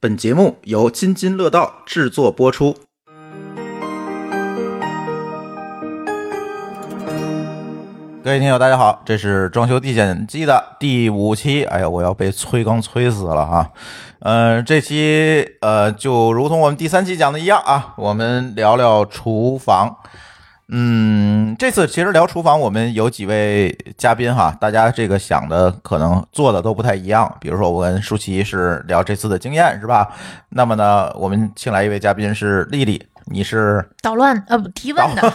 本节目由津津乐道制作播出。各位听友，大家好，这是装修地检机的第五期。哎呀，我要被催更催死了哈。呃，这期呃，就如同我们第三期讲的一样啊，我们聊聊厨房。嗯，这次其实聊厨房，我们有几位嘉宾哈，大家这个想的可能做的都不太一样。比如说，我跟舒淇是聊这次的经验，是吧？那么呢，我们请来一位嘉宾是丽丽，你是捣乱呃不提问的，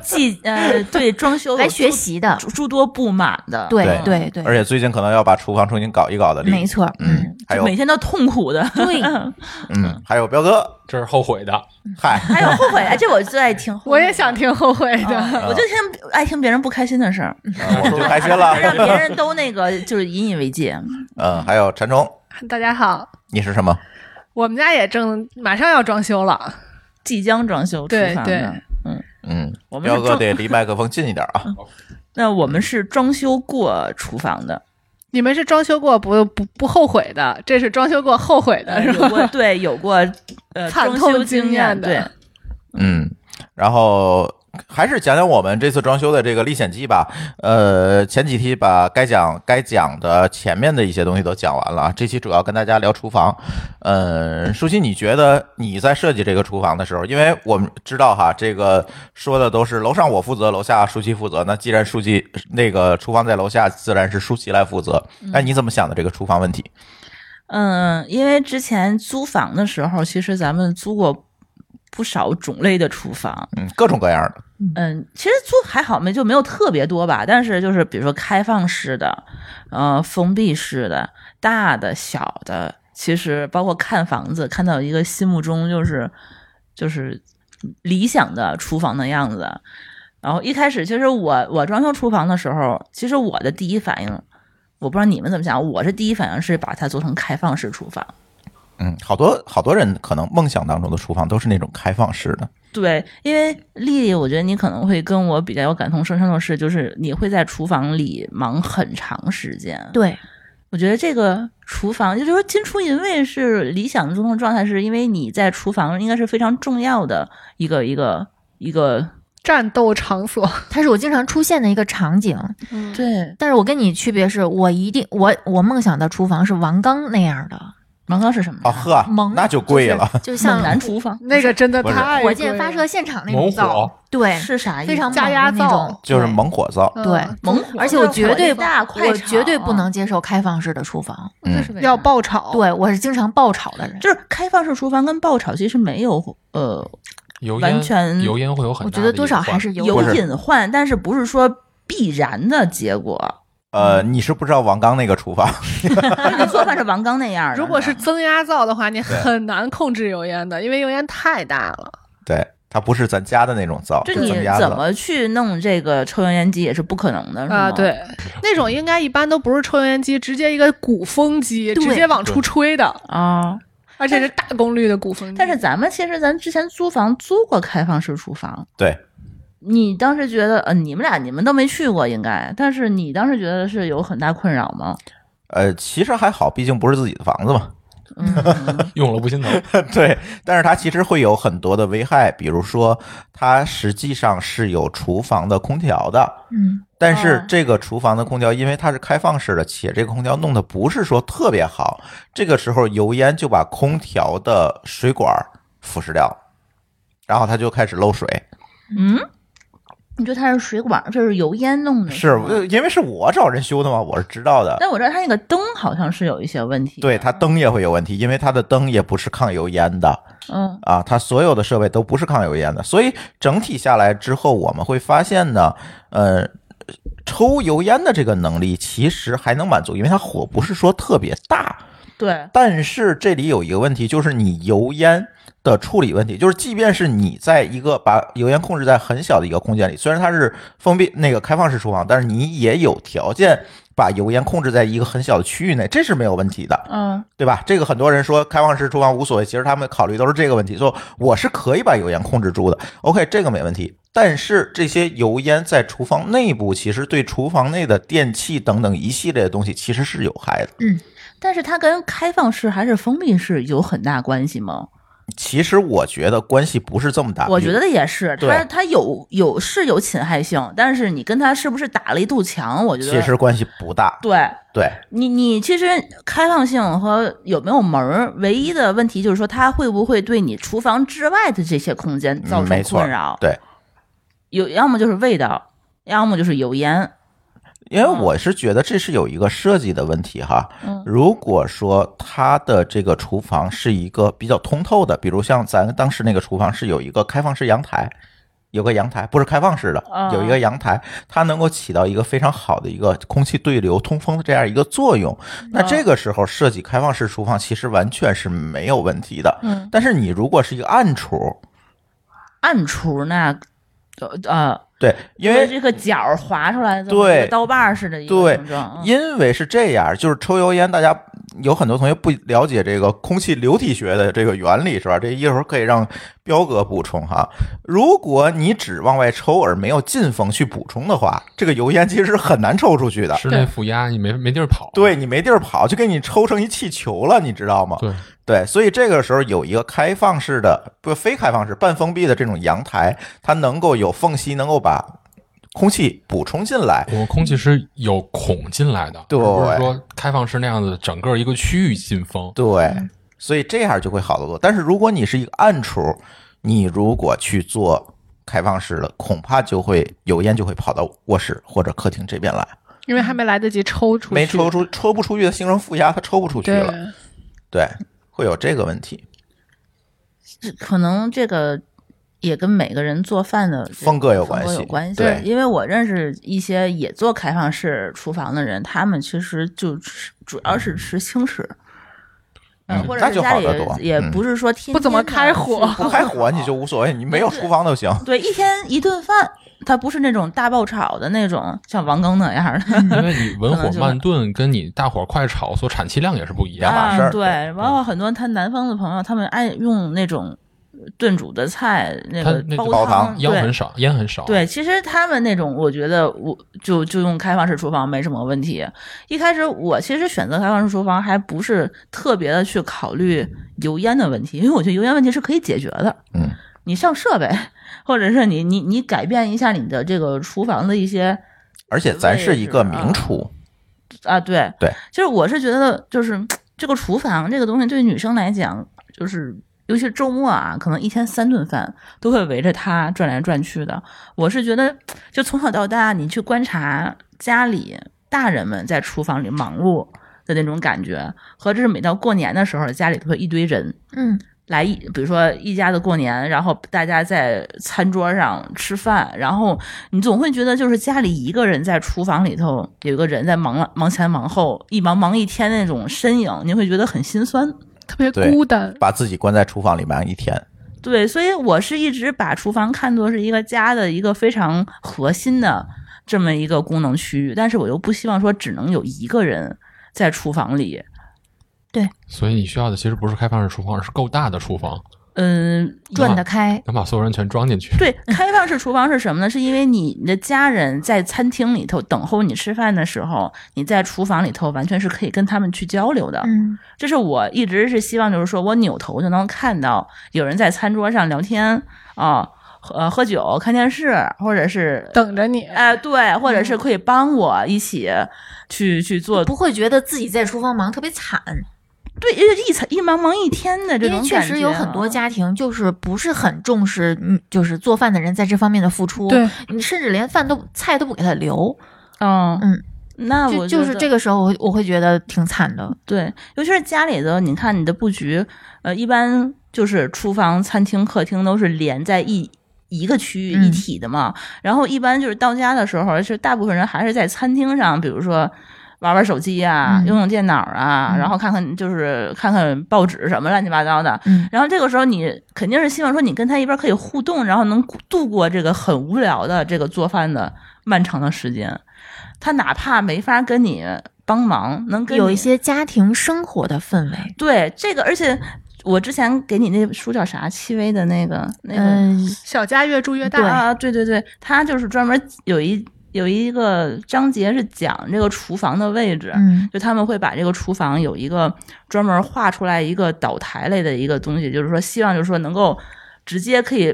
既 呃对装修有来学诸习的，诸诸多不满的，对嗯对对，而且最近可能要把厨房重新搞一搞的丽丽，没错，嗯，还就有每天都痛苦的，对，嗯，还有彪哥，这是后悔的。嗨，还有后悔，哎，这我最爱听， 我也想听后悔的。嗯。啊我就听爱听别人不开心的事儿，我们就开心了。让别人都那个就是引以为戒。嗯，还有馋虫，大家好，你是什么？我们家也正马上要装修了，即将装修厨对房对的，嗯，我们彪是哥装得离麦克风近一点啊。那我们是装修过厨房的，你们是装修过不不不后悔的，这是装修过后悔的呃 是有吧？过对有过呃惨装痛修经经验的对，嗯，然后还是讲讲我们这次装修的这个历险记吧。呃，前几期把该讲该讲的前面的一些东西都讲完了啊，这期主要跟大家聊厨房。呃，舒淇，你觉得你在设计这个厨房的时候，因为我们知道哈，这个说的都是楼上我负责，楼下舒淇负责。那既然舒淇那个厨房在楼下，自然是舒淇来负责。哎，你怎么想的这个厨房问题？嗯，因为之前租房的时候，其实咱们租过不少种类的厨房，嗯，各种各样的。嗯，其实租还好没，就没有特别多吧。但是就是比如说开放式的，呃，封闭式的，大的、小的，其实包括看房子，看到一个心目中就是就是理想的厨房的样子。然后一开始，其实我我装修厨房的时候，其实我的第一反应，我不知道你们怎么想，我是第一反应是把它做成开放式厨房。嗯，好多好多人可能梦想当中的厨房都是那种开放式的。对，因为丽丽，我觉得你可能会跟我比较有感同身受的是，就是你会在厨房里忙很长时间。，对我觉得这个厨房，也就是说金厨银卫是理想中的状态，是因为你在厨房应该是非常重要的一个一个一个。战斗场所，它是我经常出现的一个场景。嗯，对，但是我跟你区别是我一定我我梦想的厨房是王刚那样的王刚是什么啊呀？呵，萌，那就贵了。就是，就猛 像男厨房那个真的不是太火箭贵发了射现场那种猛火造，对，是啥意思？非常加猛的压那灶种，就是对。猛火灶，嗯对，猛火，而且我绝对不，大快我绝对炒啊不能接受开放式的厨房。嗯，要爆炒，，对我是经常爆炒的人，就是开放式厨房跟爆炒其实没有呃油完烟全油烟会有很我大觉的得多少隐患还是有有不是隐患，但是不是说必然的结果。 呃，你是不知道王刚那个厨房，你做饭是王刚那样的，如果是哦吧增压灶的话，你对很难控制油烟的，因为油烟太大了。对，它不是咱家的那种灶，就是你咱们家怎的么去弄这个抽油烟机也是不可能的，是吗？啊，，对，那种应该一般都不是抽油烟机，直接一个鼓风机对直接往出吹的，啊、而且是大功率的鼓风机。但是咱们其实咱之前租房租过开放式厨房，对，你当时觉得呃，你们俩你们都没去过应该，但是你当时觉得是有很大困扰吗？呃，其实还好，毕竟不是自己的房子嘛。 嗯，用了不心疼。对，但是它其实会有很多的危害，比如说它实际上是有厨房的空调的，嗯，但是哦这个厨房的空调因为它是开放式的，且这个空调弄得不是说特别好，这个时候油烟就把空调的水管腐蚀掉了，然后它就开始漏水。嗯，你觉得它是水管，这是油烟弄的，是吗呃因为是我找人修的嘛，我是知道的。但我知道它那个灯好像是有一些问题，对它，灯也会有问题，因为它的灯也不是抗油烟的嗯啊，它所有的设备都不是抗油烟的，所以整体下来之后，我们会发现呢，呃，抽油烟的这个能力其实还能满足，因为它火不是说特别大，对，但是这里有一个问题，就是你油烟的处理问题，就是即便是你在一个把油烟控制在很小的一个空间里，虽然它是封闭那个开放式厨房，但是你也有条件把油烟控制在一个很小的区域内，这是没有问题的，嗯对吧？这个很多人说开放式厨房无所谓，其实他们考虑都是这个问题，说我是可以把油烟控制住的，OK，这个没问题。但是这些油烟在厨房内部，其实对厨房内的电器等等一系列的东西其实是有害的。但是它跟开放式还是封闭式有很大关系吗？其实我觉得关系不是这么大，我觉得也是，啊对它它有有是有侵害性，但是你跟他是不是打了一堵墙？我觉得其实关系不大。对对，你你其实开放性和有没有门儿，唯一的问题就是说它会不会对你厨房之外的这些空间嗯造没成错困扰？对，有要么就是味道，要么就是油烟。因为我是觉得这是有一个设计的问题哈。哦嗯如果说它的这个厨房是一个比较通透的，比如像咱当时那个厨房是有一个开放式阳台，有个阳台不是开放式的，嗯有一个阳台，它能够起到一个非常好的一个空气对流、通风的这样一个作用。嗯那这个时候设计开放式厨房其实完全是没有问题的。嗯，但是你如果是一个暗厨，暗厨那，呃呃，对，因为这个角儿划出来的，对一个刀把儿似的一个对形状，嗯因为是这样，就是抽油烟，大家嗯有很多同学不了解这个空气流体学的这个原理，是吧？这一会儿可以让彪哥补充哈。如果你只往外抽而没有进风去补充的话，这个油烟其实是很难抽出去的。室内负压你没没地儿跑。对你没地儿跑，就给你抽成一气球了，你知道吗？对，对，所以这个时候有一个开放式的不非开放式半封闭的这种阳台，它能够有缝隙，能够把空气补充进来。我空气是有孔进来的，对而不是说开放式那样子整个一个区域进风。对，所以这样就会好得多。但是如果你是一个暗厨，你如果去做开放式的，恐怕就会油烟就会跑到卧室或者客厅这边来，因为还没来得及抽出去，嗯没抽出抽不出去的形成负压，它抽不出去对，了，对，会有这个问题。这可能这个也跟每个人做饭的风格有关关系有系。对因为我认识一些也做开放式厨房的人，他们其实就吃，主要是吃轻食。嗯嗯或者那是就家好里得多也嗯不是说天不怎么天开的火去不开火你就无所谓，你没有厨房都行。对一天一顿饭，它不是那种大爆炒的那种，像王刚那样的。嗯因为你文可能火就慢炖跟你大火快炒所产气量也是不一 样两的。码事儿啊。对，包括很多他南方的朋友，他们爱用那种炖煮的菜，那它个那煲个煲汤，汤烟对很少，烟很少。对，其实他们那种，我觉得我就就用开放式厨房没什么问题。一开始我其实选择开放式厨房，还不是特别的去考虑油烟的问题，因为我觉得油烟问题是可以解决的。嗯，你上设备，或者是你你你改变一下你的这个厨房的一些而且咱是一个名厨，啊，对对，其实我是觉得就是这个厨房这个东西对女生来讲，就是尤其是周末啊，可能一天三顿饭都会围着它转来转去的。我是觉得，就从小到大，你去观察家里大人们在厨房里忙碌的那种感觉，和这是每到过年的时候，家里头一堆人，嗯，来一，比如说一家子过年，然后大家在餐桌上吃饭，然后你总会觉得就是家里一个人在厨房里头有一个人在忙忙前忙后，一忙忙一天那种身影，你会觉得很心酸。特别对孤单。把自己关在厨房里面一天。对，所以我是一直把厨房看作是一个家的一个非常核心的这么一个功能区域，但是我又不希望说只能有一个人在厨房里。所以你需要的其实不是开放式厨房，而是够大的厨房，嗯，转得开，能把所有人全装进去。对，开放式厨房是什么呢？是因为你你的家人在餐厅里头等候你吃饭的时候，你在厨房里头完全是可以跟他们去交流啊的。嗯，这是我一直是希望，就是说我扭头就能看到有人在餐桌上聊天啊，呃，喝酒、看电视，或者是。等着你，哎，对，或者是嗯可以帮我一起去去做，不会觉得自己在厨房忙特别惨，对，因为一层一忙忙一天的这因种为感觉确啊，实有很多家庭就是不是很重视，嗯，就是做饭的人在这方面的付出，对，你甚至连饭都菜都不给他留，嗯嗯，那就我就是个。这个时候我会我会觉得挺惨的，对，尤其是家里的，你看你的布局，呃，一般就是厨房、餐厅、客厅都是连在一一个区域嗯一体的嘛。然后一般就是到家的时候，是大部分人还是在餐厅上，比如说。玩玩手机啊，嗯用用电脑啊，嗯然后看看就是看看报纸什么乱七八糟的。嗯然后这个时候你肯定是希望说你跟他一边可以互动，然后能度过这个很无聊的这个做饭的漫长的时间。他哪怕没法跟你帮忙，能跟有你一些家庭生活的氛围，对这个，而且我之前给你那书叫啥？戚薇的那个那个、嗯，小家越住越大，啊，对对对，他就是专门有一有一个章节是讲这个厨房的位置，嗯就他们会把这个厨房有一个专门画出来一个岛台类的一个东西，就是说希望就是说能够直接可以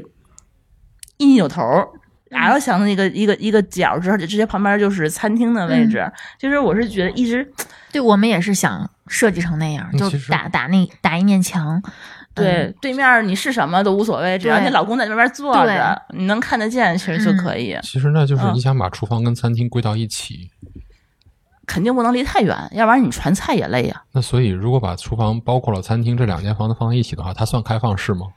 一扭头儿。L 嗯墙的一个一个一个角儿之后，直接旁边就是餐厅的嗯位置。其实我是觉得一直对我们也是想设计成那样，嗯就其实打打那打一面墙，对、对面你是什么都无所谓，只要对你老公在那边坐着，你能看得见，其实就可以。其实那就是嗯你想把厨房跟餐厅归到一起。肯定不能离太远，要不然你传菜也累呀、那所以，如果把厨房包括了餐厅这两间房子放在一起的话，它算开放式吗？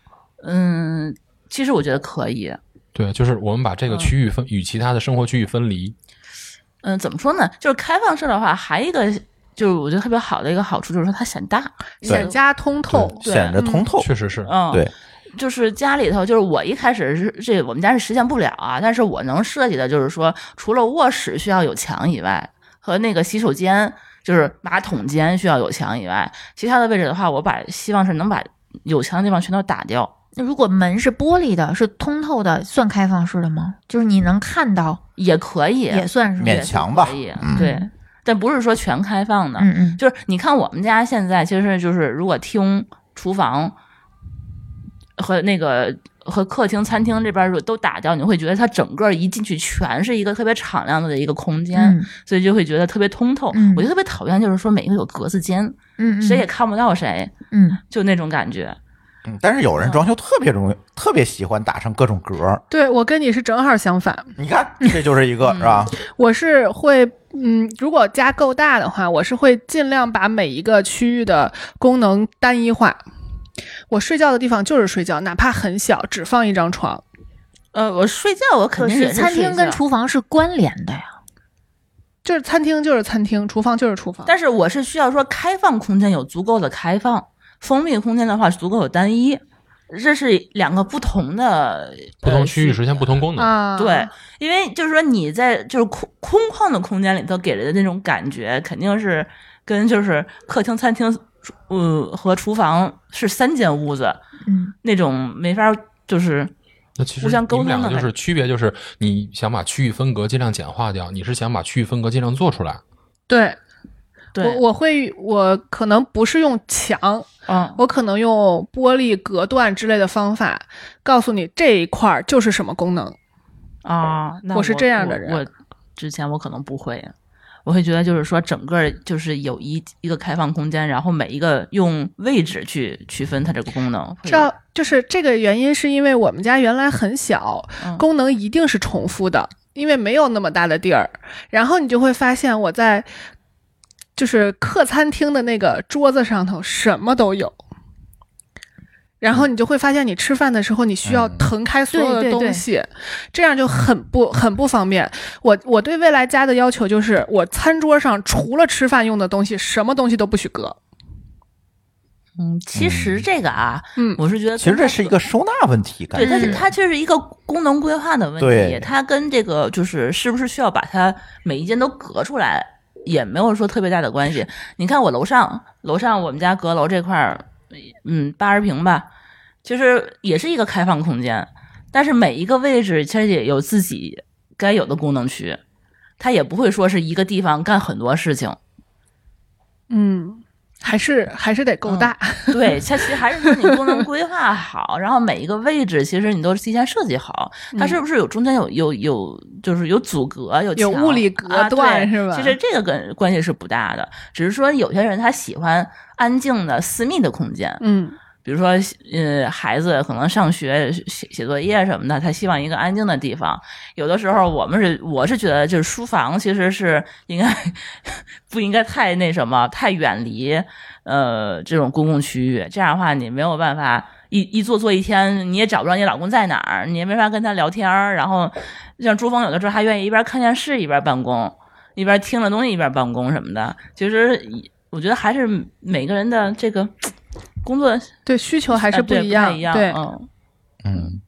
嗯，其实我觉得可以。对，就是我们把这个嗯区域分、与其他的生活区域分离。嗯，怎么说呢？就是开放式的话，还一个就是我觉得特别好的一个好处就是说它显大，显家通透，对显着通透。确实是，嗯，对，就是家里头，就是我一开始是这我们家是实现不了啊，但是我能设计的就是说，除了卧室需要有墙以外，和那个洗手间就是马桶间需要有墙以外，其他的位置的话，我把希望是能把有墙的地方全都打掉。那如果门是玻璃的，是通透的，算开放式的吗？就是你能看到，也可以，也算是吗。勉强吧可以，嗯对，但不是说全开放的，嗯嗯，就是你看我们家现在其实就是如果厅、厨房和那个和客厅、餐厅这边如果都打掉，你会觉得它整个一进去全是一个特别敞亮的一个空间，嗯所以就会觉得特别通透。嗯我就特别讨厌，就是说每一个有格子间，嗯，嗯谁也看不到谁，嗯就那种感觉。嗯但是有人装修特别容易，特别喜欢打上各种格儿。对我跟你是正好相反，你看，这就是一个是吧？我是会，嗯，如果家够大的话，我是会尽量把每一个区域的功能单一化。我睡觉的地方就是睡觉，哪怕很小，只放一张床。呃，我睡觉我肯可定也是餐睡厅跟觉，厨房是关联的呀。就是餐厅就是餐厅，厨房就是厨房。但是我是需要说开放空间有足够的开放，封闭空间的话足够有单一，这是两个不同的不同呃区域实现不同功能。啊，对，，因为就是说你在就是空空旷的空间里头给人的那种感觉，肯定是跟就是客厅、餐厅，呃和厨房是三间屋子嗯，那种没法就是那其实互相沟你们通两个的就感是区别，就是你想把区域分隔尽量简化掉，你是想把区域分隔尽量做出来。对我对，我会，我可能不是用墙，嗯，我可能用玻璃隔断之类的方法，告诉你这一块儿就是什么功能。啊，那我是这样的人我我之前我可能不会，我会觉得就是说整个就是有一一个开放空间，然后每一个用位置去区分它这个功能。知道，就是啊这个原因，是因为我们家原来很小，嗯功能一定是重复的，因为没有那么大的地儿。然后你就会发现，我在就是客餐厅的那个桌子上头什么都有。然后你就会发现，你吃饭的时候你需要嗯腾开所有的对对对东西，这样就很不很不方便。我我对未来家的要求就是，我餐桌上除了吃饭用的东西，什么东西都不许搁。嗯，其实这个啊，嗯我是觉得其实这跟是一个收纳问题，感对，觉但是它这是一个功能规划的问对题，它跟这个就是是不是需要把它每一间都隔出来，也没有说特别大的关系。你看我楼上，楼上我们家阁楼这块儿，嗯，八十平吧，其实也是一个开放空间，但是每一个位置其实也有自己该有的功能区，它也不会说是一个地方干很多事情。嗯，还是还是得够嗯大。 对，它其实还是说你功能规划好，然后每一个位置其实你都提前设计好，它嗯是不是有中间有有有就是有阻隔有有墙物理隔啊对断是吧其实这个跟关系是不大的，只是说有些人他喜欢安静的私密的空间，嗯，比如说呃孩子可能上学写写作业什么的，他希望一个安静的地方。有的时候我们是我是觉得就是书房其实是应该 不应该太那什么太远离呃这种公共区域，这样的话你没有办法一一坐坐一天，你也找不着你老公在哪儿，你也没法跟他聊天儿。然后像朱峰有的时候还愿意一边看电视一边办公，一边听着东西一边办公什么的。其实我觉得还是每个人的这个工作哎对，需求还是啊对不一样。太一样，对，嗯，嗯，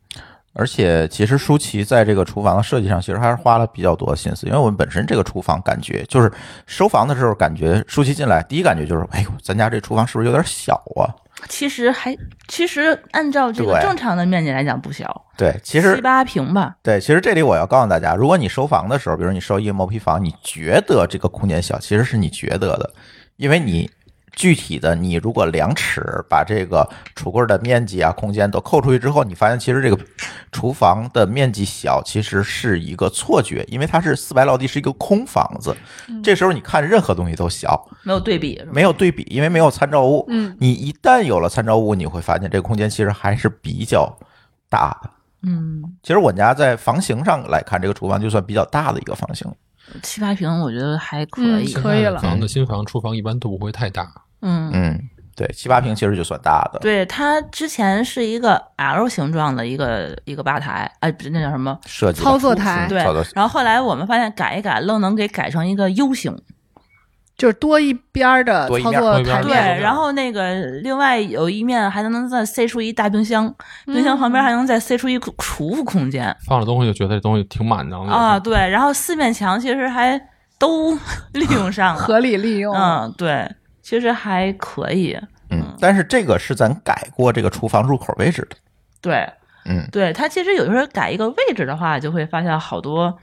而且其实舒淇在这个厨房的设计上，其实还是花了比较多的心思，因为我们本身这个厨房感觉就是收房的时候，感觉舒淇进来第一感觉就是，哎呦，咱家这厨房是不是有点小啊？其实还其实按照这个对正常的面积来讲不小，对，其实七八平吧。对，其实这里我要告诉大家，如果你收房的时候，比如你收一个毛坯房，你觉得这个空间小，其实是你觉得的，因为你具体的你如果量尺把这个橱柜的面积啊、空间都扣出去之后，你发现其实这个厨房的面积小，其实是一个错觉，因为它是四白落地是一个空房子，这时候你看任何东西都小，没有对比是吧？没有对比，因为没有参照物。嗯，你一旦有了参照物，你会发现这个空间其实还是比较大的。嗯，其实我家在房型上来看，这个厨房就算比较大的一个房型。七八平我觉得还可嗯以。可以了房子新房厨房一般都不会太大，嗯，嗯，对，七八平其实就算大的。对，它之前是一个 L 形状的一个一个吧台，哎，不是那叫什么？设计的操作台嗯对操作。然后后来我们发现改一改，愣能给改成一个 U 型。就是多一边儿的多一操面作多一边台儿对，面，面然后那个另外有一面还能再塞出一大冰箱，嗯冰箱旁边还能再塞出一个储物空间放了东西就觉得这东西挺满当的啊。，对，然后四面墙其实还都 利用上了。合理利用。嗯，对，其实还可以。嗯，但是这个是咱改过这个厨房入口位置的。对，嗯，对，它其实有时候改一个位置的话，就会发现好多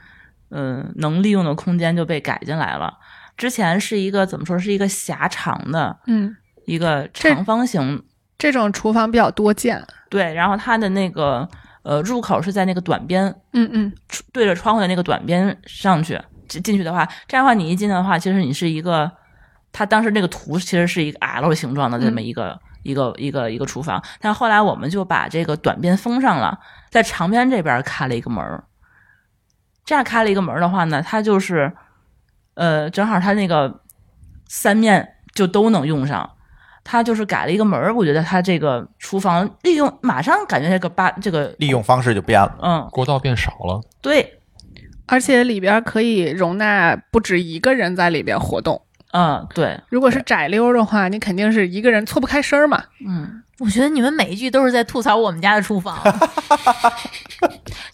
嗯、能利用的空间就被改进来了。之前是一个怎么说是一个狭长的嗯，一个这长方形，这种厨房比较多见。对，然后它的那个呃入口是在那个短边嗯嗯，出对着窗户的那个短边上去进进去的话，这样的话你一进的话，其实你是一个，它当时那个图其实是一个 L 形状的这么一个、一个一个一个厨房，但后来我们就把这个短边封上了，在长边这边开了一个门儿，这样开了一个门儿的话呢，它就是呃正好它那个三面就都能用上。它就是改了一个门儿，我觉得它这个厨房利用马上感觉这个八这个利用方式就变了。嗯过道变少了，对而且里边儿可以容纳不止一个人在里边活动。嗯对如果是窄溜儿的话，你肯定是一个人错不开身儿嘛。嗯我觉得你们每一句都是在吐槽我们家的厨 房，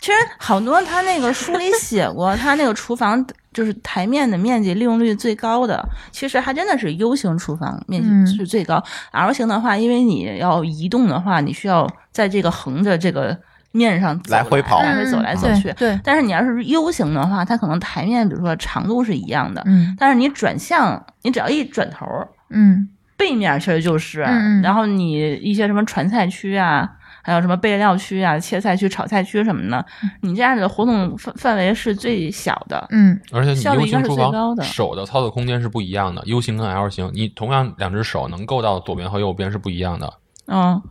其实好多他那个书里写 过，他那个厨房就是台面的面积利用率最高的，其实还真的是 U 型厨房面嗯积是最高。L 型的话，因为你要移动的话，你需要在这个横着这个面上走来回跑来回走来走去。对，但是你要是 U 型的话，它可能台面比如说长度是一样的，嗯但是你转向，你只要一转头，嗯背面其实就是，嗯嗯然后你一些什么传菜区啊，还有什么备料区啊、切菜区、炒菜区什么的，你这样的活动范范围是最小的。嗯而且你效率 U 应该型是厨最高房的手的操作空间是不一样的，U 型跟 L 型，你同样两只手能够到左边和右边是不一样的。嗯，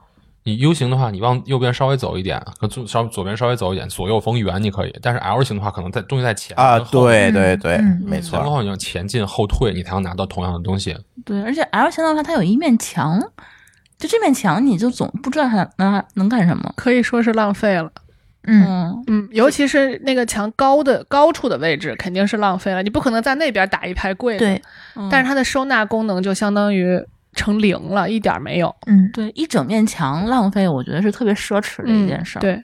你 U 型的话，你往右边稍微走一点，和左稍左边稍微走一点，左右逢源你可以。但是 L 型的话，可能在东西在前啊，跟后对嗯对对，嗯没前跟错。后你要前进后退，你才能拿到同样的东西。对，而且 L 型的话，它有一面墙，就这面墙你就总不知道它能能干什么。可以说是浪费了，嗯，嗯，嗯，尤其是那个墙高的高处的位置，肯定是浪费了。你不可能在那边打一排柜子，对，但是它它的收纳功能就相当于成零了，一点儿没有。嗯对一整面墙浪费，我觉得是特别奢侈的一件事儿。嗯，对，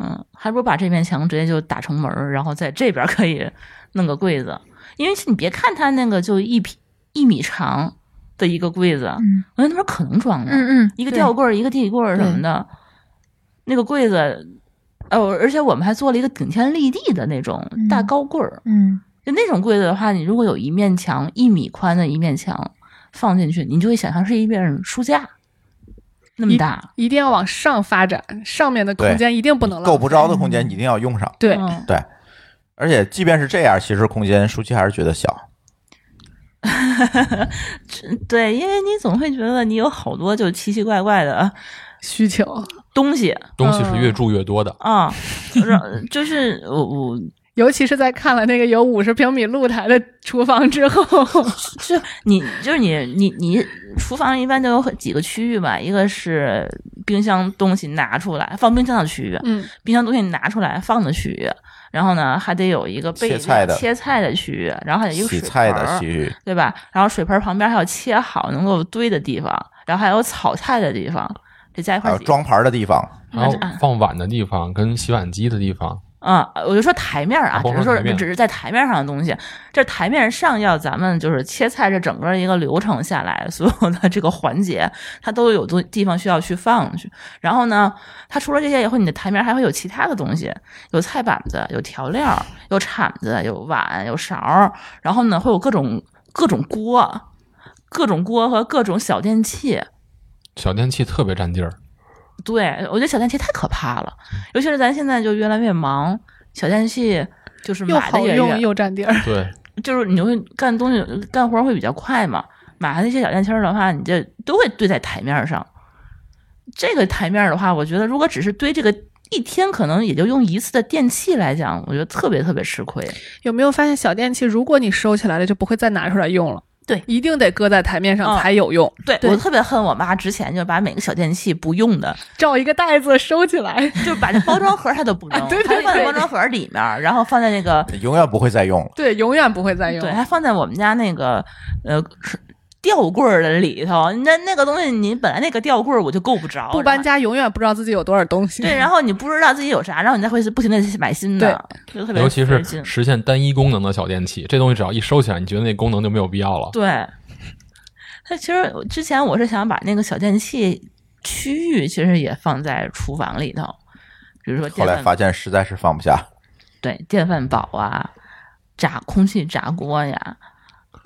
嗯，还不如把这面墙直接就打成门儿，然后在这边儿可以弄个柜子，因为你别看它那个就一匹一米长的一个柜子，嗯我觉得那边儿可能装了、嗯嗯，一个对吊，柜儿、一个地柜儿什么的，那个柜子，哦，而且我们还做了一个顶天立地的那种嗯大高柜儿，嗯就那种柜子的话，你如果有一面墙一米宽的一面墙放进去，你就会想象是一面书架那么大，一定要往上发展，上面的空间一定不能浪费。够不着的空间一定要用上，对，嗯而且即便是这样，其实空间舒淇还是觉得小。对，因为你总会觉得你有好多就奇奇怪怪的啊需求，东西东西是嗯越住越多的。啊，让就是我我尤其是在看了那个有五十平米露台的厨房 之后，就你就是你你你厨房一般都有很几个区域吧，一个是冰箱东西拿出来放冰箱的区域，嗯，冰箱东西拿出来放的区域，然后呢还得有一个备切菜的切菜的区域，然后还有一个洗水菜盆的儿区域，对吧？然后水盆旁边还有切好能够堆的地方，然后还有炒菜的地方，这加一块还儿有几个装盘的地方，还有嗯放碗的地方跟洗碗机的地方，啊，我就说台面儿啊啊，只光是说说台面只是在台面上的东西，这台面上要咱们就是切菜这整个一个流程下来，所有的这个环节，它都有东地方需要去放去。然后呢，它除了这些以后，你的台面还会有其他的东西，有菜板子，有调料，有铲子，有碗，有勺儿，然后呢，会有各种各种锅，各种锅和各种小电器。小电器特别占地儿，对，我觉得小电器太可怕了，尤其是咱现在就越来越忙，小电器就是又买的好也用越，又占地儿。对，就是你会干东西干活会比较快嘛。买的那些小电器儿的话，你这都会堆在台面上。这个台面儿的话，我觉得如果只是堆这个一天，可能也就用一次的电器来讲，我觉得特别特别吃亏。有没有发现小电器，如果你收起来了，就不会再拿出来用了？对一定得搁在台面上嗯才有用。对我特别恨我妈之前就把每个小电器不用的，找一个袋子收起来。就是把那包装盒儿她都 不啊扔，对她就对放在对包装盒儿里面儿，然后放在那个永远不会再用了。对，永远不会再用。对，哎还放在我们家那个呃是吊柜儿的里头。那那个东西，你本来那个吊柜儿我就够不着，不搬。家永远不知道自己有多少东西。对，然后你不知道自己有啥，然后你再会不停的买新的，就 特别尤其费是劲实现单一功能的小电器，这东西只要一收起来，你觉得那功能就没有必要了。对。它其实我之前我是想把那个小电器区域其实也放在厨房里头，比如说后电来饭发现实在是放不下，对电饭煲啊，炸空气炸锅呀，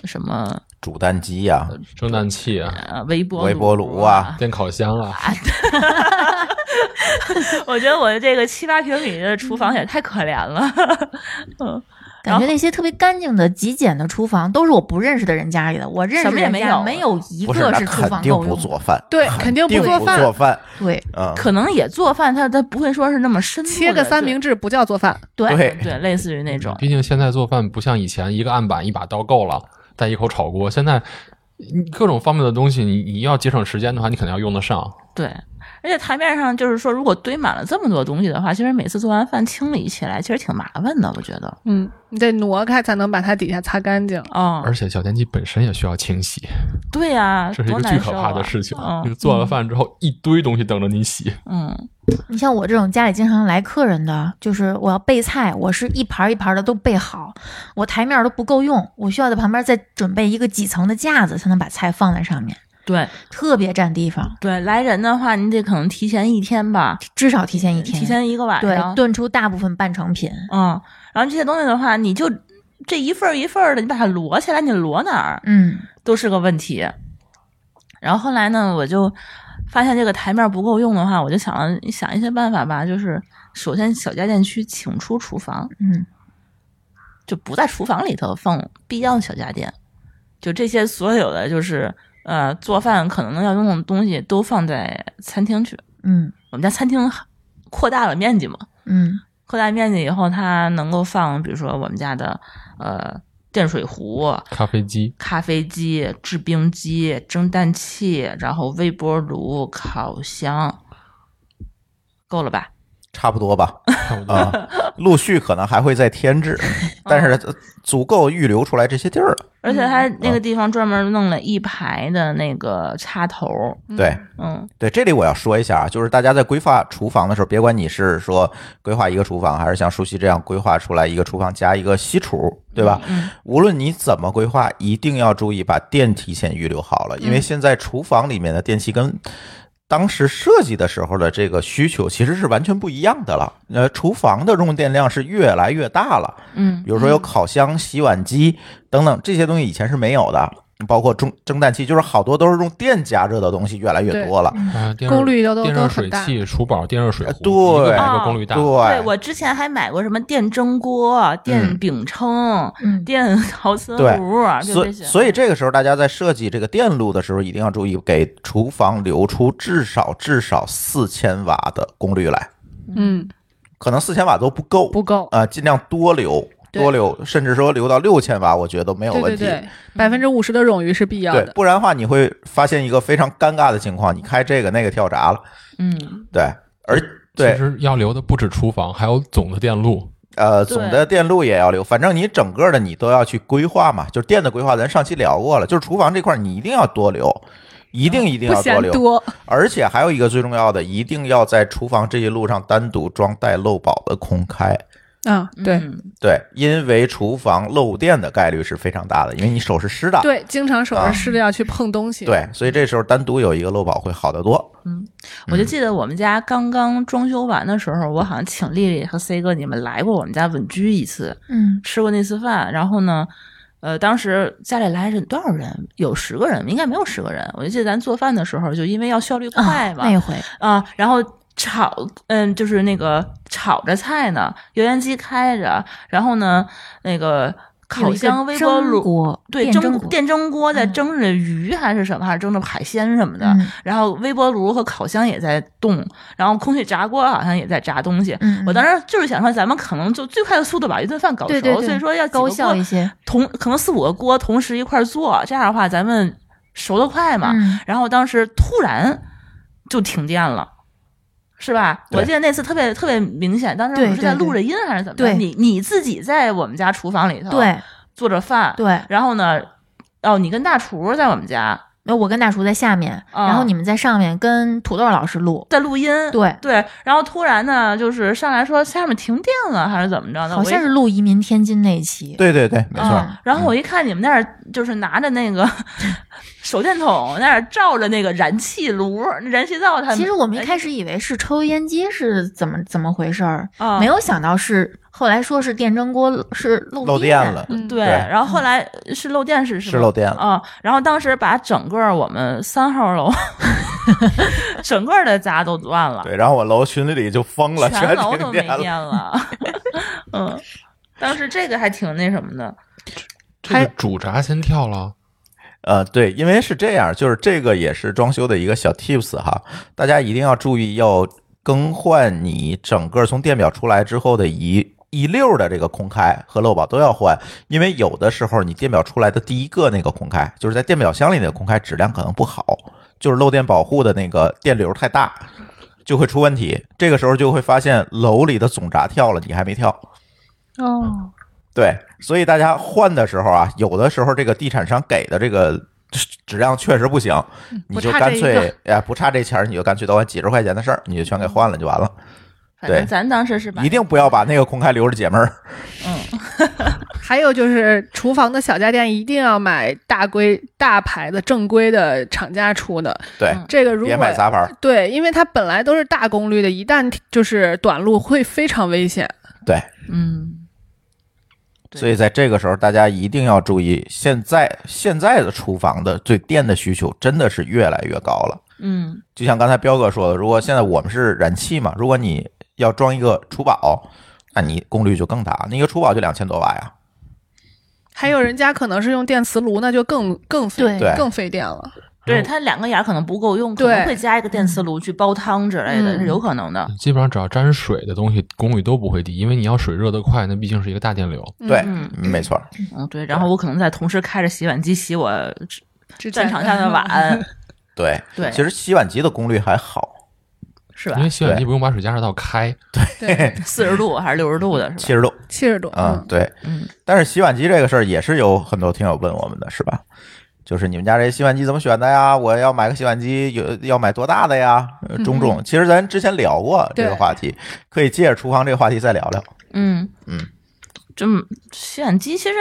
什么煮蛋机呀、蒸蛋器啊，呃微波微波炉啊电烤箱啊， 我觉得我这个七八平米的厨房也太可怜 了，嗯，感然后觉那些特别干净的、极简的厨房，都是我不认识的人家里的。我认识什么也人没家有没有一不是个那是厨肯房定够不用。做饭， 对肯定定不不做饭做饭，对嗯，可能也做饭，他他不会说是那么深度的，切个三明治不叫做饭，就，对对类似于那种，毕竟现在做饭不像以前一个案板一把刀够了，带一口炒锅。现在嗯各种方面的东西，你你要节省时间的话，你肯定要用得上。对，而且台面上就是说，如果堆满了这么多东西的话，其实每次做完饭清理起来其实挺麻烦的，我觉得，嗯，你得挪开才能把它底下擦干净。哦，而且小电器本身也需要清洗，啊对呀、这是一多个难巨受可啊怕的事情。就是嗯做完饭之后，一堆东西等着你洗。嗯，你像我这种家里经常来客人的，就是我要备菜，我是一盘儿一盘儿的都备好，我台面儿都不够用，我需要在旁边再准备一个几层的架子，才能把菜放在上面，对特别占地方，对，来人的话，你得可能提前一天吧，至少提前一天。嗯提前一个晚对上，炖出大部分半成品。嗯，然后这些东西的话，你就这一份儿一份儿的，你把它摞起来，你摞哪儿嗯，都是个问题。然后后来呢，我就发现这个台面不够用的话，我就想了想一些办法吧，就是首先小家电区请出厨房，嗯，就不在厨房里头放必要的小家电，就这些所有的就是呃做饭可能要用的东西都放在餐厅去。嗯我们家餐厅扩大了面积嘛，嗯扩大面积以后，它能够放，比如说我们家的呃电水壶、咖啡机，咖啡机、制冰机、蒸蛋器，然后微波炉、烤箱，够了吧？差不多 吧，差不多啊、嗯陆续可能还会再添置，但是嗯呃足够预留出来这些地儿了。而且它那个地方专门弄了一排的那个插头，对嗯，对，这里我要说一下啊，就是大家在规划厨房的时候，别管你是说规划一个厨房，还是像舒淇这样规划出来一个厨房加一个西厨，对吧？嗯无论你怎么规划，一定要注意把电提前预留好嗯了，因为现在厨房里面的电器跟当时设计的时候的这个需求其实是完全不一样的了。呃，厨房的用电量是越来越大了，嗯比如说有烤箱、洗碗机等等这些东西，以前是没有的。包括蒸蒸蛋器，就是好多都是用电加热的东西越来越多了。啊，电热功率都都电都热水很大。啊器、厨宝、电热水呃壶，对一个比一个功率大。对，我之前还买过什么电蒸锅、电嗯饼铛、嗯，电陶瓷对壶，就所以这些。所以这个时候，大家在设计这个电路的时候，一定要注意给厨房留出至少至少四千瓦的功率来，嗯，可能四千瓦都不够，不够。啊、尽量多留。对多留，甚至说留到六千瓦，我觉得都没有对问对题。对，百分之五十的冗余是必要对的。不然的话你会发现一个非常尴尬的情况，你开这个那个跳闸了。嗯，对，而其对实要留的不止厨房，还有总的电路。呃，对总的电路也要留，反正你整个的你都要去规划嘛。就是电的规划，咱上期聊过了，就是厨房这块儿你一定要多留，一嗯定一定不要嫌多留。多，而且还有一个最重要的，一定要在厨房这一路上单独装带漏保的空开，啊，对、嗯对，因为厨房漏电的概率是非常大的，因为你手是湿的。对，经常手啊上湿的要去碰东西，对，所以这时候单独有一个漏保会好得多。我就记得我们家刚刚装修完的时候，我好像请丽丽和 C 哥你们来过我们家稳居一次，嗯，吃过那次饭。然后呢，呃，当时家里来人多少人？有十个人，应该没有十个人。我就记得咱做饭的时候，就因为要效率快啊，嘛，那回啊，然后炒，嗯，就是那个炒着菜呢，油烟机开着，然后呢，那个烤箱、微波炉，炉对，电蒸锅，电蒸锅在嗯蒸着鱼还是什么，还是蒸着海鲜什么的，嗯然后微波炉和烤箱也在动，然后空气炸锅好像也在炸东西。嗯，我当时就是想说，咱们可能就最快的速度把一顿饭搞熟，对对对所以说要几个高效锅一些同可能四五个锅同时一块儿做，这样的话咱们熟得快嘛。嗯然后当时突然就停电了。是吧？对我记得那次特别特别明显，当时我对们是在对对录着音还是怎么着？对你你自己在我们家厨房里头对做着饭，对，然后呢，哦，你跟大厨在我们家那我跟大厨在下面，啊然后你们在上面跟土豆老师录，在录音，对，对，然后突然呢，就是上来说下面停电了还是怎么着的？好我一像是录移民天津那一期，对对对，没错。嗯然后我一看你们那儿就是拿着那个 手电筒那儿照着那个燃气炉、燃气灶，他们其实我们一哎开始以为是抽油烟机是怎么怎么回事儿，啊没有想到是后来说是电蒸锅是漏漏电电了，嗯对，对然后后来是漏电是是吧漏电了。啊、然后当时把整个我们三号楼 整个的闸都断了，对，然后我楼群里就疯了，全全楼停都没电电了。了。 嗯，当时这个还挺那什么的，这个主闸先跳了，呃，对，因为是这样，就是这个也是装修的一个小 tips 哈，大家一定要注意要更换你整个从电表出来之后的一。一溜儿的这个空开和漏保都要换，因为有的时候你电表出来的第一个那个空开，就是在电表箱里的空开质量可能不好，就是漏电保护的那个电流太大，就会出问题。这个时候就会发现楼里的总闸跳了，你还没跳。哦，对，所以大家换的时候啊，有的时候这个地产商给的这个质质量确实不行，你就不差干这一脆哎不差这钱儿，你就干脆都完几十块钱的事儿，你就全给换了就完了。反正对咱当时是把一定不要把那个空开留着解闷儿。还有就是厨房的小家电一定要买大规大牌的正规的厂家出的，对，嗯这个如别果买杂牌儿。对，因为它本来都是大功率的，一旦就是短路会非常危险。对，嗯，对所以在这个时候，大家一定要注意，现在现在的厨房的对电的需求真的是越来越高了。嗯就像刚才彪哥说的，如果现在我们是燃气嘛，如果你要装一个厨宝，那你功率就更大，那个厨宝就两千多瓦呀。还有人家可能是用电磁炉，那就更更费对更费电了。对然后它两个牙可能不够用，可对能会加一个电磁炉去煲汤之类的，嗯是有可能的。基本上只要沾水的东西功率都不会低，因为你要水热得快，那毕竟是一个大电流。嗯对，嗯没错儿。嗯，对。然后我可能在同时开着洗碗机洗我之前战场上的嗯碗， 对对其实洗碗机的功率还好，是因吧为？洗碗机不用把水加热到开，对四十度还是六十度的是吧？七十度七十度啊，嗯对。嗯但是洗碗机这个事儿也是有很多听友问我们的，是吧？就是你们家这洗碗机怎么选的呀？我要买个洗碗机，有要买多大的呀？呃嗯中重？其实咱之前聊过这个对话题，可以借着厨房这个话题再聊聊。嗯嗯，这么洗碗机其实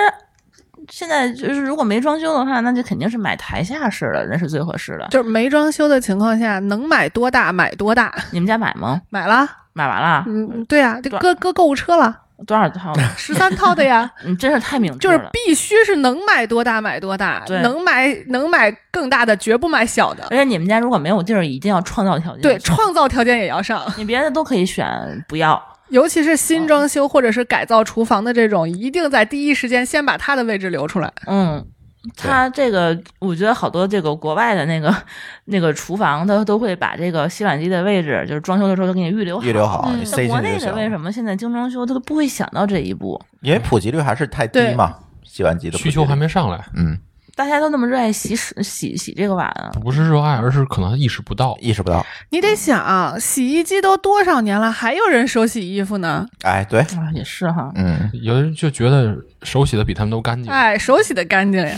现在就是如果没装修的话，那就肯定是买台下式的，那是最合适的。就是没装修的情况下，能买多大买多大，你们家买吗？买了，买完了、嗯，对呀、就对搁搁购物车了，多少套呢？十三套的呀，你真是太明智就是了。必须是能买多大买多大，啊对哎能买能买更大的，绝不买小的。而且你们家如果没有地儿，一定要创造条件。对，创造条件也要上，你别的都可以选，不要。尤其是新装修或者是改造厨房的这种，一定在第一时间先把它的位置留出来。嗯，它这个我觉得好多这个国外的那个 那个厨房，它都会把这个洗碗机的位置，就是装修的时候都给你预留好。预留好，嗯你在塞进国去内就的为行什了。么现在精装修它都不会想到这一步？因为普及率还是太低嘛，洗碗机的普及需求率还没上来。嗯，大家都那么热爱洗屎洗洗这个碗啊，不是热爱，而是可能意识不到。意识不到。你得想，啊洗衣机都多少年了，还有人手洗衣服呢？哎，对，啊也 是哈，嗯，有的人就觉得手洗的比他们都干嗯净，哎，手洗的干净呀。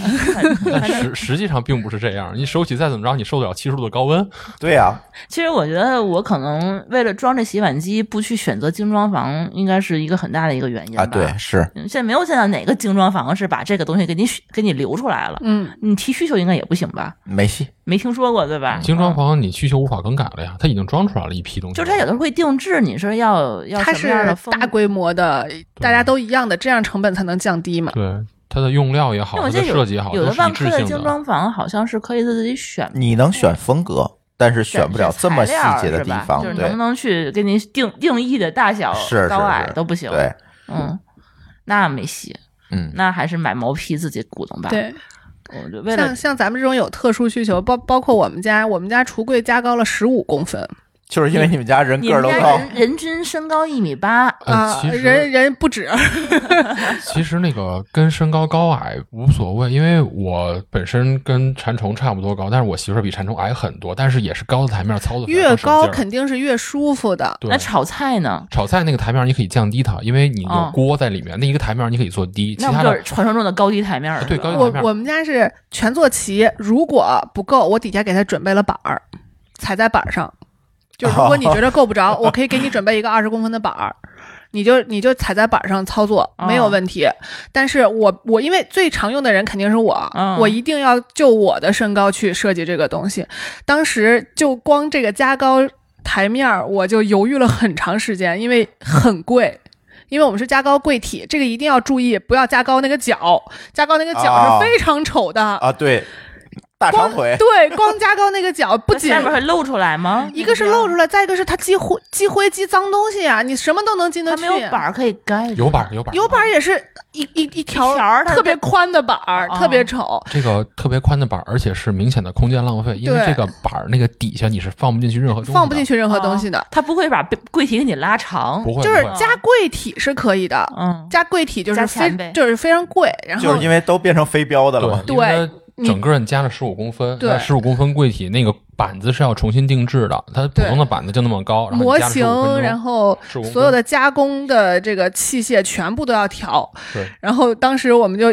但实实际上并不是这样。你手洗再怎么着，你受得了七十度的高温，对啊呀、其实我觉得我可能为了装这洗碗机，不去选择精装房，应该是一个很大的一个原因吧。啊，对，是，嗯，现在没有见到哪个精装房是把这个东西给你给你留出来了。嗯，你提需求应该也不行吧？没戏。没听说哎过对吧？精装房你需求无法更改了呀，它已经装出来了一批东西。就是它有的会定制，你是要要它什是么样的风大规模的，大家都一样的，这样成本才能降低嘛。对它的用料也好，那我它记的得设计也好，有都的是万一科致的性精的。装房好像是可以自己选，你能选风格，但是选不了这么细节的选材地料是吧方，就是对能不能去给你定定义的大小、是是高矮是都不行。对，嗯，那没戏，嗯，那还是买毛坯自己鼓动吧。，对，我就为了像像咱们这种有特殊需求，包包括我们家，我们家橱柜加高了十五公分就是因为你们家人你个儿们都家高，人人均身高一米八，呃，其实人人不止。其实那个跟身高高矮无所谓，因为我本身跟馋虫差不多高，但是我媳妇儿比馋虫矮很多，但是也是高的台面儿，操的越高肯肯定是越舒服的。对那。炒菜呢？炒菜那个台面儿你可以降低它，因为你有嗯哦锅在里面，那一个台面儿你可以做低，其那不他就是的传说中的高低台面儿啊对了高低我台面我们家是全做齐，如果不够，我底下给他准备了板儿，踩在板儿上。就如果你觉得够不着，我可以给你准备一个二十公分的板儿，你就你就踩在板儿上操作哦没有问题。但是我我因为最常用的人肯定是我，嗯我一定要就我的身高去设计这个东西。当时就光这个加高台面儿，我就犹豫了很长时间，因为很贵。因为我们是加高柜体，这个一定要注意，不要加高那个角，加高那个角啊是非常丑 的。啊，对，大光长腿， 对，光加高那个角，不那仅下面会露出来吗？一个是露出来，再一个是它积灰、积灰、积脏东西啊，你什么都能进得它去。啊没有板，儿可以盖着，有板儿有板儿有板儿也是一一一条一条儿它特别宽的板儿，哦特别丑。这个特别宽的板儿，而且是明显的空间浪费，因为对这个板儿那个底下你是放不进去任何东西的，放不进去任何东西的，它不会把被柜体给你拉长。不会，就是不会加柜体是可以的，嗯，加柜体就是加钱非呗就是非常贵，然就后是因为都变成飞镖的了嘛。对，因为它整个你加了十五公分，对十五公分柜体那个板子是要重新定制的，它普通的板子就那么高，然后模你加了型15公，分然后15公分所有的加工的这个器械全部都要调。对，然后当时我们就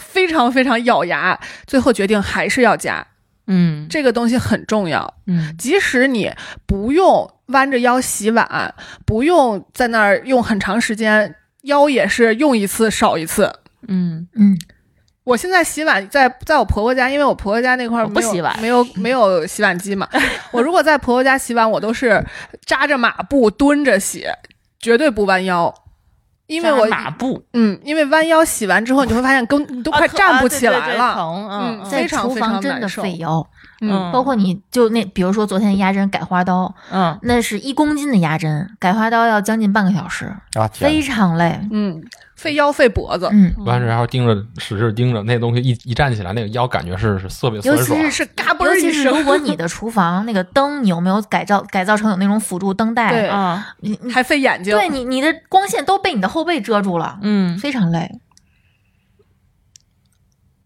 非常非常咬牙，最后决定还是要加嗯这个东西很重要。嗯，即使你不用弯着腰洗碗，不用在那儿用很长时间，腰也是用一次少一次。嗯，嗯，我现在洗碗在在我婆婆家，因为我婆婆家那块儿我不没有洗碗没有没有洗碗 机嘛。我如果在婆婆家洗碗，我都是扎着马步蹲着洗，绝对不弯腰，因为我扎马步嗯，因为弯腰洗完之后，你就会发现跟 你都快啊疼站不啊对起对来对了。疼嗯嗯嗯非在常厨非常房真的难受费腰，嗯，包括你就那，比如说昨天压针改花刀，嗯，那是一公斤的压针，改花刀要将近半个小时，啊，天非常累。嗯，费腰费脖子，嗯，完事儿还要盯着，使劲盯着那东西一一站起来，那个腰感觉是是特别尤酸其爽。是是嘎嘣尤儿其一是如声，果你的厨房那个灯，你有没有改造改造成有那种辅助灯带？对啊，你你还费眼睛。对你你的光线都被你的后背遮住了，嗯非常累。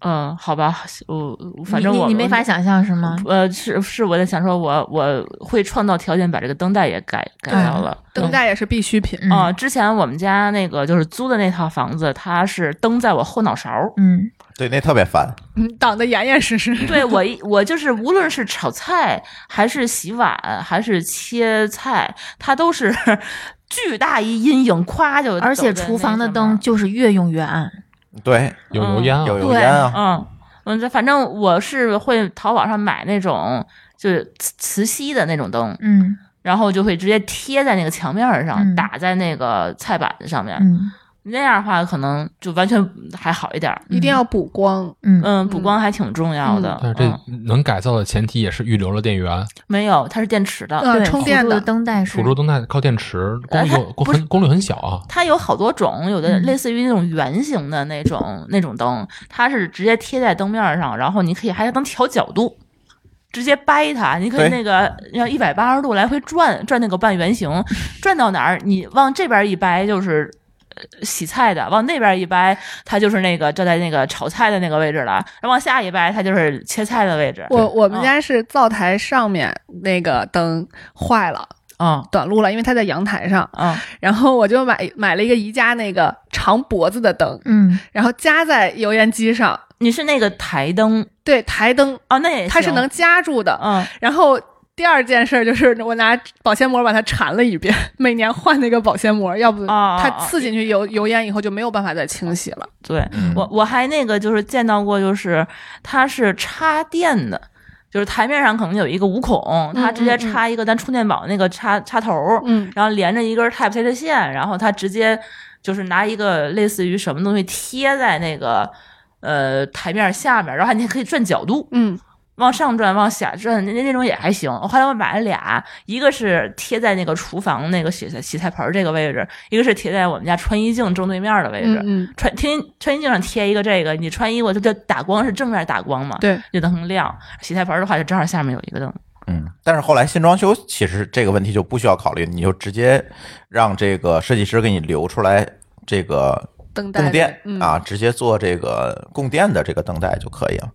嗯，好吧，我反正你我你你没法。想象是吗？呃，是是，我在想说我，我会创造条件把这个灯带也改改嗯对造了。灯带也是必需品。嗯啊、之前我们家那个就是租的那套房子，它是灯在我后脑勺儿。嗯，对，那特别烦。嗯，挡得严严实实。对我一，我就是无论是炒菜，还是洗碗，还是切菜，它都是 巨大一阴影，咵就。而且厨房的灯，就是越用越暗。对，有油烟啊，有油对烟啊，嗯嗯，这反正我是会淘宝上买那种就是磁磁吸的那种灯，嗯然后就会直接贴在那个墙面儿上，嗯打在那个菜板子上面。嗯那样的话，可能就完全还好一点儿。一定要补光，嗯，嗯，补光还挺重要的。但是嗯这能改造的前提也是预留了电源，没有，它是电池的。嗯对，充辅电助的的灯带是辅助灯带靠电池，功哎率它就功不是很功率很小啊。它有好多种，有的嗯类似于那种圆形的那 种那种灯，它是直接贴在灯面上，然后你可以还能调角度，直接掰它，你可对以那个要一百 八十度来回转转那个半圆形，转到哪儿你往这边一掰就是洗菜的，往那边一掰，它就是那个站在那个炒菜的那个位置了，然后往下一掰，它就是切菜的位置。我我嗯们家是灶台上面那个灯坏了，嗯短路了，因为它在阳台上。嗯，然后我就买买了一个宜家那个长脖子的灯，嗯，然后夹在油烟机上，你是那个台灯对，台灯哦，那也它是行能夹住的。嗯然后第二件事就是我拿保鲜膜把它缠了一遍，每年换那个保鲜膜，要不哦它哦刺进去油油烟以后就没有办法再清洗了。对嗯我我还那个就是见到过，就是它是插电的，就是台面上可能有一个五孔，它直接插一个咱充电宝那个插插头儿，嗯，然后连着一根 Type C 的线，然后它直接就是拿一个类似于什么东西贴在那个呃台面下面，然后你还可以转角度，嗯，往上转、往下转，那那那种也还行。后来我买了俩，一个是贴在那个厨房那个洗菜洗菜盆儿这个位置，一个是贴在我们家穿衣镜正对面的位置。嗯嗯，穿天穿衣镜上贴一个这个，你穿衣服就就打光是正面打光嘛，对，就能亮。洗菜盆儿的话，就正好下面有一个灯。嗯，但是后来新装修其实这个问题就不需要考虑，你就直接让这个设计师给你留出来这个灯带供电、嗯、啊，直接做这个供电的这个灯带就可以了。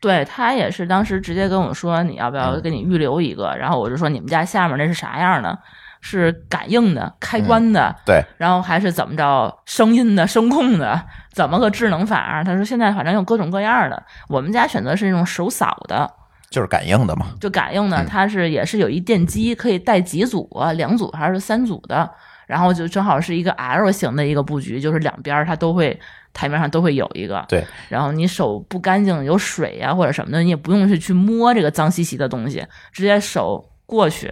对他也是当时直接跟我说你要不要给你预留一个，然后我就说你们家下面那是啥样的？是感应的、开关的，对，然后还是怎么着声音的、声控的，怎么个智能法儿？他说现在反正有各种各样的。我们家选择是那种手扫的，就是感应的嘛。就感应的，嗯它是也是有一电机，可以带几组啊，两组还是三组的。然后就正好是一个 L 型的一个布局，就是两边儿它都会台面上都会有一个。对，然后你手不干净有水呀、或者什么的，你也不用是去摸这个脏兮兮的东西，直接手过去，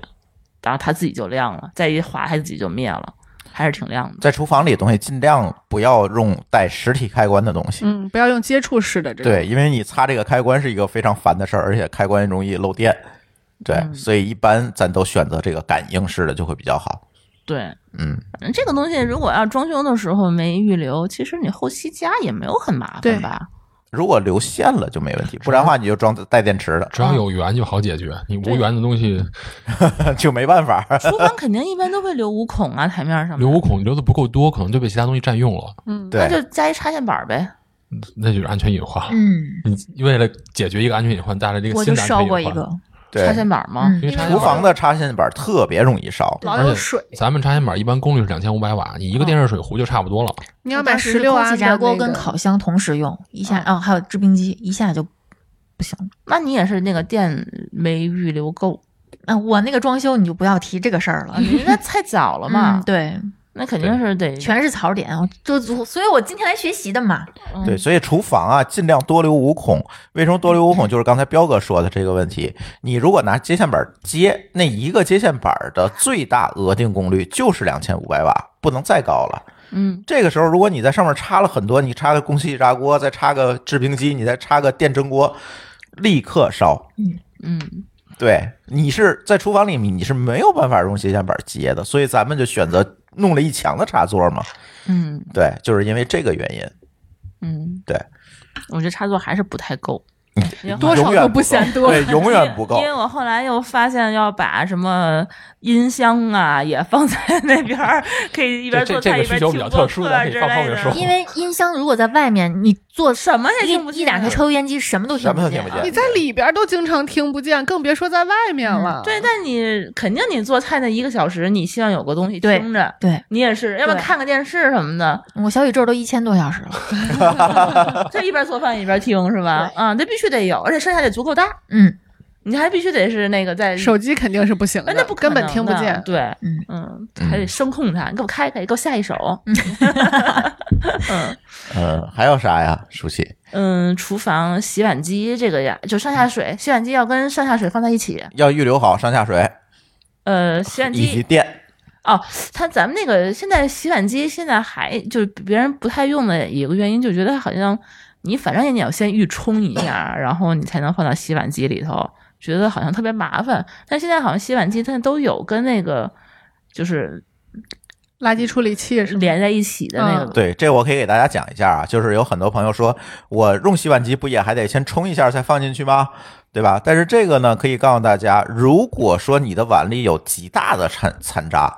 然后它自己就亮了，再一划它自己就灭了，还是挺亮的。在厨房里东西尽量不要用带实体开关的东西。嗯，不要用接触式的这种。对，因为你擦这个开关是一个非常烦的事儿，而且开关容易漏电。对，嗯所以一般咱都选择这个感应式的就会比较好。对，嗯，反正这个东西如果要装修的时候没预留，其实你后期加也没有很麻对烦 吧？如果留线了就没问题，啊不然的话你就装带电池的， 只要有缘就好解决，你无缘的东西就没办法。厨房肯定一般都会留五孔啊，台面上面留无孔，你留的不够多，可能就被其他东西占用了，嗯，那对，就加一插线板呗。那就是安全隐患了。嗯，你为了解决一个安全隐患，带来这个我新就的安全烧隐过患。一个，插对，线板吗？嗯因为插线厨板房的插线板特别容易烧。老而且有水。咱们插线板一般功率是两千五百瓦，你一个电热水壶就差不多了。嗯你要当买时十六空安气炸锅跟烤箱同时用，一下嗯哦，还有制冰机，一下就不行了。那你也是那个电没预留够，啊，我那个装修你就不要提这个事儿了嗯啊，。你那太早了嘛嗯，，对， 那肯定是得全是槽点，我就所以，我今天来学习的嘛。嗯对，所以厨房啊，尽量多留五孔。为什么多留五孔？就是刚才彪哥说的这个问题。你如果拿接线板接，那一个接线板的最大额定功率就是两千五百瓦，不能再高了。嗯这个时候，如果你在上面插了很多，你插个空气炸锅，再插个制冰机，你再插个电蒸锅，立刻烧。嗯，对，你是在厨房里，你是没有办法用接线板接的，所以咱们就选择弄了一墙的插座嘛。嗯对，就是因为这个原因。嗯，对，我觉得插座还是不太够，因为多少永远都不不够嫌多对，永远 不够因为。我后来又发现要把什么音箱啊也放在那边儿，可以一边这做这菜这个一边需听求比较播特殊客的可以之放后类面的。哦说因为音箱如果在外面，你做什么也一听不见一打开抽油烟机，什么都听什么都听见不了见你在里边都经常听不见，更别说在外面了。嗯对，但你肯定你做菜那一个小时，你希望有个东西对听着，对你也是，要不然看个电视什么的，我小宇宙都一千多小时了， 这一边做饭一边听是吧？啊，这必须得有，而且声下得足够大，嗯，你还必须得是那个在手机肯定是不行哎的，那不可根能本听不的见。对，嗯嗯，还得声控它，你给我开开，给我下一首。嗯嗯，还有啥呀，舒淇？嗯，厨房洗碗机这个呀，就上下水，洗碗机要跟上下水放在一哦起。要预留好上下水呃，洗碗以及机电。哦，它咱们那个现在洗碗机现在还就是别人不太用的一个原因，就觉得好像你反正也你要先预冲一下，然后你才能放到洗碗机里头，觉得好像特别麻烦。但现在好像洗碗机它都有跟那个就是垃圾处理器是吗连在一起的那嗯个，对，这我可以给大家讲一下啊，就是有很多朋友说，我用洗碗机不也还得先冲一下才放进去吗？对吧？但是这个呢，可以告诉大家，如果说你的碗里有极大的残残渣，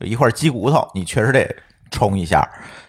有一块鸡骨头，你确实得冲一下。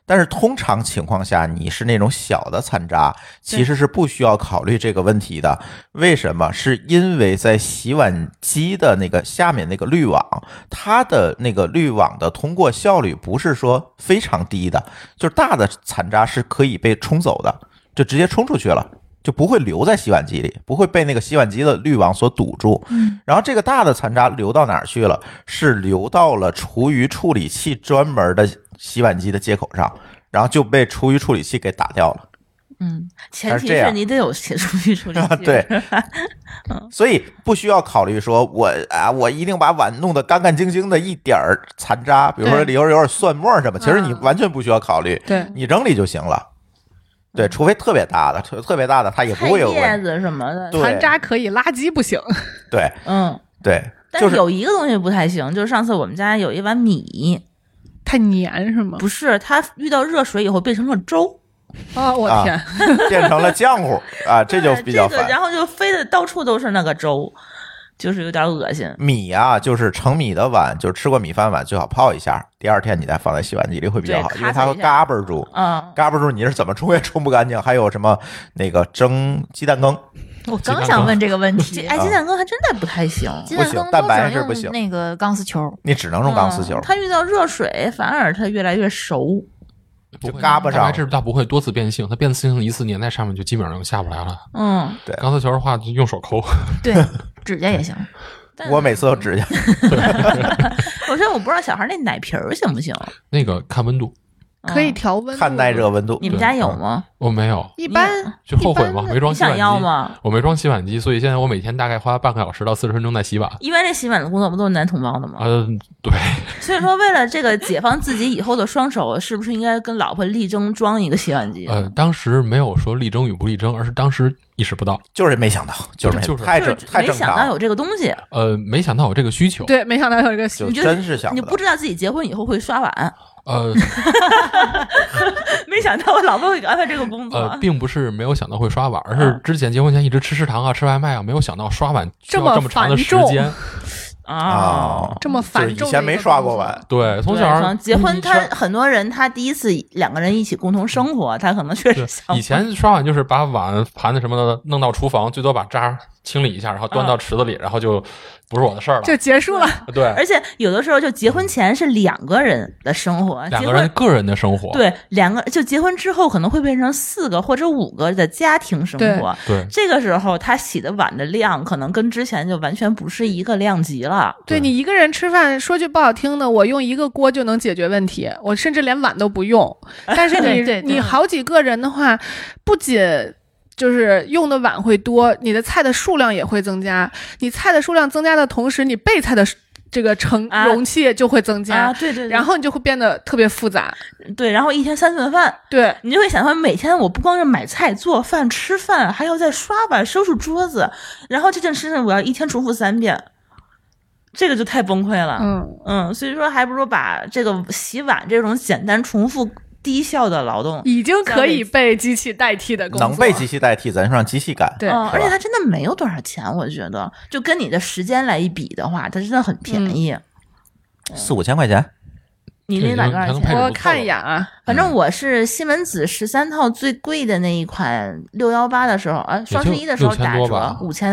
但是通常情况下，你是那种小的残渣，其实是不需要考虑这个问题的。为什么？是因为在洗碗机的那个下面那个滤网，它的那个滤网的通过效率不是说非常低的，就是大的残渣是可以被冲走的，就直接冲出去了。就不会留在洗碗机里，不会被那个洗碗机的滤网所堵住。嗯，然后这个大的残渣流到哪儿去了？是流到了厨余处理器专门的洗碗机的接口上，然后就被厨余处理器给打掉了。嗯，前它是提这是样啊你得有协助预处理啊器。 对， 嗯所以不需要考虑说我啊，我一定把碗弄得干干净净的，一点儿残渣，比如说对嗯里边有点蒜末什么，其实你完全不需要考虑，对，嗯你整理就行了。对，除非特别大的，特特别大的它也不看会有叶问题。子什么的。对残渣可以，垃圾不行。对嗯，对，就但是有一个东西不太行，就是上次我们家有一碗米，太黏是吗？不是它遇到热水以后变成了粥，啊，哦我啊天，变成了浆糊 啊，这就对比较这个烦。然后就飞的到处都是那个粥，就是有点恶心。米啊，就是盛米的碗，就是吃过米饭碗，最好泡一下，第二天你再放在洗碗机里会比较好，对因为它会嘎嘣住，嗯，嘎嘣住你是怎么冲也 冲不干净。还有什么那个蒸鸡蛋羹，我刚想问这个 问这题。哎，鸡蛋羹还真的不太行。鸡蛋不羹行都蛋白想是不行用那个钢丝球，你只能用钢丝球嗯。它遇到热水，反而它越来越熟。不会嘎巴上蛋白质它不会多次变性，它变性一次粘在上面就基本上就下不来了。嗯，对钢丝球的话，就用手抠。 对，指甲也行。但我每次都指甲，我说我不知道小孩那奶瓶儿行不行？那个看温度，嗯可以调温度看耐热温度。你们家有吗？我哦没有，一般就后悔嘛，一般的没装你洗碗想机。要吗？嗯我没装洗碗机，所以现在我每天大概花半个小时到四十分钟在洗碗。一般这洗碗的工作不都是男同胞啊的吗？呃，对，所以说，为了这个解放自己以后的双手，是不是应该跟老婆力争装一个洗碗机？呃，当时没有说力争与不力争，而是当时意识不到，就是没想到，就是没就是太嗯就是正太没正想到常了，有这个东西，呃，没想到有这个需求。对，没想到有一个就你就真是想你到不。知道自己结婚以后会刷碗，呃 没想到我老婆会给安排这个工作。呃，并不是没有想到会刷碗，而嗯是之前结婚前一直吃食堂啊、吃外卖啊，没有想到刷碗需这要么这么长的繁时 重间。啊，哦，这么就是繁以重的一个动作。前没刷过碗，对，从对小可能结婚，嗯他很多人他第一次两个人一起共同生活，他可能确实对想以前刷碗就是把碗、盘子什么的弄到厨房，最多把渣清理一下，然后嗯端到池子里，然后就不是我的事儿了。就结束了。对，而且有的时候就结婚前是两个人的生活，两结个婚人个人的生活。对两个就结婚之后可能会变成四个或者五个的家庭生活。对这个时候他洗的碗的量可能跟之前就完全不是一个量级了。对你一个人吃饭，说句不好听的，我用一个锅就能解决问题，我甚至连碗都不用。但是对你对对你好几个人的话，不仅就是用的碗会多，你的菜的数量也会增加。你菜的数量增加的同时，你备菜的这个盛啊容器也就会增加，啊，对对对，然后你就会变得特别复杂。对，然后一天三顿饭，对，你就会想到每天我不光是买菜、做饭、吃饭，还要再刷碗、收拾桌子，然后这件事情我要一天重复三遍，这个就太崩溃啊了。嗯，嗯，所以说还不如把这个洗碗这种简单、重复、低效的劳动，已经可以被机器代替的工作，能被机器代替，咱就让机器干。对嗯，吧而且它真的没有多少钱，我觉得，就跟你的时间来一比的话，它真的很嗯便宜。四五千块钱，你那哪个还多少能钱配？我看一眼啊，反嗯正我是西门子十三套最贵的那一款六幺八的时候，啊，双十一的时候6000打多折吧五千，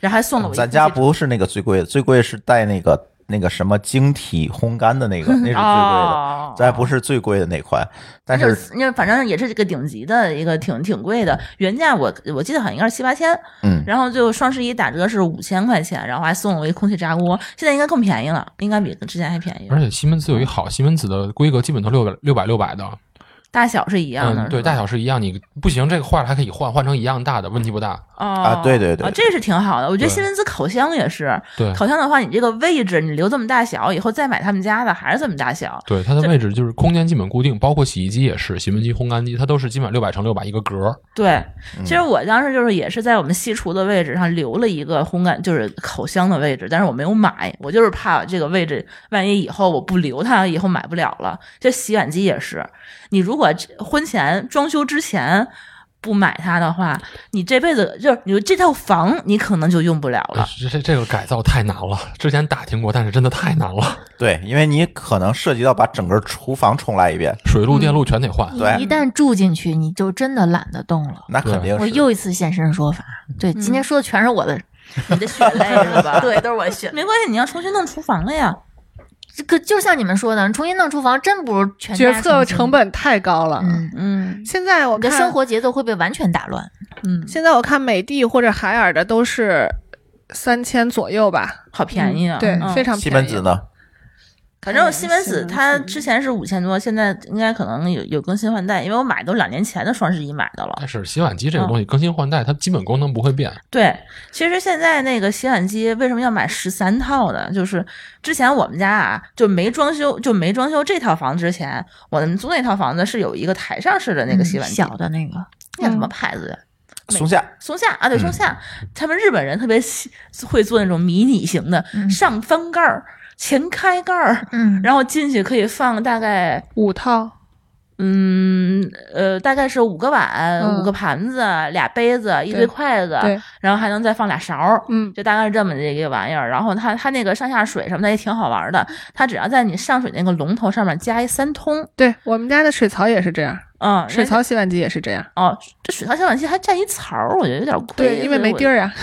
然后还送了我嗯一咱空家气不是那个最贵的，最贵是带那个那个什么晶体烘干的那 个，那是最贵的。哦，咱不是最贵的那款，但那是是那反正也是这个顶级的一个挺挺贵的，原价我我记得好像应该是七八千，嗯，然后就双十一打折是五千块钱，然后还送了我一空气炸锅，现在应该更便宜了，应该比之前还便宜，而且西门子有一好，西门子的规格基本都六百六百六百的，大小是一样的，嗯，对，是吧大小是一样，你不行这个坏了还可以换，换成一样大的，问题不大。哦啊对对对啊这是挺好的，我觉得对西门子烤箱也是，对烤箱的话，你这个位置你留这么大小，以后再买他们家的还是这么大小，对，它的这位置就是空间基本固定，包括洗衣机也是，洗衣机、烘干机它都是基本六百乘六百一个格儿。对，其实我当时就是也是在我们西厨的位置上留了一个烘干，就是烤箱的位置，但是我没有买，我就是怕这个位置万一以后我不留它，以后买不了了。这洗碗机也是，你如果婚前装修之前。不买它的话，你这辈子就是你这套房你可能就用不了 了。哎这这这个改造太难了，之前打听过，但是真的太难了， 对，因为你可能涉及到把整个厨房重来一遍，水路电路全得换。你对一旦住进去，你就真的懒得动了。那肯定我是嗯又一次现身说法，对，今嗯天说的全是我的，你的血泪了吧？，对，都是我选。没关系，你要重新弄厨房了呀。这个就像你们说的，重新弄厨房真不如全家决策重新成。本太高了。嗯，嗯现在我你的看生活节奏会被完全打乱。嗯，现在我看美的或者海尔的都是三千左右吧，好便宜啊！对，嗯非常便宜。西门子呢，反正西门子嗯它西门子之前是五千多，现在应该可能有有更新换代，因为我买都两年前的双十一买的了。但是洗碗机这个东西更新换代，它基本功能不会变。对，其实现在那个洗碗机为什么要买十三套的？就是之前我们家啊，就没装修，就没装修这套房之前，我们租那套房子是有一个台上式的那个洗碗嗯机，小的那个，那叫什么牌子呀？美松下松下啊，对，松下，他们日本人特别喜会做那种迷你型的，嗯上翻盖儿、前开盖儿，嗯，然后进去可以放大概五套，嗯，呃，大概是五个碗、嗯五个盘子、俩杯子、一堆对筷子，对，然后还能再放俩勺儿，嗯，就大概是这么的一个玩意儿。然后它它那个上下水什么的也挺好玩的，它只要在你上水那个龙头上面加一三通，对我们家的水槽也是这样，嗯，水因为槽洗碗机也是这样。哦，这水槽洗碗机还占一槽儿，我觉得有点亏，对，因为没地儿。儿啊。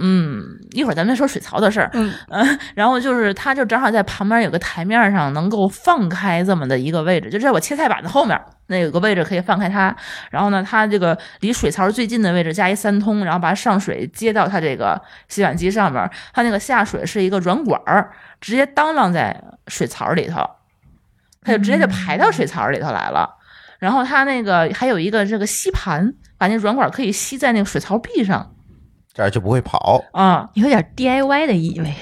嗯，一会儿咱们再说水槽的事儿。嗯，嗯， 然后就是它就正好在旁边有个台面上能够放开这么的一个位置，就在我切菜板的后面那有个位置可以放开它。然后呢，它这个离水槽最近的位置加一三通，然后把上水接到它这个洗碗机上面，它那个下水是一个软管儿，直接当啷在水槽里头，它就直接就排到水槽里头来了。然后它那个还有一个这个吸盘，把那软管可以吸在那个水槽壁上这样就不会跑，啊。有点 DIY 的意 味。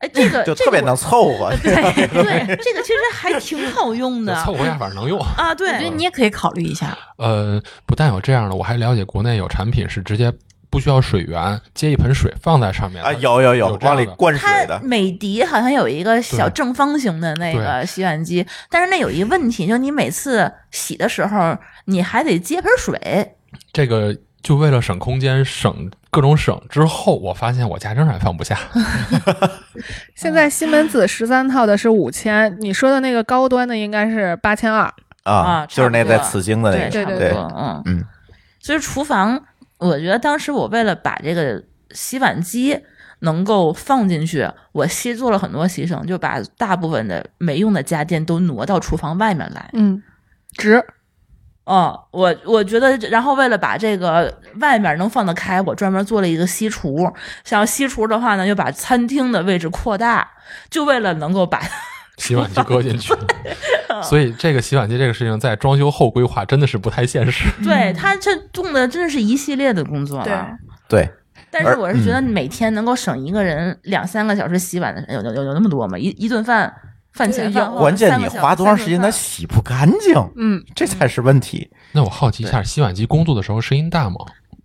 哎，这 个就这特别个呃能凑合。我 对，这个其实还挺好用的凑合一下，反正 能用。啊。我觉得对，你也可以考虑一下，呃，不但有这样的，我还了解国内有产品是直接不需要水源，接一盆水放在上面啊，有有有这往样的里灌水它嗯的，美的好像有一个小对正方形的那个洗碗机，但是那有一问题，就是你每次洗的时候，你还得接盆水。这个。就为了省空间，省各种省之后，我发现我家仍然放不下。现在西门子十三套的是五千，你说的那个高端的应该是八千二。啊，啊就是那差不多在紫荆的那个，对差不对多，嗯嗯。所以厨房，我觉得当时我为了把这个洗碗机能够放进去，我牺做了很多牺牲，就把大部分的没用的家电都挪到厨房外面来。嗯，值。哦，我我觉得，然后为了把这个外面能放得开，我专门做了一个西厨。想要西厨的话呢，又把餐厅的位置扩大，就为了能够把洗碗机搁进去，所以这个洗碗机这个事情在装修后规划真的是不太现实。对他这动的真的是一系列的工作了。对，但是我是嗯觉得每天能够省一个人两三个小时洗碗的，有有有有那么多吗？一一顿饭饭前对饭有后，关键三你个小花多长时间，它三顿饭洗不干净，嗯，这才是问题。那我好奇一下，洗碗机工作的时候声音大吗？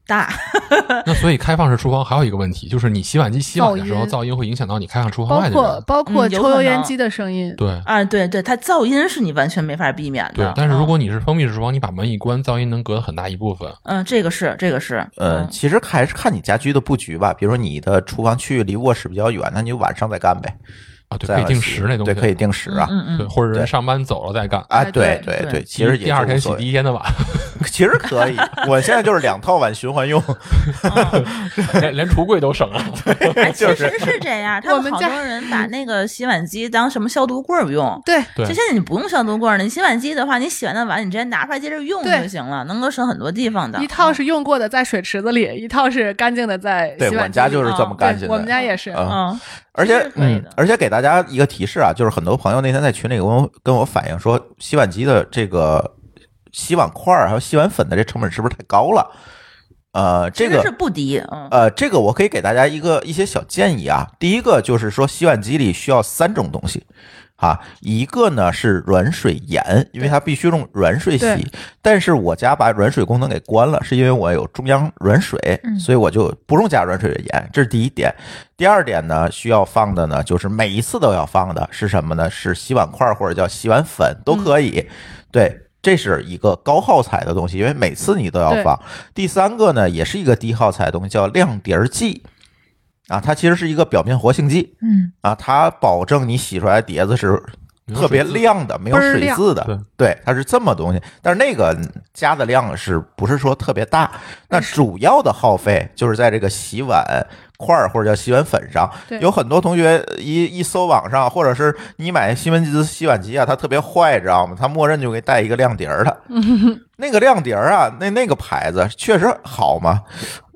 大 那所以开放式厨房还有一个问题，就是你洗碗机洗碗的时候，噪噪音会影响到你开放厨房包外的啊括人。包括嗯有抽可油烟能机的声音。对啊，对对，它噪音是你完全没法避免的。对，但是如嗯果你是封闭式厨房，你把门一关，噪音能隔很大一部分。嗯，这个是这个是，嗯，嗯其实还是看你家居的布局吧。比如说你的厨房区域离卧室比较远，那你就晚上再干呗，啊，对，再可以定洗时那东对，西，可以定时啊。嗯嗯对，嗯，或者对人上班走了再干。啊，哎对对对对对，其实也第就二无天洗所第谓，一天的碗，其实可以。我现在就是两套碗循 环用，连连橱柜都省了。 哎，其就实是是这样，他我们们好家多人把那个洗碗机当什么消毒柜儿用。对，对其实你不用消毒柜儿，你洗碗机的话，你洗完的碗你直接拿出来接着用对就行了，能够省很多地方的。一套是用过的在水池子里， 一套是干净的在对洗我碗们机家里。嗯就是这么干对净我们的。家也是。啊，嗯，而其且实可以嗯的，而且给大家一个提示啊，就是很多朋友那天在群里跟我跟我反映说，洗碗机的这个洗碗块儿还有洗碗粉的这成本是不是太高了？呃，这其个实是不低，嗯呃，这个我可以给大家一个一些小建议啊。第一个就是说，洗碗机里需要三种东西啊，一个呢是软水盐，因为它必须用软水洗对。但是我家把软水功能给关了，是因为我有中央软水，嗯所以我就不用加软水盐，这是第一点。第二点呢，需要放的呢，就是每一次都要放的是什么呢？是洗碗块儿或者叫洗碗粉都可以。对，这是一个高耗材的东西，因为每次你都要放。第三个呢，也是一个低耗材的东西，叫亮碟儿剂啊，它其实是一个表面活性剂嗯，啊，它保证你洗出来的碟子是没有特别水渍亮的，没有倍儿水亮渍的，对，它是这么东西。但是那个加的量是不是说特别大？那主要的耗费就是在这个洗碗块儿或者叫洗碗粉上对。有很多同学一一搜网上，或者是你买西门子洗碗机啊，它特别坏，知道吗？它默认就给带一个亮碟 儿的。那个亮碟儿啊，那那个牌子确实好吗？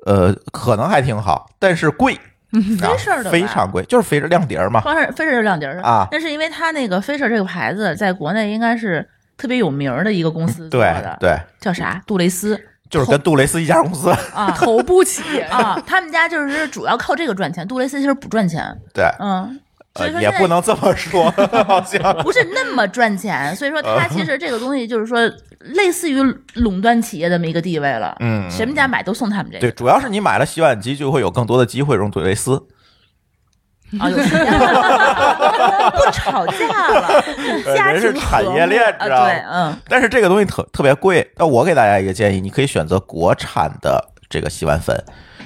呃，可能还挺好，但是贵，啊嗯没事儿的吧非常贵，就是非着亮碟儿嘛。方式菲士亮碟儿啊但是因为它那个菲士这个牌子在国内应该是特别有名儿的一个公司做对的，对，叫啥？杜蕾斯就是跟杜蕾斯一家公司。 啊头部企业，啊，他们家就是主要靠这个赚钱，杜蕾斯其实不赚钱，对，嗯，所呃以说也现在不能这么说， 好 像不是那么赚钱，所以说它其实这个东西就是说类似于垄断企业这么一个地位了，嗯谁们家买都送他们这对，个主要是你买了洗碗机，就会有更多的机会用杜蕾斯。啊，有时间 不吵架了，家人是庭产业链和睦知道吗啊，对，嗯，但是这个东西特特别贵，那我给大家一个建议，你可以选择国产的这个洗碗粉。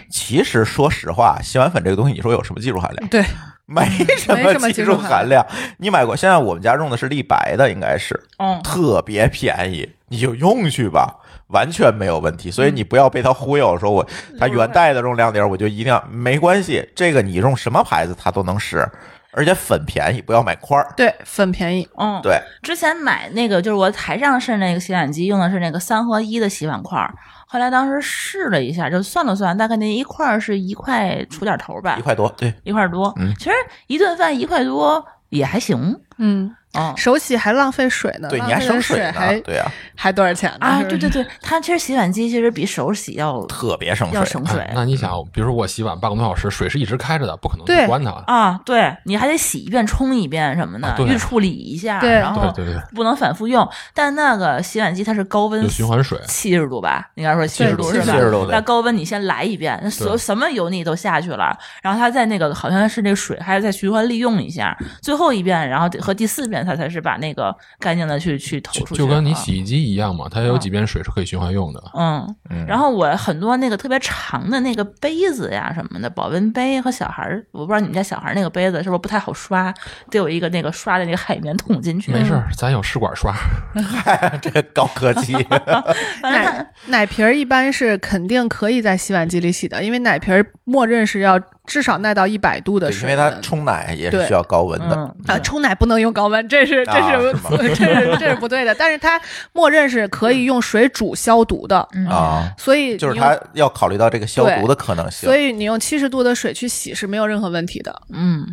其实说实话，洗碗粉这个东西，你说有什么技术含量？对，没什没什么么技技术术含量。你买过？现在我们家用的是立白的，应该是嗯，特别便宜，你就用去吧，完全没有问题。所以你不要被他忽悠，说我嗯它原带的这种亮碟儿，我就一定要没关系。这个你用什么牌子它都能使，而且粉便宜，不要买块儿。对，粉便宜，嗯，对，之前买那个就是我台上是那个洗碗机，用的是那个三合一的洗碗块儿。后来当时试了一下，就算了算，大概那一块儿是一块出点头吧一，块多，对，一块多。嗯其实一顿饭一块多也还行。嗯，嗯手洗还浪费水呢，对，浪你还费省的水水呢，还对啊，还多少钱呢？啊，是不对是对 对，它其实洗碗机其实比手洗要特别省要水。省水哎 那你想，比如说我洗碗半个多小时，水是一直开着的，不可能对去关它。啊。对，你还得洗一遍、冲一遍什么的啊，对预处理一下，对然对后对对，不能反复用。但那个洗碗机它是高温有循环水。七十度吧，应该说七十度对是吧？ 70度对那高温你先来一遍，那所对什么油腻都下去了，然后它在那个好像是那个水，还是再循环利用一下，最后一遍，然后和第四遍它才是把那个干净的去去投就出去。啊就跟你，洗衣机一样嘛，它有几遍水是可以循环用的。嗯，嗯然后我很多那个特别长的那个杯子呀什么的，保温杯和小孩儿，我不知道你们家小孩儿那个杯子是不是不太好刷，得有一个那个刷的那个海绵捅进去。没事，儿，咱有试管刷。 这 高科 技，反正它 奶奶瓶儿一般是肯定可以在洗碗机里洗的，因为奶瓶儿默认是要至少耐到一百度的对因为水温，它冲奶也是对需要高温的。嗯，啊，冲奶不能用高温，这是这啊是、是吗这 是这是不对的。但是它默认是可以用水煮消毒的，嗯啊，所以就是你用它要考虑到这个消毒的可能性所。以你用七十度的水去洗是没有任何问题的。嗯，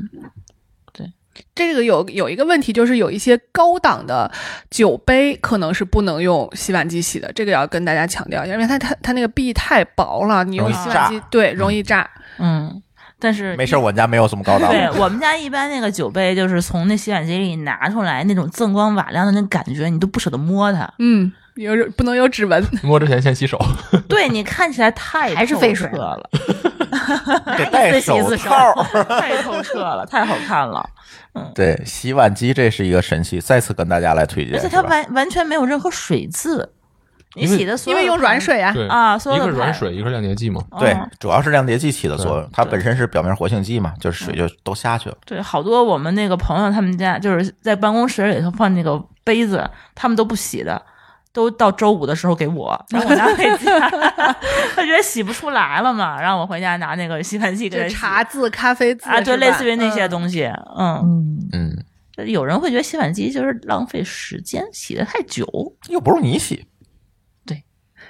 这个有有一个问题就是有一些高档的酒杯可能是不能用洗碗机洗的，这个要跟大家强调一下，因为它它它那个壁太薄了，你用容易洗碗机炸对容易炸。嗯，但是没事儿，我们家没有这么高档对的。我们家一般那个酒杯，就是从那洗碗机里拿出来，那种锃光瓦亮的那感觉，你都不舍得摸它。嗯，有不能有指纹。摸之前先洗手。啊对你看起来太还是透费水彻了，得戴手套。太透彻了，太好看了，对，洗碗机这是一个神器，再次跟大家来推而荐。且是它吧？完完全没有任何水渍，你因为洗的所因有为用的软盘水啊，对啊所有一的个软盘水，一个亮洁剂嘛。嗯对，主要是亮洁剂起的作用，它对本身是表面活性剂嘛，就是嗯水就都下去了。对，好多我们那个朋友他们家就是在办公室里头放那个杯子，他们都不洗的，都到周五的时候给我，然后我拿回家， 他觉得洗不出来了嘛，让我回家拿那个洗碗机给就他洗。茶渍、咖啡渍啊，对，类似于那些西。东西，嗯，嗯，嗯，有人会觉得洗碗机就是浪费时间，洗的太久，又不是你洗，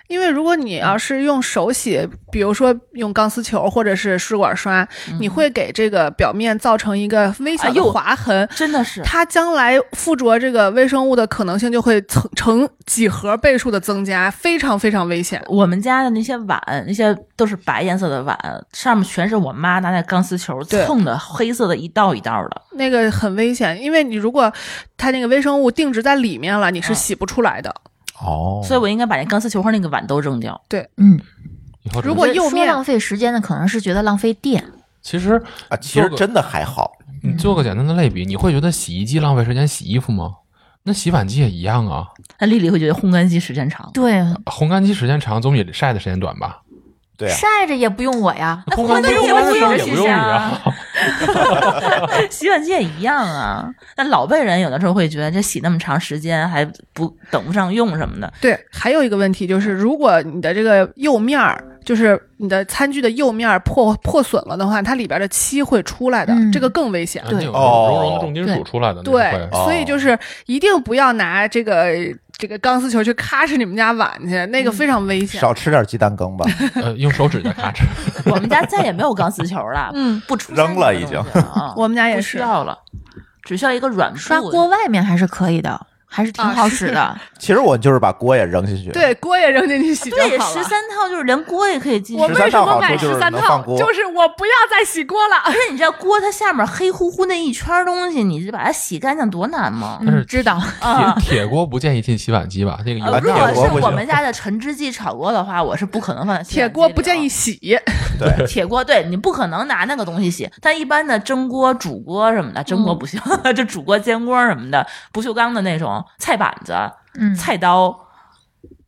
因为如果你嗯要是用手洗，比如说用钢丝球或者是试管刷，嗯你会给这个表面造成一个微小哎呦的划痕。真的是它将来附着这个微生物的可能性就会成成几何倍数的增加，非常非常危险。我们家的那些碗，那些都是白颜色的碗，上面全是我妈拿那钢丝球对蹭的黑色的一道一道的，那个很危险，因为你如果它那个微生物定植在里面了，你是洗不出来的。哦所以我应该把那钢丝球和那个碗都扔掉。以后如果嗯我觉得说釉面浪费时间的，可能是觉得浪费电，其实啊，其实真的还好。嗯你做个简单的类比，你会觉得洗衣机浪费时间洗衣服吗？那洗碗机也一样啊，那丽丽会觉得烘干机时间长，对，啊烘干机时间长，总比晒的时间短吧？对啊，晒着也不用我呀，那烘啊干干机机也烘不干用的时候也你不用你啊啊。洗碗机也一样啊。但老辈人有的时候会觉得这洗那么长时间还不等不上用什么的，对，还有一个问题就是，如果你的这个釉面儿，就是你的餐具的釉面儿破破损了的话，它里边的漆会出来的，嗯这个更危险。啊对那有哦熔融的重金属出来的，那对是会，哦所以就是一定不要拿这个这个钢丝球去咔哧你们家碗去，那个非常危险。少吃点鸡蛋羹吧。呃，用手指甲咔哧。我们家再也没有钢丝球了，嗯，不出现扔了已这个东西啊我们家也不是需要了，只需要一个软布刷锅外面还是可以的，还是挺啊好是使 的。其实我就是把锅也扔进去，对，锅也扔进去洗就对，好十了。三套就是连锅也可以进去我。为13什套么好处买就是十三能套放？锅就是我不要再洗锅了而。 且你知道锅它下面黑乎乎那一圈东西，你就把它洗干净多难吗？但是嗯，知道， 啊铁铁锅不建议进洗碗机吧？那个呃，油如果铁锅不是我行们家的陈汁记炒锅的话，我是不可能放在洗碗机里铁的锅不建议洗，对，铁锅对你不可能拿那个东西洗，但一般的蒸锅、煮锅什么的，蒸锅嗯不行， 就煮锅、煎锅什么的，不锈钢的那种菜板子、嗯，菜刀，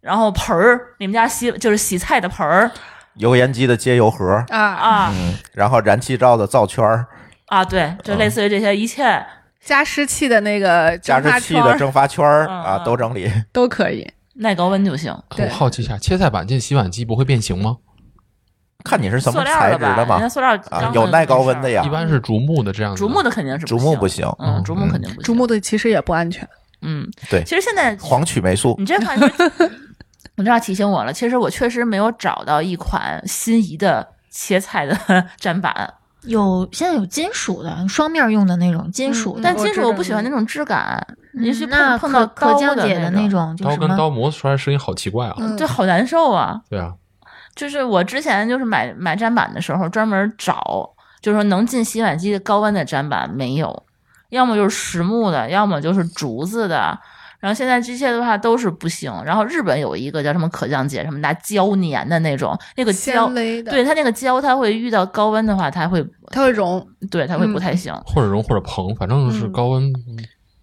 然后盆儿，你们家洗就是洗菜的盆儿油烟机的接油盒，嗯啊，啊然后燃气灶的灶圈儿，啊，对，就嗯类似于这些一切，加湿器的那个加蒸湿发器圈的儿蒸发圈儿嗯啊，嗯都整理。都可以。耐高温就行。对我好奇一下，切菜板进洗碗机不会变形吗？看你是什塑么料材质吧？嘛人家，塑料啊，有耐高温的呀，呀一，般是竹木的这样子。竹木的肯定是竹木不行，嗯，嗯竹木肯定不行。竹木的其实也不安全。嗯，对其实现在黄曲霉素你这款， 我这要提醒我了。其实我确实没有找到一款心仪的切菜的 砧板，有现在有金属的双面用的那种金属的，嗯但金属我不喜欢我那知道种质感，嗯你是那碰碰到可可刀江的姐的那种，种，就刀什跟么刀磨出来的声音好奇怪啊！嗯对，哦好难受啊！对啊，就是我之前就是买买砧板的时候，专门找，就是说能进洗碗机的高温的砧板没有，要么就是实木的，要么就是竹子的。然后现在这些的话都是不行。然后日本有一个叫什么可降解什么拿胶粘的那种，那个胶纤维的，对，它那个胶，它会遇到高温的话，它会它会融。对它会不嗯太行，或者熔或者膨，反正是高温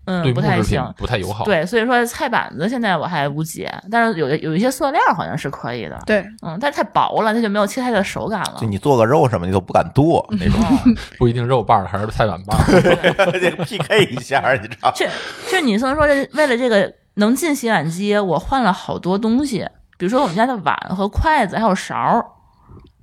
嗯，对不木太制品行。不太友好。，对，所以说菜板子现在我还无解，但是有有一些塑料好像是可以的，对，嗯，但是太薄了，它就没有切菜的手感了就。你做个肉什么，你都不敢剁嗯那种，哦 不一定肉瓣儿还是菜板瓣儿。这个 PK 一下，你知道？这这你曾说这为了这个能进洗碗机，我换了好多东西，比如说我们家的碗和筷子还有勺儿，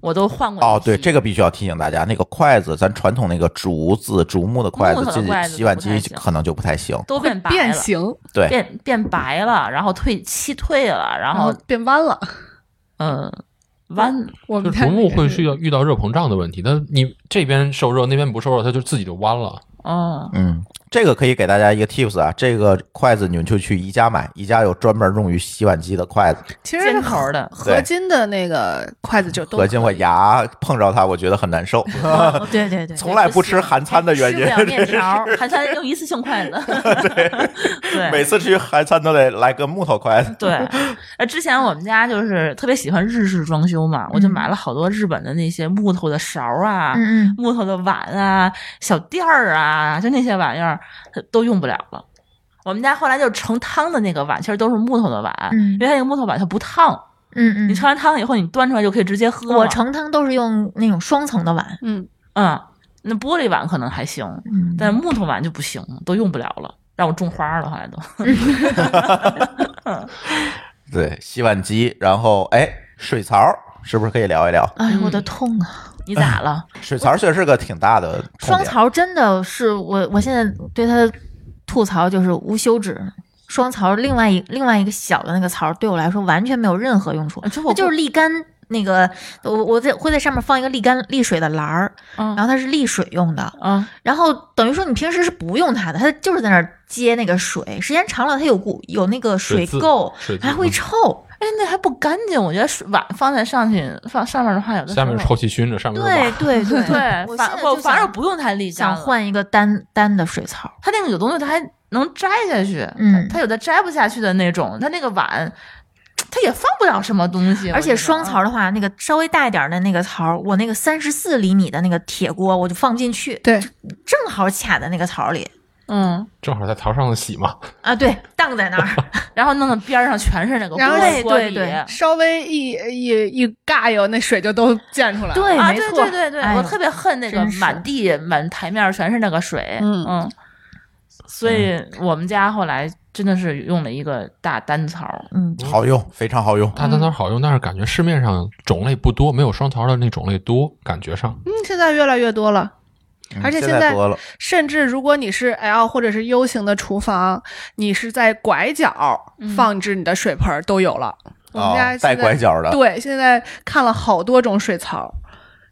我都换过哦，一对，批这个必须要提醒大家，那个筷子，咱传统那个竹子、竹木的筷木子头的进筷子洗碗不太机行可能就不太行。都变白变了，形，对，变变白了，然后退漆退了，然然后后变弯了。嗯弯我就们竹看木会遇到遇到热膨胀的问题，那你这边受热，那边不受热，它就自己就弯了。嗯。嗯，这个可以给大家一个 tips 啊，这个筷子你们就去宜家买，宜家有专门用于洗碗机的筷子，其实尖是头儿的，合金的那个筷子就都可见我牙碰着它，我觉得很难受。哦对对对，从来不吃韩餐的原因哎吃，不 了面条，还算用一次性筷子。 每对次去韩餐都得来个木头筷子。对，呃，之前我们家就是特别喜欢日式装修嘛，我就买了好多日本的那些木头的勺啊、嗯嗯，木头的碗啊、小垫儿啊，就那些玩意儿呃都用不了了。我们家后来就盛汤的那个碗，其实都是木头的碗，嗯因为它那个木头碗它不烫，嗯嗯，你盛完汤以后你端出来就可以直接喝嘛。我盛汤都是用那种双层的碗，嗯，嗯，那玻璃碗可能还行，嗯，但木头碗就不行，都用不了了，让我种花了，后来都。对，洗碗机，然后哎，水槽是不是可以聊一聊？哎，我的痛啊！你咋了？ 水槽确实是个挺大的痛双点，槽真的是我，我现在对它吐槽就是无休止。双槽另外一另外一个小的那个槽，对我来说完全没有任何用处，哎这它就是沥干那个，我我在会在上面放一个沥干沥水的篮儿，嗯然后它是沥水用的，啊，然后等于说你平时是不用它的，它就是在那儿接那个水，时间长了它有股有那个水渍垢，水渍还会嗯臭。哎，那还不干净。我觉得水碗放在上去放上面的话，有的下面时是候臭气熏着，上面是对 瓦。对对对，我反现在我就反而想不用太沥干想了。换一个单单的水槽。它那个有东西，它还能摘下去。嗯它有的摘不下去的那种，它那个碗，它也放不了什么东西。而且我觉得双槽，的话，那个稍微大一点的那个槽，我那个三十四厘米的那个铁锅，我就放不进去，对，正好卡在那个槽里。嗯，正好在槽上洗嘛。啊，对，荡在那儿，然后弄得边儿上全是那个然后锅对锅对底对稍微一一一尬悠，那水就都溅出来了。对，啊，没 对错，对对对，哎呦我特别恨那个真是满地满台面全是那个水，嗯嗯，所以我们家后来真的是用了一个大单槽，嗯，好用，非常好用。大单槽好用，但是感觉市面上种类不多，没有双槽的那种类多，感觉上。嗯，现在越来越多了。嗯而且现现在多了，甚至如果你是 L 或者是 U 型的厨房，你是在拐角嗯放置你的水盆儿都有了。我们啊家，带现在拐角的，对，现在看了好多种水槽，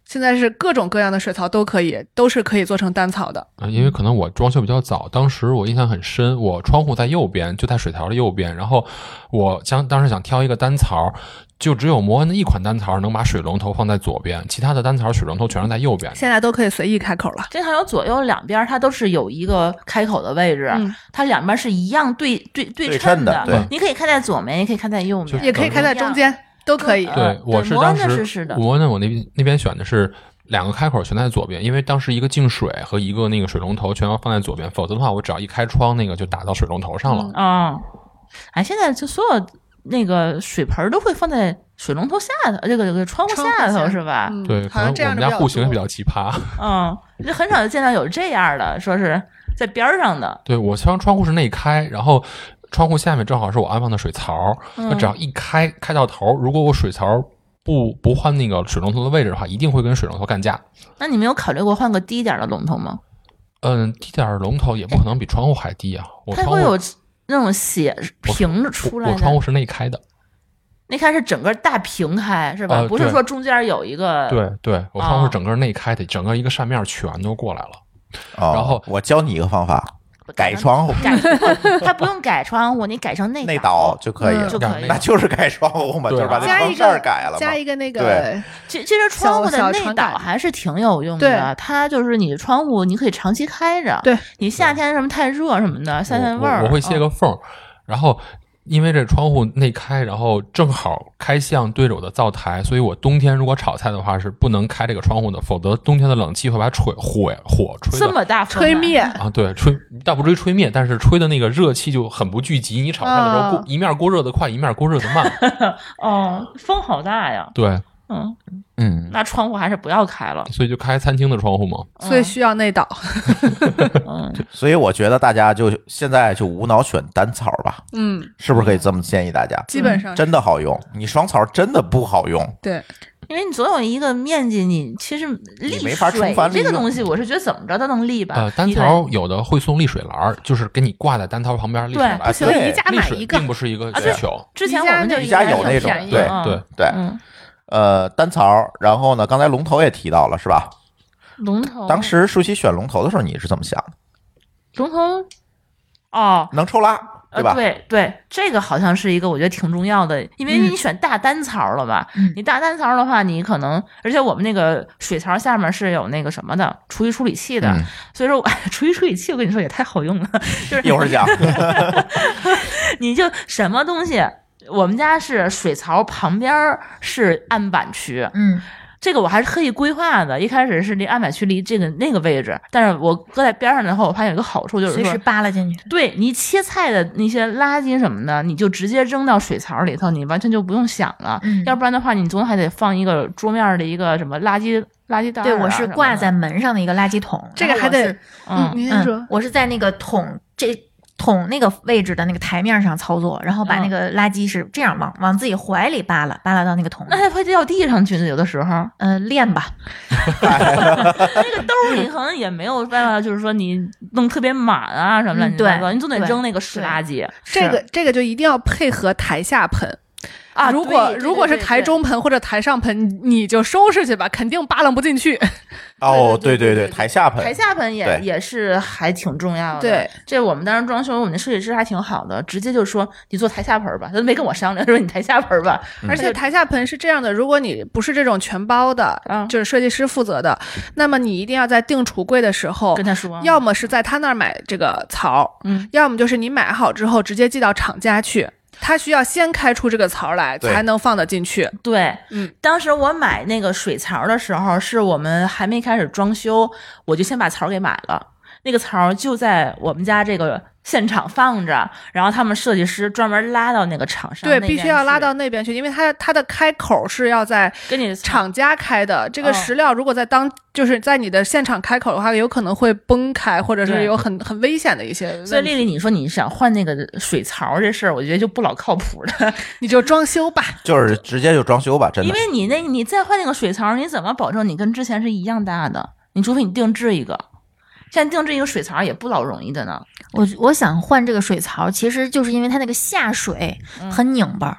现在是各种各样的水槽都可以，都是可以做成单槽的。啊，因为可能我装修比较早，当时我印象很深，我窗户在右边，就在水槽的右边。然后我想当时想挑一个单槽，就只有摩恩的一款单槽能把水龙头放在左边，其他的单槽水龙头全是在右边。现在都可以随意开口了。这槽有左右两边儿它都是有一个开口的位置，嗯它两边儿是一样对对对对称的的，对你可以看在左面，也可以看在右就面，是也可以开在中间，都可以。对嗯，我对是摩恩当的时是是的摩恩的我那边那边选的是两个开口全在左边，因为当时一个净水和一个那个水龙头全要放在左边，否则的话我只要一开窗，那个就打到水龙头上了。嗯啊、哎，现在就所有那个水盆儿都会放在水龙头下头，呃这个这个窗户窗户下头下是吧？嗯对，可好能像这我样们的家户型也比比较较奇葩。嗯，就很少见到有这样的，说是在边儿上的，对我窗窗户是内开，然后窗户下面正好是我安放的水槽，嗯那、只要一开开到头，如果我水槽不不换那个水龙头的位置的话，一定会跟水龙头干架。那你没有考虑过换个低一点儿的龙头吗？嗯，低点儿龙头也不可能比窗户还低啊，我它窗会户有那种血平着出我来我窗的户。是内开的，那开是整个大平开是吧？呃不是对说中间有一个对对，我窗户哦是整个内开的，整个一个扇面全都过来了。哦然后我教你一个方法，改改窗户改， 它不用改窗户，你改成内内倒就可以嗯了就可以那了。就是改窗户嘛，就对是把那加窗一扇儿个改了加嘛。一个那个对，其其实窗户的小小内窗倒改还是挺有用对的，它就是你的窗户，你可以长期开着。对，你夏天什么太热什么的，散散味儿。我我会卸嗯个缝儿，然后因为这窗户内开，然后正好开向对着我的灶台，所以我冬天如果炒菜的话是不能开这个窗户的，否则冬天的冷气会把吹火火吹这的。么大风吹啊，灭。啊，对，吹倒不至于吹灭，但是吹的那个热气就很不聚集。你炒菜的时候，啊过、一面过热的快，一面过热的 慢。哦，风好大呀。对，嗯，嗯，那窗户还是不要开 了。所以就开餐厅的窗户嘛。嗯所以需要内导，嗯，所以我觉得大家就现在就无脑选单槽吧，嗯，是不是可以这么建议大家？基本上真的好用，你双槽真的不好用。对，因为你总有一个面积，你其实沥没法水充分利这个用东西，我是觉得怎么着都能沥吧。呃，单你得槽有的会送沥水篮儿，就是给你挂在单槽旁边沥水对篮不儿。行对宜家沥买水一个并不是一个啊需对求。之前宜我家们就那宜家家有那挺种便宜对嗯对对，嗯，呃，单槽。然后呢，刚才龙头也提到了，是吧？龙哦头当时舒淇选龙头的时候，你是怎么想的？龙头哦。能抽拉，呃，啊吧？对对，这个好像是一个我觉得挺重要的，因为嗯你选大单槽了吧？嗯你大单槽的话，你可能，而且我们那个水槽下面是有那个什么的厨余处理器的，嗯所以说我 厨余处理器我跟你说也太好用了，就是一会儿 讲。你就什么东西，我们家是水槽旁边儿是案板区，嗯，这个我还是刻意规划的。一开始是离案板区离这个那个位置，但是我搁在边上之后，我发现有一个好处就是随说时扒拉进去，对你切菜的那些垃圾什么的，你就直接扔到水槽里头，你完全就不用想了。嗯要不然的话，你总还得放一个桌面的一个什么垃圾垃圾袋、啊。对我是挂在，门上的一个垃圾桶，这个然后还我是得，嗯，嗯，您先嗯说，，我是在那个桶这桶那个位置的那个台面上操作，然后把那嗯个垃圾是这样往往自己怀里扒拉，扒拉到那个桶里。嗯那还会掉地上去呢。有的时候，嗯、练吧，那个兜儿里可能也没有办法，就是说你弄特别满啊什么乱嗯七八糟，对你总得对扔那个湿垃圾。这个这个就一定要配合台下盆啊，如对果对如果是对台对中盆或者台上盆，你你就收拾去吧，肯定扒拉不进去。哦，对对对对对，对台下盆台，下盆也对也是还挺重要的。对，这我们当时装修，我们的设计师还挺好的，直接就说你做台下盆儿吧，他都没跟我商量，说你台下盆儿吧。而且台下盆是这样的，如果你不是这种全包的，嗯就是设计师负责的，那么你一定要在订橱柜的时候跟，他说，要么是在他那儿买这个槽，嗯，要么就是你买好之后直接寄到厂家去，他需要先开出这个槽来，对才能放得进去。对，嗯，当时我买那个水槽的时候，是我们还没开始装修，我就先把槽给买了。那个槽儿就在我们家这个现场放着，然后他们设计师专门拉到那个厂商对，那必须边要拉去到那边去，因为它它的开口是要在跟你厂家开的。这个哦石料如果在当、就是在你的现场开口的话，有可能会崩开，或者是对有很很危险的一些问题。所以丽丽，你说你想换那个水槽这事儿，我觉得就不老靠谱了，你就装修吧。就是直接就装修吧，真 因的为。你那你再换那个水槽，你怎么保证你跟之前是一样大的？你除非你定制一个，现在定制一个水槽也不老容易的呢。我我想换这个水槽，其实就是因为它那个下水嗯很拧巴儿，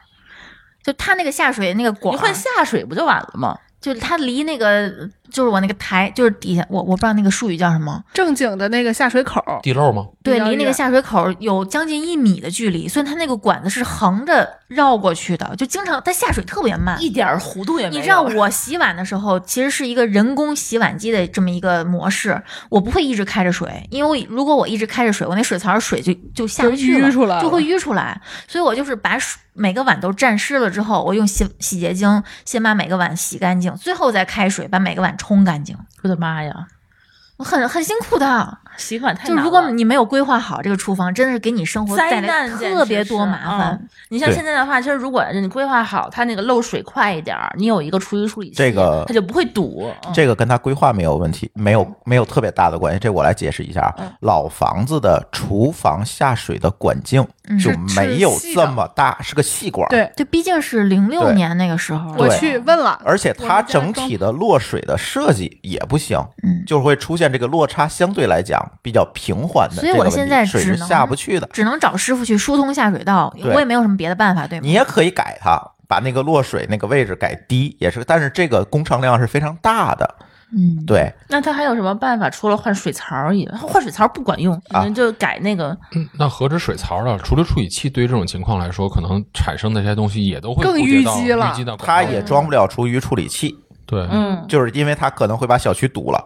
就它那个下水那个管你儿，换下水不就完了吗？就是它离那个就是我那个台就是底下，我我不知道那个术语叫什么，正经的那个下水口，地漏吗？对，比较离那个远下水口有将近一米的距离，所以它那个管子是横着绕过去的，就经常它下水特别慢。一点儿弧度也没你有。啊知道我洗碗的时候，其实是一个人工洗碗机的这么一个模式，我不会一直开着水，因为我如果我一直开着水，我那水槽水就就下不去就了，淤出来了就会淤出来。所以我就是把水每个碗都沾湿了之后，我用洗洗洁精先把每个碗洗干净，最后再开水把每个碗冲干净。我的妈呀，我很很辛苦的，洗碗太就难了如果你没有规划好这个厨房，真的是给你生活带灾来难特别多麻烦。嗯你像对现在的话，其实如果你规划好，它那个漏水快一点儿，你有一个厨余处理器，这个它就不会堵。嗯这个跟他规划没有问题，没有没有特别大的关系。这我来解释一下啊嗯，老房子的厨房下水的管径嗯就是没有细的这么大，是个细管。，对就毕竟是零六对年那个时候了，我对去问了，而且它整我们体的落水的设计也不行，嗯，就是会出现这个落差相对来讲比较平缓的所以这个我问题，现在水只是能下不去的。只能找师傅去疏通下水道，对我也没有什么别的办法，对吗？你也可以改它，把那个落水那个位置改低，也是，但是这个工程量是非常大的。嗯，对，那它还有什么办法？除了换水槽以外，换水槽不管用，啊你们就改那个。那何止水槽了？除了处理器，对于这种情况来说，可能产生的这些东西也都会更顾及到淤积了淤积到管道它也装不了厨余处理器，对， 嗯，就是因为它可能会把小区堵了。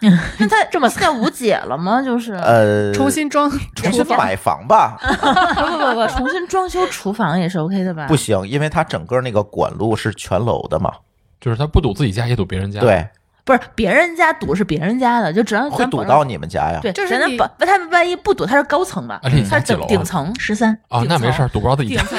那它这么现在无解了吗？就是嗯呃，重新装，重新买房吧，不 不不不，重新装修厨房也是 OK 的吧？不行，因为它整个那个管路是全楼的嘛，就是他不堵自己家，也堵别人家。，对，不是别人家堵是别人家的，就只要会咱保堵证到你啊们家呀。对，就是咱能你保他们万一不堵，它是高层吧？而且你它家是几顶楼顶啊？层，十三，啊，那没事儿，堵不着自己顶家。层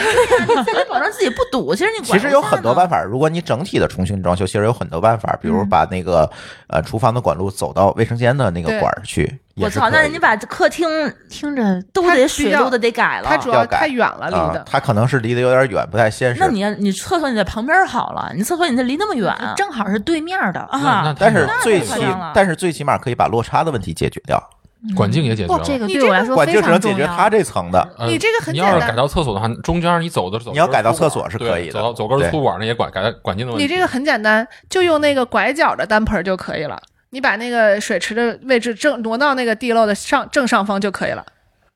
咱得保证自己不堵。其实你其管嗯实有很多办法，法，如果你整体的重新装修，其实有很多办法，比如把那个、呃厨房的管路走到卫生间的那个对管儿去，也我是操，可那以人家把客厅听着都它得比水较都得得改了。它主要要改太远了，离啊、的。它可能是离得有点远，不太现实。那你要你厕所你在旁边好了，你厕所你得离那么远嗯正好是对面的，那那啊。太但是难了最太起夸张了，但是最起码可以把落差的问题解决掉。管径也解决不了，。哦这个你对这我来个说管非就只能常解重决要。它这层的，呃你这个很你简要单是改到厕所的话，中间你走的走，你要改到厕所是可以的对走到走根对儿粗管儿那也管改管进的问题。你这个很简单，就用那个拐角的单盆儿就可以了。你把那个水池的位置正挪到那个地漏的上正上方就可以了。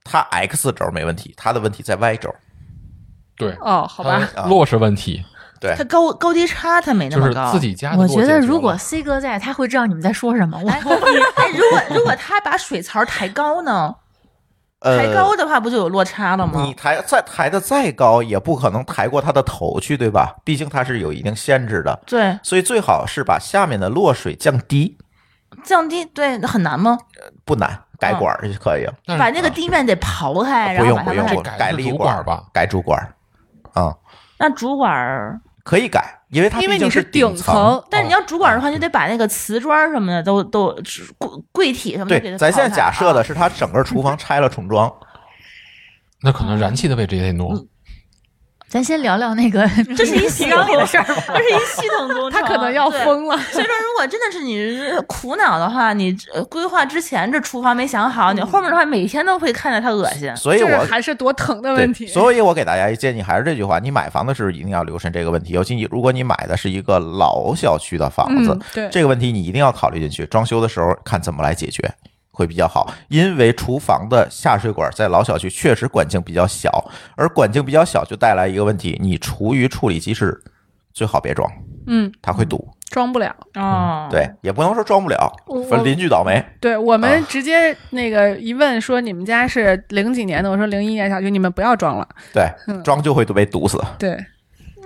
它 x 轴没问题，它的问题在 y 轴。对，哦，好吧，它落实问题对它，高高低差它没哎那就么是高。自己家的我落解决觉了。得如果 C 哥在，他会知道你们在说什么。我哎，哎如果如果他把水槽抬高 呢？抬高呃，的话不就有落差了吗你？抬再抬的再高，也不可能抬过它的头去，对吧？毕竟它是有一定限制的，对，所以最好是把下面的落水降低，降低对那很难吗？不难，改嗯管儿就可以。但是把那个地面得刨哎啊不开，然后用把不它用们，我改改的是立主管管儿吧，改主管儿，啊，那主管儿，可以改，因为它因为毕你竟顶顶，层，但是你要主管儿嗯的话，就得把那个瓷砖儿什么的都都柜柜体什么的给对，它咱刨现在开假设的啊是它整个厨房拆了重 装，那可能燃气的位置也得挪。嗯咱先聊聊 那个，这是一系提统纲里的事儿吧。这是一系统工程，他可能要对。疯了。所以说，如果真的是你苦恼的话，你呃规划之前这厨房没想好，你后面的话每天都会看着它恶心。所以这我是还是多疼的问对，题。所以我给大家一建议，还是这句话：你买房的时候一定要留神这个问题，尤其你如果你买的是一个老小区的房子，嗯，对，这个问题你一定要考虑进去。装修的时候看怎么来解决会比较好，因为厨房的下水管在老小区确实管径比较小，而管径比较小就带来一个问题，你厨余处理机是最好别装，嗯，它会堵。装不了。嗯哦，嗯对，也不能说装不了我，反正邻居倒霉。对我们啊直接那个一问说你们家是零几年的，我说零一年小区，你们不要装了。对嗯，装就会被堵死。对，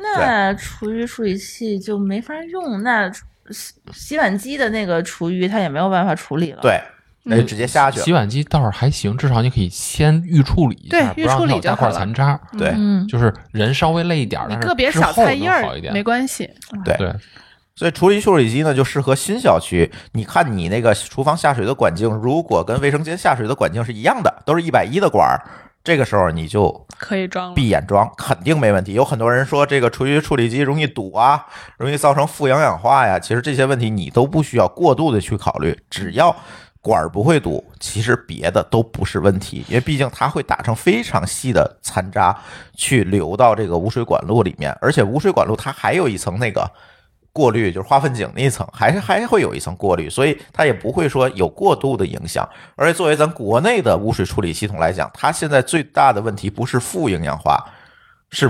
那厨余处理器就没法用，那洗洗碗机的那个厨余它也没有办法处理了。，对，那就直接下去洗嗯了。碗机倒是还行，至少你可以先预处理一下，对不让预处它理有就大块好了残渣。对嗯，就是人稍微累一点儿，你但是个别之小后菜叶能好儿一点。没关系，对，所以处理处理机呢，就适合新小区。你看你那个厨房下水的管径，如果跟卫生间下水的管径是一样的，都是一百一的管儿，这个时候你就可以装了。闭眼装，肯定没问题。有很多人说这个厨余处理机容易堵啊，容易造成负氧氧化呀，其实这些问题你都不需要过度的去考虑，只要。管儿不会堵，其实别的都不是问题，因为毕竟它会打成非常细的残渣，去流到这个污水管路里面，而且污水管路它还有一层那个过滤，就是化粪井那一层，还是还会有一层过滤，所以它也不会说有过度的影响。而且作为咱国内的污水处理系统来讲，它现在最大的问题不是负营养化，是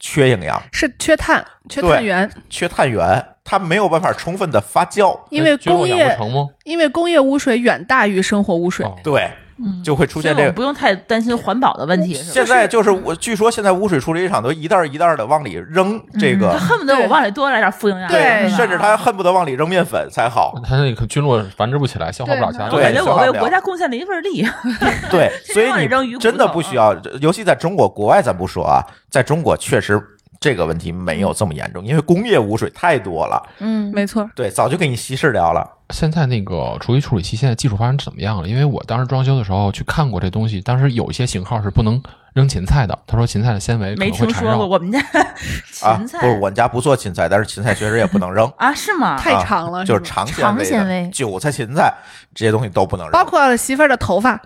缺营养、是缺碳，缺对碳源，缺碳源，它没有办法充分的发酵，因为最后工养业不成吗？因为工业污水远大于生活污水，哦对，嗯就会出所现以我这个。们不用太担心环保的问题，是吧？现在就是我，据说现在污水处理厂都一袋儿一袋儿的往里扔这个， 他恨不得对我往里多来点负营养，对嗯是吧甚至他恨不得往里扔面粉才 好。它那个菌落繁殖不起来，消化不了其他对我东西感觉消我化为不了国家贡献了一份力。 对，所以往里扔鱼你骨真的头啊不需要，尤其在中国国外咱不说啊，在中国确实这个问题没有这么严重，因为工业污水太多了，嗯，没错，对，早就给你稀释掉了。现在那个厨余处理器现在技术发展怎么样了？因为我当时装修的时候去看过这东西，当时有一些型号是不能扔芹菜的，他说芹菜的纤维 可没能会听缠说过绕。我们家啊芹，不是，菜，我们家不做芹菜，但是芹菜确实也不能扔啊，是吗？太长了，就是是吧长纤长维的、纤维韭菜、芹菜这些东西都不能包扔。括媳妇儿的头发，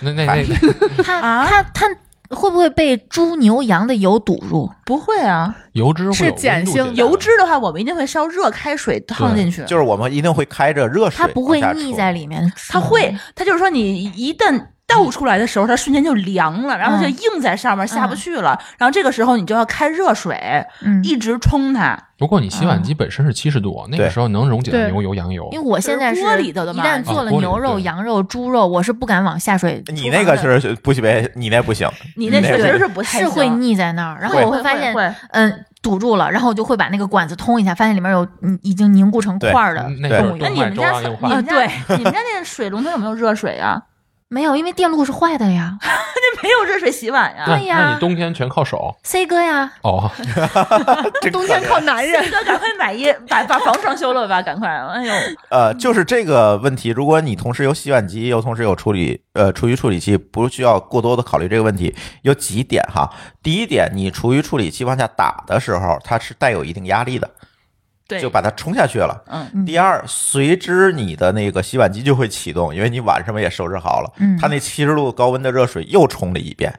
那那 那那它啊它它会不会被猪牛羊的油堵住？不会啊，油脂会有是碱温度性进来油脂的话，我们一定会烧热开水烫进去。就是我们一定会开着热水，它不会腻在。里面，它会，嗯它就是说你一旦倒出来的时候，它瞬间就凉了，然后它嗯就硬在上面下不去了。然后这个时候你就要开热水，嗯，一直冲它。不过你洗碗机本身是七十度，那个对时候能溶解的啊对牛油、羊油因。为我现在是锅里头的一嘛旦做啊了锅里牛的肉、对羊肉、猪肉，我是不敢往下水。你那个是不行，你那不行，你嗯你那那确个实是是不太是会行，腻在那儿，然后会我会发现，会嗯，堵住了，然后我就会把那个管子通一下，发现里面有嗯已经凝固成块儿的嗯那对就动物是油那动你脉们粥家样你硬啊化们家 你们家那水龙头有没有热水啊？ 没有，因为电路是坏的呀。那没有热水洗碗呀那。对呀那你冬天全靠手 C 哥呀，哦，真冬天可怜靠男人， 那赶快买一把把房装修了吧，赶快！哎呦，呃，就是这个问题，如果你同时有洗碗机，又同时有处理呃厨余处理器，不需要过多的考虑这个问题。有几点哈，第一点，你厨余处理器往下打的时候，它是带有一定压力的，对，就把它冲下去了。嗯，嗯第二，随之你的那个洗碗机就会启动，因为你碗上面也收拾好了，嗯它那七十度高温的热水又冲了一遍，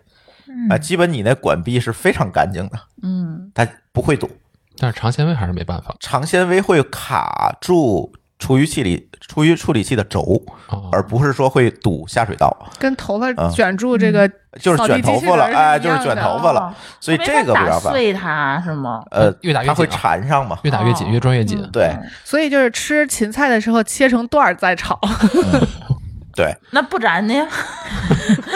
啊、嗯，基本你那管壁是非常干净的，嗯，它不会堵。但是长纤维还是没办法长纤维会卡住厨余器里厨余处理器的轴，啊。而不是说会堵下水道。 跟头发啊卷住这个，就是卷头发了，哎，就是卷头发哦了，所以这个不打要办。碎它是吗？呃，越打越它会紧啊缠上嘛？越打越紧，哦越装越嗯紧。对所以就是吃芹菜的时候切成段儿再炒，对，那不然呢？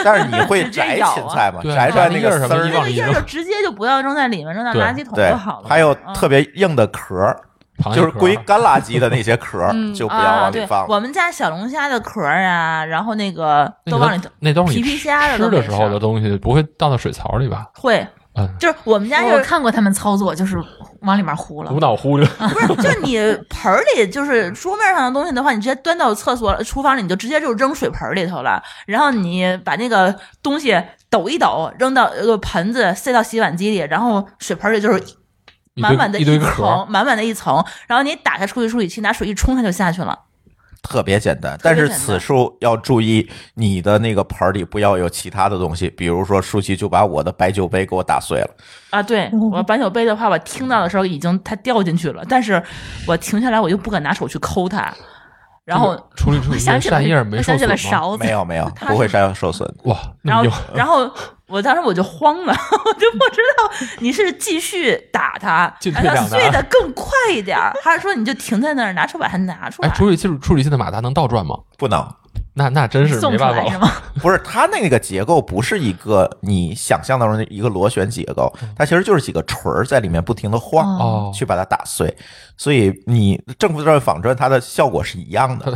但是你会 直接摘咬啊芹菜嘛？对摘出来那把那叶个儿什么丝儿一那往个里叶扔儿就直接就不要扔在里面，扔到对垃圾桶对就好，了。还有嗯特别硬的壳儿，螃蟹就是壳归干垃圾的那些壳儿，嗯就不要啊，往里对，放。我们家小龙虾的壳儿啊，然后那个都往里头那都是皮你皮虾的吃都没的时候的东西，不会倒到水槽里吧？会，嗯，就是我 们家我就是看过他们操作，就是往里面糊了无。脑忽略。不是就是你盆儿里就是桌面上的东西的话，你直接端到厕所厨房里，你就直接就扔水盆儿里头了。然后你把那个东西抖一抖，扔到呃盆子塞到洗碗机里，然后水盆儿里就是一堆满满的一堆壳层，满满的一层。然后你打开处理处理器，拿水一冲，它就下去了。特别简单，特别但简单是此处要注意，你的那个盆儿里不要有其他的东西，比如说舒淇就把我的白酒杯给我打碎了，啊，对我白酒杯的话，我听到的时候已经它掉进去了，但是我停下来，我就不敢拿手去抠它，然后处理处理我想起了扇叶儿没我想受起损了吗？勺子没，有 没有，它不会伤受损。哇，那然后么硬，然后我当时我就慌了，我就不知道你是继续打 它，继续让它打它碎的更快一点儿，还是说你就停在那儿，拿手把它拿出哎，来？处理器处理器的马达能倒转吗？不能，那那真是送没出办法来是了。吗？ 不是，它那个结构不是一个你想象当中的一个螺旋结构，它其实就是几个锤儿在里面不停的晃，嗯哦， 去把它打碎。所以你政府这儿仿真它的效果是一样的。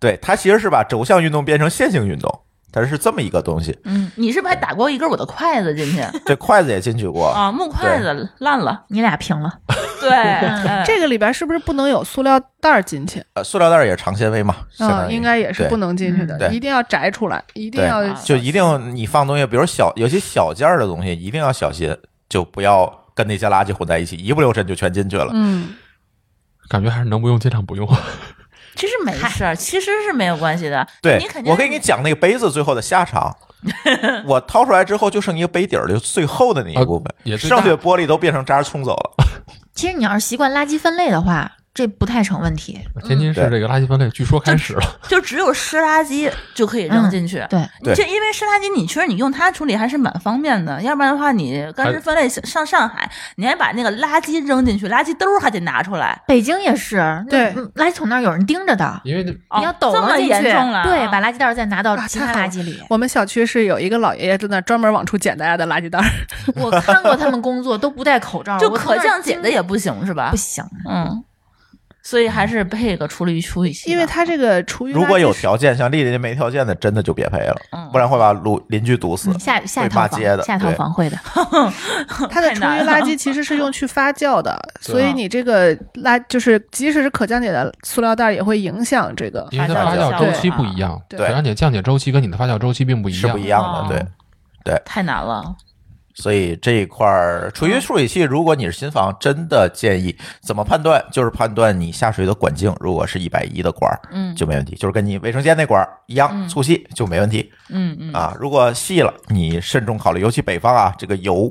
对，它其实是把轴向运动变成线性运动，它是这么一个东西。嗯，你是不是还打过一根我的筷子进 去 这筷子也进去过，啊？木筷子烂了，你俩平了， 对，哎这个里边是不是不能有塑料袋儿进去？呃，塑料袋儿也是长纤维嘛，相当嗯，于应该也是对嗯不能进去的，对一定要摘出来，一定对要嗯啊就一定你放东西，比如小有些小件儿的东西，一定要小心，就不要跟那些垃圾混在一起，一不留神就全进去了。嗯，感觉还是能不用尽量不用。其实没事儿，其实是没有关系的。对你肯，定我给你讲那个杯子最后的下场。我掏出来之后就剩一个杯底儿，就最后的那一部分，啊也最大剩下的玻璃都变成渣冲走了。其实你要是习惯垃圾分类的话，这不太成问题。天津市这个垃圾分类据说开始了，就只有湿垃圾就可以嗯扔进去。对，对这因为湿垃圾，你其实你用它处理还是蛮方便的，要不然的话，你干湿分类上上海，你还把那个垃圾扔进去，垃圾兜儿还得拿出来。北京也是，那对嗯垃圾桶那儿有人盯着的，因为那哦你要抖这了么进去，严重了，对，啊把垃圾袋儿再拿到啊其太他好了垃圾 里。我们小区是有一个老爷爷在那儿专门往出捡大家的垃圾袋 儿，我看过他们工作都不戴口罩，就我可从那儿降解的经也不行是吧不？行。嗯，所以还是配个处理处理器吧，因为他这个厨余垃圾如果有条件，像丽丽这没条件的，真的就别赔了，嗯不然会把路邻居堵死嗯。下下一会骂套街的房，下一套对房会的。它的太厨难余了垃圾其实是用去发酵 的，啊对所以你这个垃就是即使是可降解的塑料袋儿也会影响这个。因为它发酵周期不一样，对对而且降解周期跟你的发酵周期并不一样，是不一样哦的，对，太难了。所以这一块儿处嗯于处理器，如果你是新房，真的建议怎么判断？就是判断你下水的管径，如果是一百一的管儿嗯就没问题，就是跟你卫生间那管儿一样，嗯粗细就没问题嗯嗯，啊。如果细了，你慎重考虑，尤其北方啊，这个油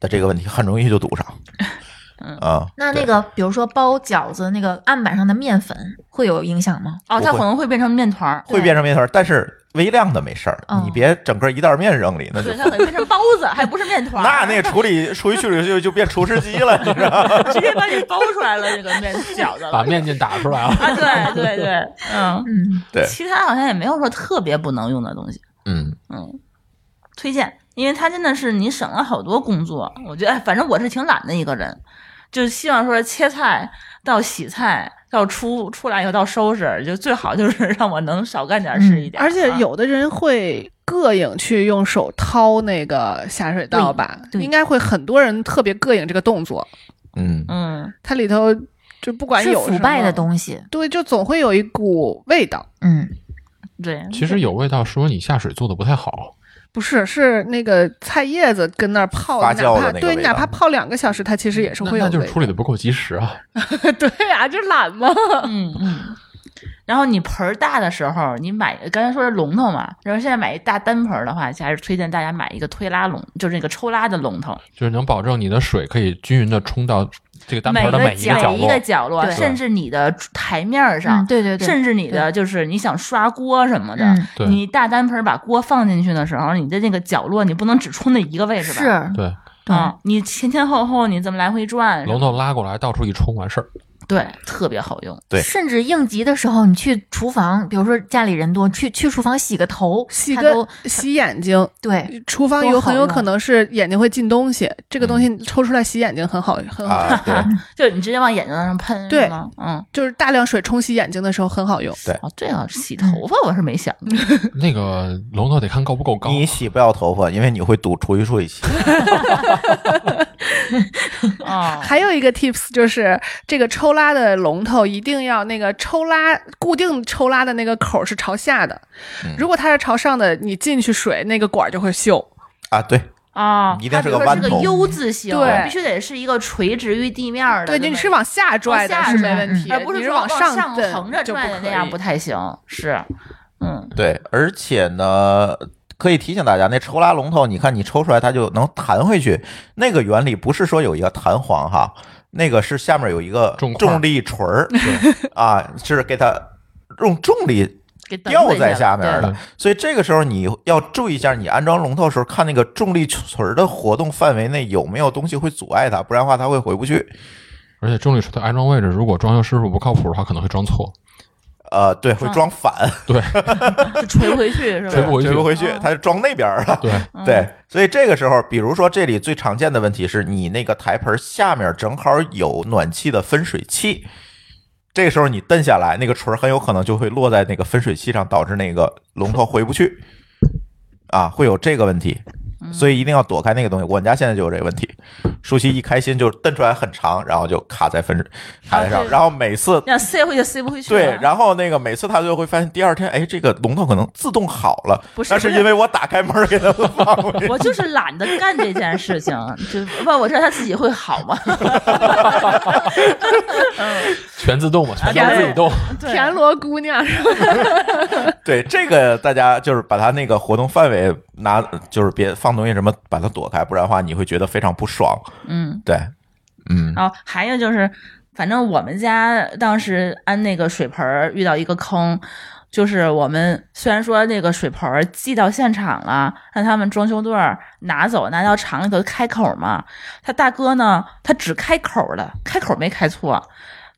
的这个问题很容易就堵上 嗯。啊，那对那个，比如说包饺子那个案板上的面粉会有影响吗？哦，它不会可能会变成面团儿，会变成面团儿，但是微量的没事儿嗯，你别整个一袋儿面扔里，那就对，它可能变成包子，还不是面团那儿，那处理处于处理就就变厨师机了，你 知道吗？直接把你包出来了，这个面饺子了。把面筋打出来了。啊，对对对，嗯，嗯，对，其他好像也没有说特别不能用的东西，嗯，推荐，因为它真的是你省了好多工作。我觉得，哎反正我是挺懒的一个人，就是希望说切菜到洗菜到出出来以后到收拾，就最好就是 让我能少干点事一点。而且啊有的人会膈应去用手掏那个下水道吧，对对应该会很多人特别膈应这个动作，嗯，嗯，它里头就不管是有腐败的西，东西。对，就总会有一股味道。嗯，对，其实有味道，说你下水做的不太好，不是，是那个菜叶子跟那儿泡，发哪酵的怕那个对味你哪道怕泡两个小时，它其实也是嗯那会有那味道。就是处理的不够及时啊。 对啊，就懒 嘛。嗯嗯。然后你盆儿大的时候，你买刚才说是笼头嘛，然后现在买一大单盆儿的话，还是推荐大家买一个推拉笼，就是那个抽拉的笼头，就是能保证你的水可以均匀的冲到这个单盆的每一角个角落。落对甚至你的台面儿上嗯，，对对对，啊甚至你的就是你想刷锅什么的，嗯对你大单盆把锅放进去的时候，你的那个角落你不能只冲那一个位置吧？是，对，对嗯，你前前后后你这么来回转，龙头拉过来，到处一冲完事儿。对，特别好用。对甚至应急的时候，你去厨房，比如说家里人多，去去厨房洗个头，洗它个都洗眼睛，对，厨房多有好很有用可能是眼睛会进东西，这个东西抽出来洗眼睛很好，很好，嗯啊，对，就你直接往眼睛上喷，对是吗？嗯，就是大量水冲洗眼睛的时候很好用。哦，这个洗嗯头发我是没想 过，那个龙头得看够不够高。啊你洗不了头发，因为你会堵厨余处理器。哦，还有一个 tips 就是，这个抽拉的龙头一定要那个抽拉固定抽拉的那个口是朝下的，嗯如果它是朝上的，你进去水那个管儿就会锈。啊，对，啊，一定它是比如个说弯头 U 字形，对必须得是一个垂直于地面儿的，对，这你么是嗯往下拽的往下是没拽问题，而哎不你是是说往上上蹬横着就拽的不那样可以不太行，是，嗯，对，而且呢，可以提醒大家，那抽拉龙头，你看你抽出来，它就能弹回去。那个原理不是说有一个弹簧哈，那个是下面有一个重块重力锤 儿啊，是给它用重力给蹬吊回去在了下面对的。所以这个时候你要注意一下，你安装龙头的时候，看那个重力锤儿的活动范围内有没有东西会阻碍它，不然的话它会回不去。而且重力锤的安装位置，如果装修师傅不靠谱的话，可能会装错。呃，对，会装反，对，就垂回去是吧？垂不 回去 追不回去，它就装那边儿了。对，嗯对，所以这个时候，比如说这里最常见的问题是你那个台盆下面正好有暖气的分水器，这个时候你蹬下来，那个锤儿很有可能就会落在那个分水器上，导致那个龙头回不去，啊，会有这个问题，嗯所以一定要躲开那个东西。我们家现在就有这个问题，舒淇一开心就蹬出来很长，然后就卡在分水卡在啊上，对然后每次想塞回去塞不回去了。对，然后那个每次他就会发现第二天，哎，这个龙头可能自动好了，不是那不是是因为我打开门儿给它放回去。我就是懒得干这件事情，就问我知道他自己会好吗？ 全自动嘛，全都自己动。对田螺姑娘是吧？对，这个大家就是把它那个活动范围拿，就是别放东西什么，把它躲开，不然的话你会觉得非常不爽。嗯，对，嗯，然后还有就是，反正我们家当时安那个水盆儿遇到一个坑，就是我们虽然说那个水盆儿寄到现场了，让他们装修队儿拿走，拿到厂里头开口嘛，他大哥呢，他只开口了，开口没开错，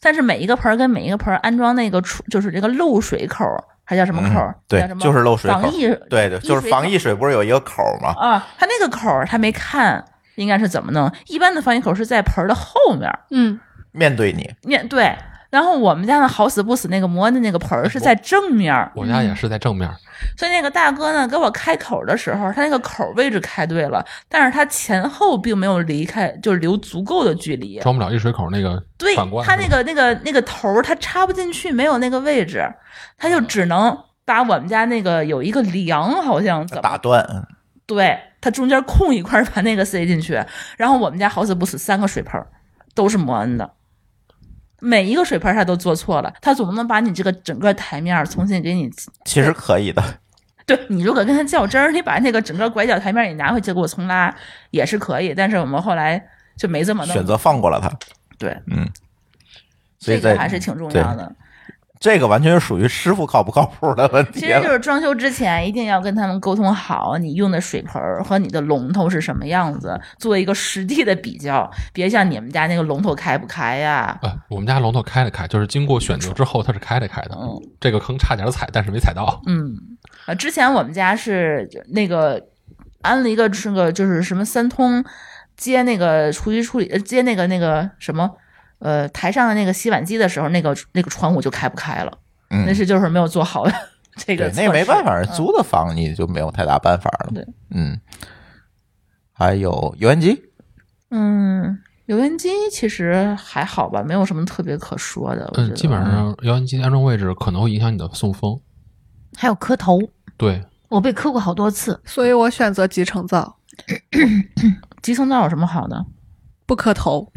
但是每一个盆儿跟每一个盆儿安装那个出就是这个漏水口儿，还叫什么口儿嗯？对叫什么就是漏水口防疫对对，就是防水溢水不是有一个口儿吗？啊，他那个口儿他没看，应该是怎么弄？一般的防疫口是在盆儿的后面儿，嗯，面对你，面对。然后我们家呢，好死不死那个摩恩的那个盆儿是在正面儿，我家也是在正面，所以那个大哥呢给我开口的时候，他那个口位置开对了，但是他前后并没有离开，就是留足够的距离。装不了溢水口那个对反关。他那个那个那个头儿，他插不进去，没有那个位置，他就只能把我们家那个有一个梁，好像怎么打断，对，它中间空一块儿把那个塞进去，然后我们家好死不死三个水盆儿都是摩恩的，每一个水盆儿他都做错了，他总不能把你这个整个台面儿重新给你， 其实可以的。对你如果跟他较真儿，你把那个整个拐角台面儿你拿回去给我重拉也是可以，但是我们后来就没这么弄，选择放过了它。对，嗯，所以这在个还是挺重要的。这个完全是属于师傅靠不靠谱的问其题实就了。是装修之前一定要跟他们沟通好，你用的水盆儿和你的龙头是什么样子，做一个实地的比较，别像你们家那个龙头开不开呀、呃，我们家龙头开了开，就是经过选择之后，它是开了开的。嗯这个坑差点踩，但是没踩到。嗯，啊，之前我们家是那个安了一个这个就是什么三通接那个厨余处理，呃接那个那个什么。呃，台上的那个洗碗机的时候，那个那个窗户就开不开了，嗯那，是就是没有做好这对，个措施。那没办法，嗯租的房你就没有太大办法了。对，嗯，还有油烟机，嗯，油烟机其实还好吧，没有什么特别可说的。我觉嗯，得基本上油烟机的安装位置可能会影响你的送风。还有磕头，对，我被磕过好多次。所以我选择集成灶，集成灶有什么好的？不磕头。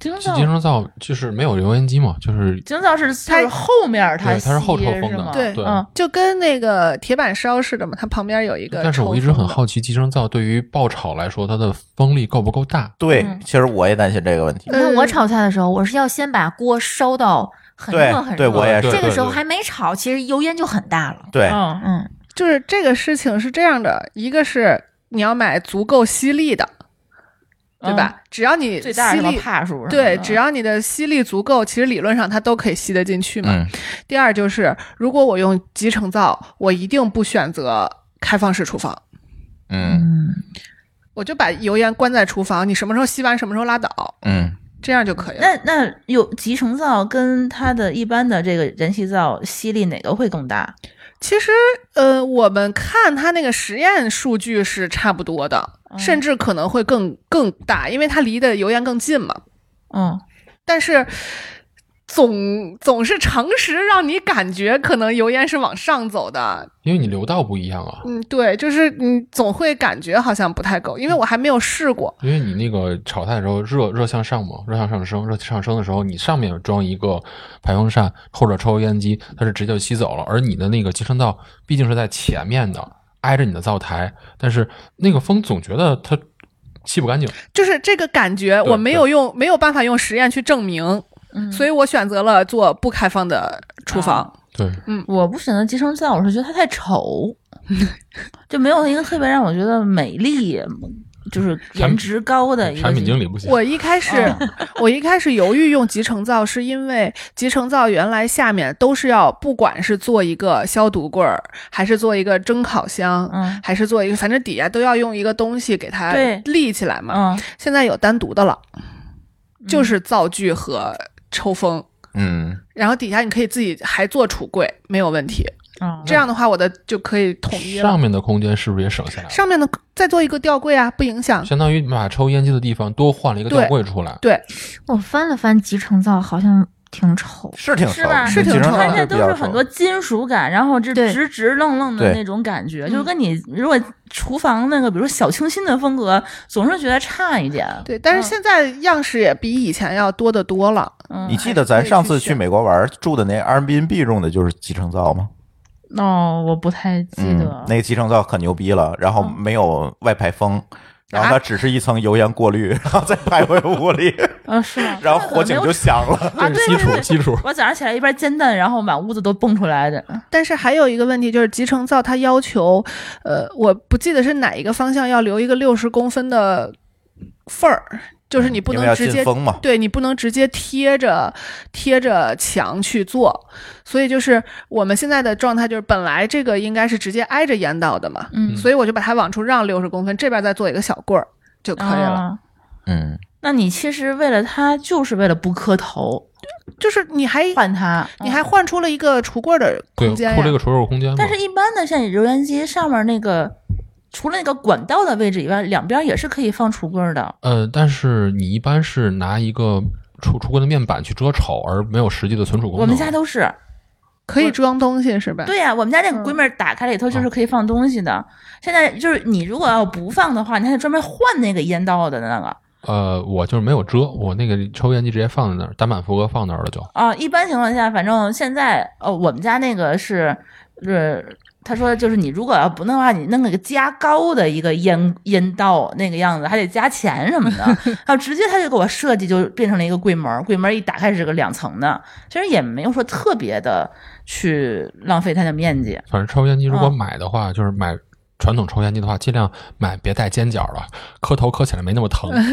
集成集灶，集成灶就是没有油烟机嘛，就是集成灶是就是它后面儿对，它它是后抽吸风是吗的。对对，嗯，就跟那个铁板烧似的嘛，它旁边有一个。但是我一直很，好奇，集成灶对于爆炒来说，它的风力够不够大？对，嗯其实我也担心这个问题。你看我嗯炒菜的时候，我是要先把锅烧到很对热很热，对我也是这对个时候对还没炒，其实油烟就很大了。对，嗯嗯，就是这个事情是这样的，一个是你要买足够吸力的，对吧？只要你最大吸是什么力。帕数？对，只要你的吸力足够，其实理论上它都可以吸得进去嘛。嗯，第二就是，如果我用集成灶，我一定不选择开放式厨房，嗯我就把油烟关在厨房，你什么时候吸完什么时候拉倒，嗯，这样就可以了。那那有集成灶跟它的一般的这个燃气灶吸力哪个会更大？其实，呃，我们看它那个实验数据是差不多的，哦甚至可能会更更大，因为它离的油烟更近嘛。嗯，但是总总是常识让你感觉可能油烟是往上走的。因为你流道不一样啊，嗯，对，就是你总会感觉好像不太够，因为我还没有试过。因为你那个炒菜的时候热热向上嘛，热向上升，热上升的时候，你上面装一个排风扇或者抽油烟机，它是直接就吸走了，而你的那个集成灶毕竟是在前面的，挨着你的灶台，但是那个风总觉得它吸不干净，就是这个感觉，对我没有用，没有办法用实验去证明，嗯哦所以我选择了做不开放的厨房。对，我不选择集成灶，我是觉得它太 丑，就没有一个特别让我觉得美丽，就是颜值高的一个产品经理。理不行，我一开始，嗯 我一开始犹豫用集成灶，是因为集成灶原来下面都是要，不管是做一个消毒柜儿，还是做一个蒸烤箱，嗯还是做一个，反正底下都要用一个东西给它对立起来嘛。嗯，现在有单独的了，就是灶具和抽风。嗯，然后底下你可以自己还做橱柜，没有问题。嗯这样的话，我的就可以统一了上。面的空间是不是也省下来了？上面的再做一个吊柜啊，不影响。相当于你把抽烟机的地方多换了一个对吊柜出来。对，我翻了翻集成造，好像挺丑。是挺是瘦吧的，是挺精神瘦的上看还见比都较是很瘦多金属感，然后这对直直愣愣的对那种感觉，嗯就跟你如果厨房那个，比如说小清新的风格，总是觉得差一点。对，但是现在样式也比以前要多得多了。嗯你，记得咱上次去美国玩住的那 Airbnb 用的就是集成灶吗？哦，我不太记嗯得，那个集成灶可牛逼了，然后嗯啊没有外排风，然后它只是一层油烟过滤，然后再排回屋 里，嗯，是吗？然后火警就响了。啊，这对是基对础对，基础。 我早上起来一边煎蛋，然后满屋子都蹦出来的。但是还有一个问题就是，集成灶它要求，呃，我不记得是哪一个方向要留一个六十公分的缝儿，就是你不因为要能直进接风嘛，对你不能直接贴着贴着墙去做，所以就是我们现在的状态就是，本来这个应该是直接挨着烟道的嘛，嗯，所以我就把它往出让六十公分，这边再做一个小棍儿就可以了。啊嗯，那你其实为了它，就是为了不磕头，就是你还换它，嗯你还换出了一个橱柜的对，空间出了一呀，个储物空间嘛。但是，一般的像你油烟机上面那个，除了那个管道的位置以外，两边也是可以放橱柜的。呃，但是你一般是拿一个储储柜的面板去遮丑，而没有实际的存储功能。我们家都是，可以装东西是吧？对呀、我们家这个柜面打开了以后就是可以放东西的。现在就是你如果要不放的话，你还得专门换那个烟道的那个呃，我就是没有遮，我那个抽烟机直接放在那儿，单板复合放那儿了就。啊。一般情况下，反正现在呃，我们家那个是是。他说：“就是你如果要不弄的话，你弄了个加高的一个烟烟道那个样子，还得加钱什么的。然后直接他就给我设计，就变成了一个柜门儿，柜门儿一打开是个两层的，其实也没有说特别的去浪费它的面积。反正抽烟机如果嗯买的话，就是买传统抽烟机的话，尽量买别带尖角了，磕头磕起来没那么疼。嗯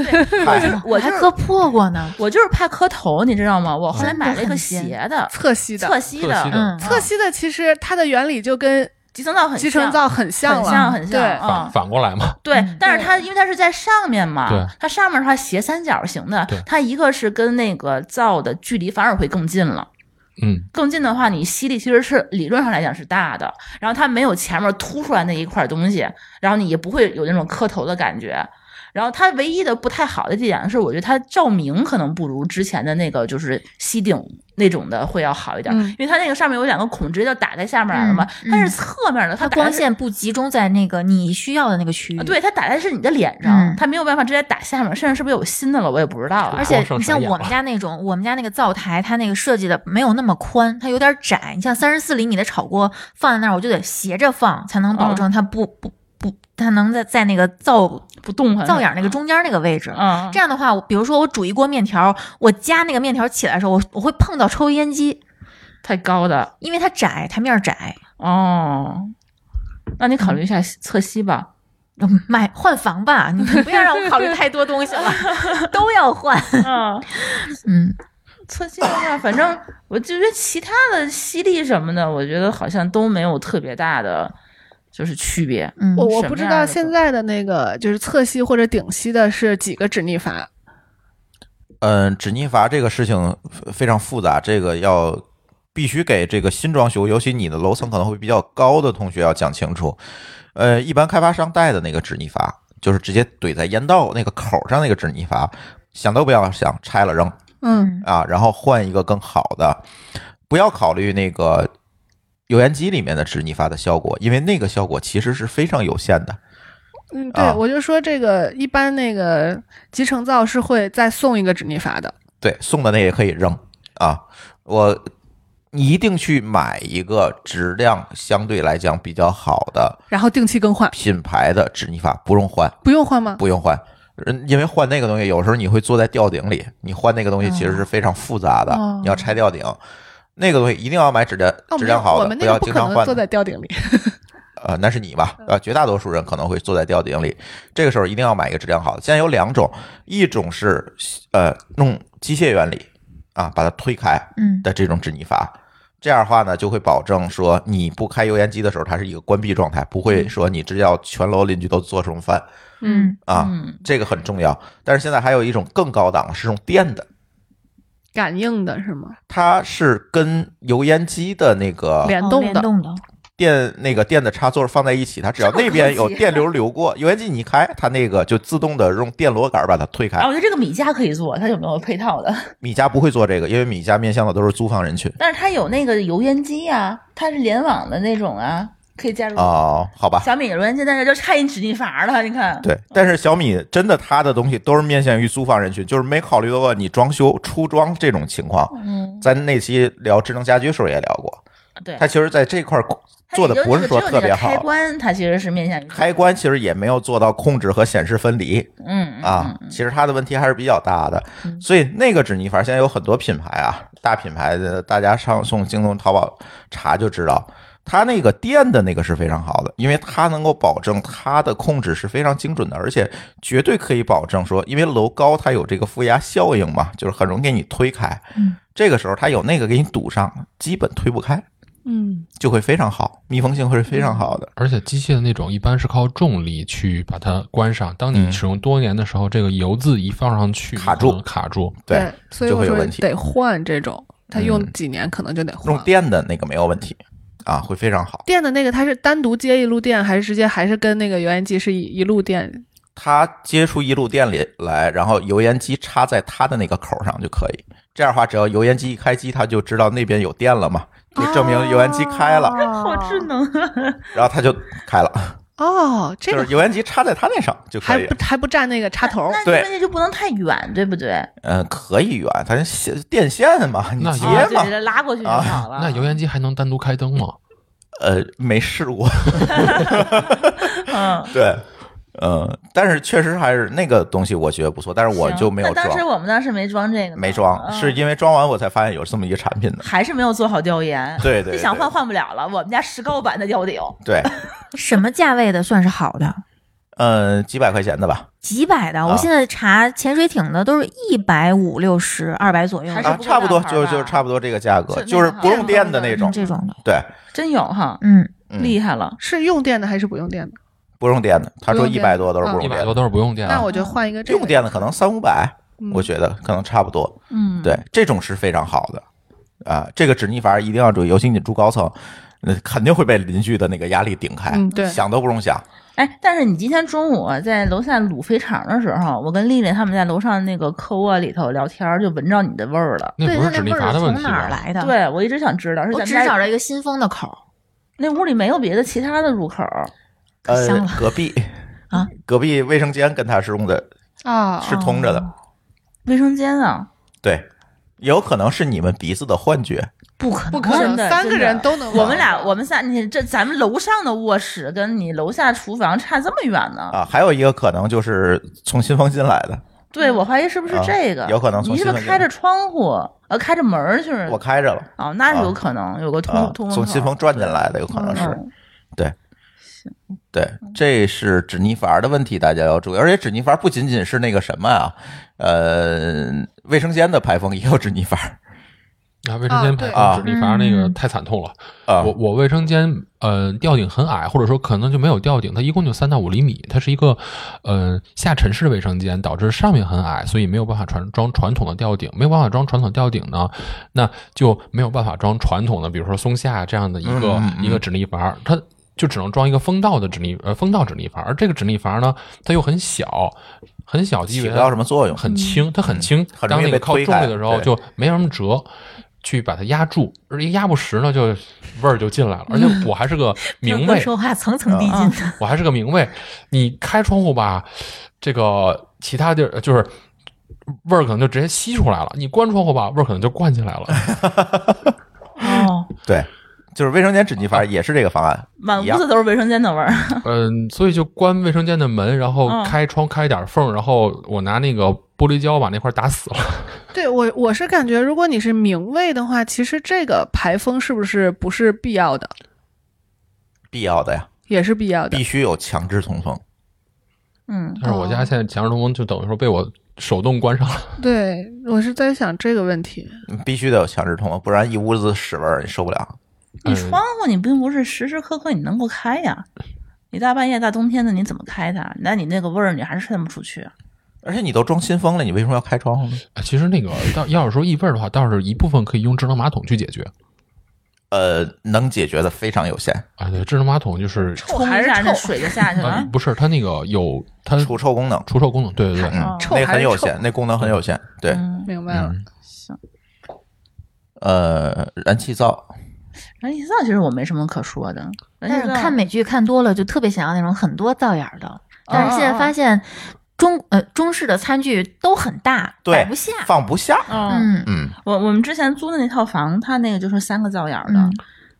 嗨，我就啊还是磕破过呢。我就是怕磕头，你知道吗？我后来买了一个斜的、侧吸的侧吸侧吸的，的嗯，侧吸的其实它的原理就跟集成灶很集成像，灶很很像了，啊像很像反嗯反过来嘛，对嗯，但是它因为它是在上面对嘛，它上面的话斜三角形的对，它一个是跟那个灶的距离反而会更近了。嗯，更近的话，你吸力其实是理论上来讲是大的，然后它没有前面凸出来那一块东西，然后你也不会有那种磕头的感觉。然后它唯一的不太好的一点是，我觉得它照明可能不如之前的那个就是吸顶那种的会要好一点，嗯因为它那个上面有两个孔，直接就打在下面来了嘛。嗯嗯它是侧面的，它它打在光线不集中在那个你需要的那个区域。啊，对，它打在是你的脸上，嗯它没有办法直接打下面，甚至是不是有新的了，我也不知道啊。而且光剩你像闪眼我们了家那种，我们家那个灶台，它那个设计的没有那么宽，它有点窄。你像三十四厘米的炒锅放在那儿，我就得斜着放，才能保嗯证它不、不不，它能在在那个灶不动弹灶眼儿那个中间那个位置。嗯，这样的话，我比如说我煮一锅面条，我夹那个面条起来的时候，我我会碰到抽烟机，太高的因为它窄，台面儿窄。哦，那你考虑一下侧吸吧。 嗯买换房吧，你们不要让我考虑太多东西 了，都要换。嗯，嗯，侧吸的话，反正我就觉得其他的吸力什么的，我觉得好像都没有特别大的就是区别。嗯我我什不么知样道的现都在的那个就是侧吸或者顶吸的是几个止逆阀，嗯，止逆阀这个事情非常复杂，这个要必须给这个新装修，尤其你的楼层可能会比较高的同学要讲清楚。呃，一般开发商带的那个止逆阀，就是直接怼在烟道那个口上那个止逆阀，想都不要想，拆了扔嗯，啊，然后换一个更好的。不要考虑那个油烟机里面的止逆阀的效果，因为那个效果其实是非常有限的。嗯，对，啊哦我就说这个一般那个集成灶是会再送一个止逆阀的，对，送的那也可以扔啊。我你一定去买一个质量相对来讲比较好的然后定期更换，品牌的止逆阀，不用换，不用换吗？不用换。嗯因为换那个东西，有时候你会坐在吊顶里，你换那个东西其实是非常复杂的，嗯哦你要拆吊顶，那个东西一定要买质量哦，质没有量，好我的，们不那个要不经可常能换坐的。在吊嗯顶里。呃，那是你吧？呃，绝大多数人可能会坐在吊顶里，这个时候一定要买一个质量好的。现在有两种，一种是呃弄机械原理啊，把它推开，嗯的这种止逆阀。这样的话呢，就会保证说你不开油烟机的时候，它是一个关闭状态，不会说你只要全楼邻居都做剩饭嗯啊，嗯这个很重要。但是现在还有一种更高档的是用电的， 感应的是吗？它是跟油烟机的那个联哦动联的，动的，电那个电的插座放在一起，它只要这么那边科有技电流流过，油烟机你一开，它那个就自动的用电螺杆把它推啊，开。我觉得这个米家可以做，它有没有配套的？ 米家不会做这个，因为米家面向的都是租房人群。但是它有那个油烟机啊，它是联网的那种啊，可以加入哦，好吧，小米油烟机，但是就差一指逆阀了。你看，对，但是小米真的它的东西都是面向于租房人群，就是没考虑到过你装修出装这种情况。嗯，咱那期聊智能家居时候也聊过，对，它其实在这块儿它做也的就不是那个说只有特别那个好开，关它其实是面向于开，关其实也没有做到控制和显示分离嗯啊，其实它的问题还是比较大的。所以那个止逆阀现在有很多品牌啊，大品牌的大家上送京东、淘宝查就知道。它那个电的那个是非常好的，因为它能够保证它的控制是非常精准的，而且绝对可以保证说，因为楼高它有这个负压效应嘛，就是很容易给你推开。嗯，这个时候它有那个给你堵上，基本推不开，嗯，就会非常好，嗯密封性会是非常好的。而且机械的那种一般是靠重力去把它关上。当你嗯使用多年的时候，这个油渍一放上去，卡有可能住卡住。对，所以就我会有说问题得换这种，它用嗯几年可能就得换用了。电的那个没有问题啊，会非常好。电的那个，它是单独接一路电，还是直接还是跟那个油烟机是一一路电？它接出一路电里来，然后油烟机插在它的那个口上就可以。这样的话，只要油烟机一开机，它就知道那边有电了嘛，就哦证明油烟机开了，好智能啊，然后它就开了，哦，这就个是油烟机插在它那上就可还以不。还不占那个插头，那对关键就不能太远，对不对？嗯，可以远，它线电线嘛，你那接油啊烟就嘛直。接拉过去就好了。那油烟机还能单独开灯吗？呃，没试过， 嗯。对。嗯，但是确实还是那个东西，我觉得不错，但 是我行就没有那当时装，我们当时没装这个呢，没装，嗯是因为装完我才发现有这么一个产品的。还是没有做好调研。对对就想对嗯换换不了了。我们家石膏版的吊顶，对，什么价位的算是好的？嗯，几百块钱的吧，几百的，啊我现在查潜水艇的都是一百五六十、二百左右还的，是啊，不够差不多大牌就吧就差不多这个价格，是就是不用电的那那种嗯，这种的，对，真有哈，嗯，嗯厉害了。是用电的还是不用电的？不用电的。他说不用一电百多都是不嗯一用百电多的，都是不用电的。那我就换一个这个。用电的可能三五百，嗯，我觉得可能差不多。嗯，对，这种是非常好的啊，这个止逆阀一定要注意，尤其你住高层。那肯定会被邻居的那个压力顶开，嗯对想都不用想。哎，但是你今天中午啊在楼下卤肥肠的时候，我跟丽丽他们在楼上那个客卧里头聊天儿，就闻着你的味儿了。那对，不它是那止逆味阀儿的问从题哪儿吧？啊来的？，对，我一直想知道，是我咱只们找家着一个新风的口儿，那屋里没有别的其他的入口儿，可呃香了，隔壁啊，隔壁卫生间跟他是用的，啊，是通着的。卫生间啊，对，有可能是你们鼻子的幻觉。不可不能，可真，能的三个真的人都能玩。我们俩我们仨，你这咱们楼上的卧室跟你楼下厨房差这么远呢？啊，还有一个可能就是从新风进来的，对，嗯我怀疑是不是啊这个？有可能从你是不新闻是开着窗户，呃，开着门儿去？我开着了哦，那是有啊可能有个通啊，通从口新风转进来的有可能是。嗯对，这是止逆阀的问题，大家要注意。而且止逆阀不仅仅是那个什么啊，呃，卫生间的排风也有止逆阀啊，卫生间啊排对放止逆阀那个哦嗯太惨痛了。啊。我我卫生间呃吊顶很矮，或者说可能就没有吊顶，它一共就三到五厘米，它是一个呃下沉式的卫生间，导致上面很矮，所以没有办法传装传统的吊顶，没有办法装传统吊顶呢，那就没有办法装传统的，比如说松下这样的一个、嗯嗯嗯一个止逆阀，它。就只能装一个风道的止逆呃风道止逆阀，而这个止逆阀呢，它又很小，很小，起基不本到什么作用，很轻，它很轻，嗯很容当易那被个靠推重力开的时候对就没什么辙，去把它压住，而一压不实呢，就味儿就进来了。而且我还是个明啊哥卫，说话层层递进的，我还是个明卫，你开窗户吧，这个其他地儿就是。味儿可能就直接吸出来了，你关窗户吧，味儿可能就灌进来了。哦，对，就是卫生间啊止逆阀也是这个方案，满一屋样子都是卫生间的味儿。嗯，所以就关卫生间的门，然后嗯开窗开一点缝，然后我拿那个玻璃胶把那块儿打死了。对我我是感觉，如果你是明卫的话，其实这个排风是不是不是必要的，必要的呀，也是必要的必。须有强制通风。嗯，但是我家现在墙上通风就等于说被我手动关上了。对我是在想这个问题。嗯必须得有强制通风，不然一屋子屎味儿你受不了。你嗯窗户你并不是时时刻刻你能够开呀，你大半夜大冬天的你怎么开它？那你那个味儿你还是渗不出去。而且你都装新风了，你为什么要开窗户呢？哎其实那个要要是说异味儿的话，倒是一部分可以用智能马桶去解决呃，能解决的非常有限，啊。对，智能马桶就是臭冲还一是下那臭，水就下去啊嗯了，不是它那个有它除臭功能，除臭功能，对对对，嗯，臭那还很是有臭限，那功能很有限。对，嗯，明白了。嗯呃，燃气灶，燃气灶其实我没什么可说的，燃但气是灶看美剧看多了，就特别想要那种很多造眼儿的。但是现在哦哦发现中呃中式的餐具都很大，对摆不下。放不下。嗯，嗯嗯，我我们之前租的那套房，它那个就是三个灶眼儿的。嗯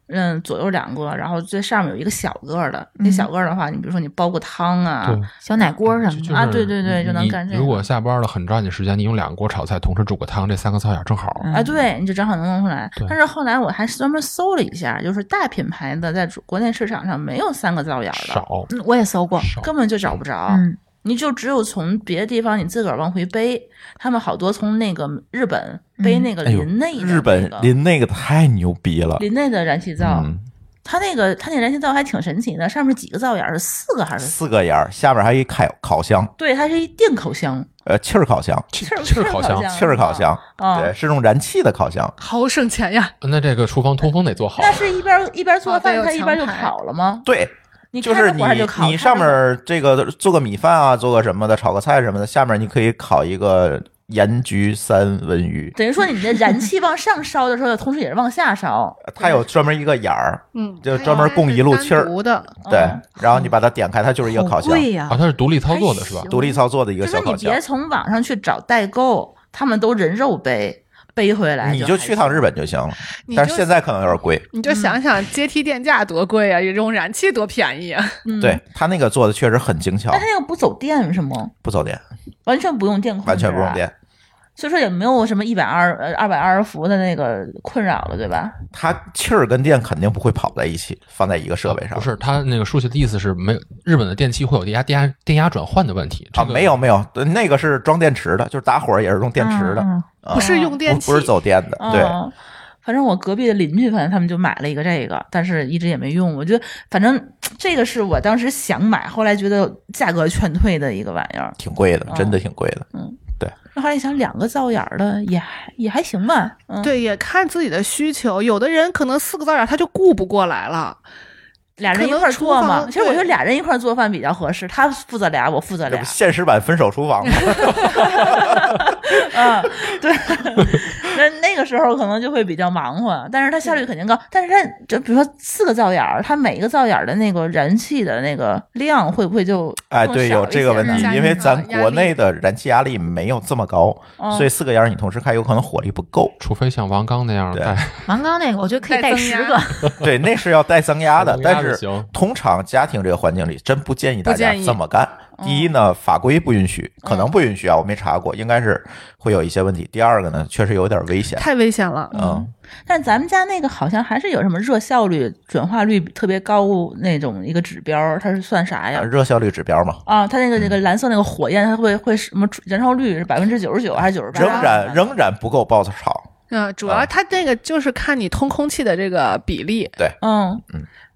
嗯左右两个，然后最上面有一个小个儿的。那嗯小个儿的话，你比如说你煲个汤啊，对。小奶锅什就么就的。是啊对对对你就能你干这如个果下班了很抓紧时间，你用两锅炒菜，同时煮个汤，这三个菜眼正好。嗯啊，对，你就正好能弄出来对。但是后来我还专门搜了一下，就是大品牌的在国内市场上没有三个灶眼儿的，少嗯我也搜过，少，根本就找不着。嗯，你就只有从别的地方你自个儿往回背。他们好多从那个日本背嗯那个哎呦林内的那个、日本临那个太牛逼了，林内的燃气灶，嗯，它那个它那燃气灶还挺神奇的，上面几个灶眼儿是四个还是？四个眼儿，下面还一烤烤箱，对，它是一电烤箱，呃，气儿烤箱，气气儿气气儿儿烤烤箱。箱气儿烤箱，啊、对，是用燃气的烤箱，好省钱呀！那这个厨房通风得做好那。是一边一边做啊对饭，有它一边就墙排烤了吗？对，你就开是着你火它就烤，你开上着面火儿这个做个米饭啊，做个什么的，炒个菜什么的，下面你可以烤一个盐焗三文鱼，等于说你的燃气往上烧的时候，同时也是往下烧。它有专门一个眼儿，嗯，就是专门供一路气儿单独的，对嗯，然后你把它点开，它就是一个烤好箱，贵呀啊，，它是独立操作的是吧还？行独立操作的一个就小嗯是烤你箱别。从网上去找代购，他们都人肉背背回来，你就就还去趟行日本就行了，你但是就现在可能有点贵。你就想想阶梯电价多贵啊，用燃气多便宜啊！嗯、对，它那个做的确实很精巧但，它那个不走电是吗？不走电，完全不用电控，完全不用，电。所以说也没有什么一百二呃二百二十伏的那个困扰了，对吧？它气儿跟电肯定不会跑在一起，放在一个设备上。不是，它那个书写的意思是没有日本的电器会有电压电压电压转换的问题啊，没。有没有，那个是装电池的，就是打火也是用电池的，嗯啊不是用电不器，不是走电的。对，嗯反正我隔壁的邻居，反正他们就买了一个这个，但是一直也没用。我觉得，反正这个是我当时想买，后来觉得价格劝退的一个玩意儿。挺贵的，嗯真的挺贵的。那后来一想，两个灶眼儿的也还也还行吧。嗯，，对，也看自己的需求。有的人可能四个字啊眼他就顾不过来了，俩人一块儿做嘛。其实我觉得俩人一块儿做饭比较合适，他负责俩，我负责这俩不。现实版分手厨房吗？嗯，对。 那那个时候可能就会比较忙活，但是他效率肯定高。但是他就比如说四个灶眼儿，他每一个灶眼儿的那个燃气的那个量会不会就哎，更对，少有一这个些问呢题加，因为上咱压国力内的燃气压力没有这么高，嗯所以四个烟儿你同时开，有可能火力不够。除非像王刚那样对带王刚那个我觉得可以带带增十压个， 对，那是要带增压的，带增压但就是行通常家庭这个环境里，真不建议嗯大家不建议这么干。第一呢，法规不允许，可能不允许啊，我没查过，应该是会有一些问题。第二个呢，确实有点危险。太危险了。嗯，但咱们家那个好像还是有什么热效率、转化率特别高那种一个指标儿，它是算啥呀？热效率指标嘛，啊，它那个那个蓝色那个火焰，它会会什么燃烧率是百分之九十九还是九十八？啊仍然仍然不够爆炒。嗯，主啊要它这个就是看你通空气的这个比例，嗯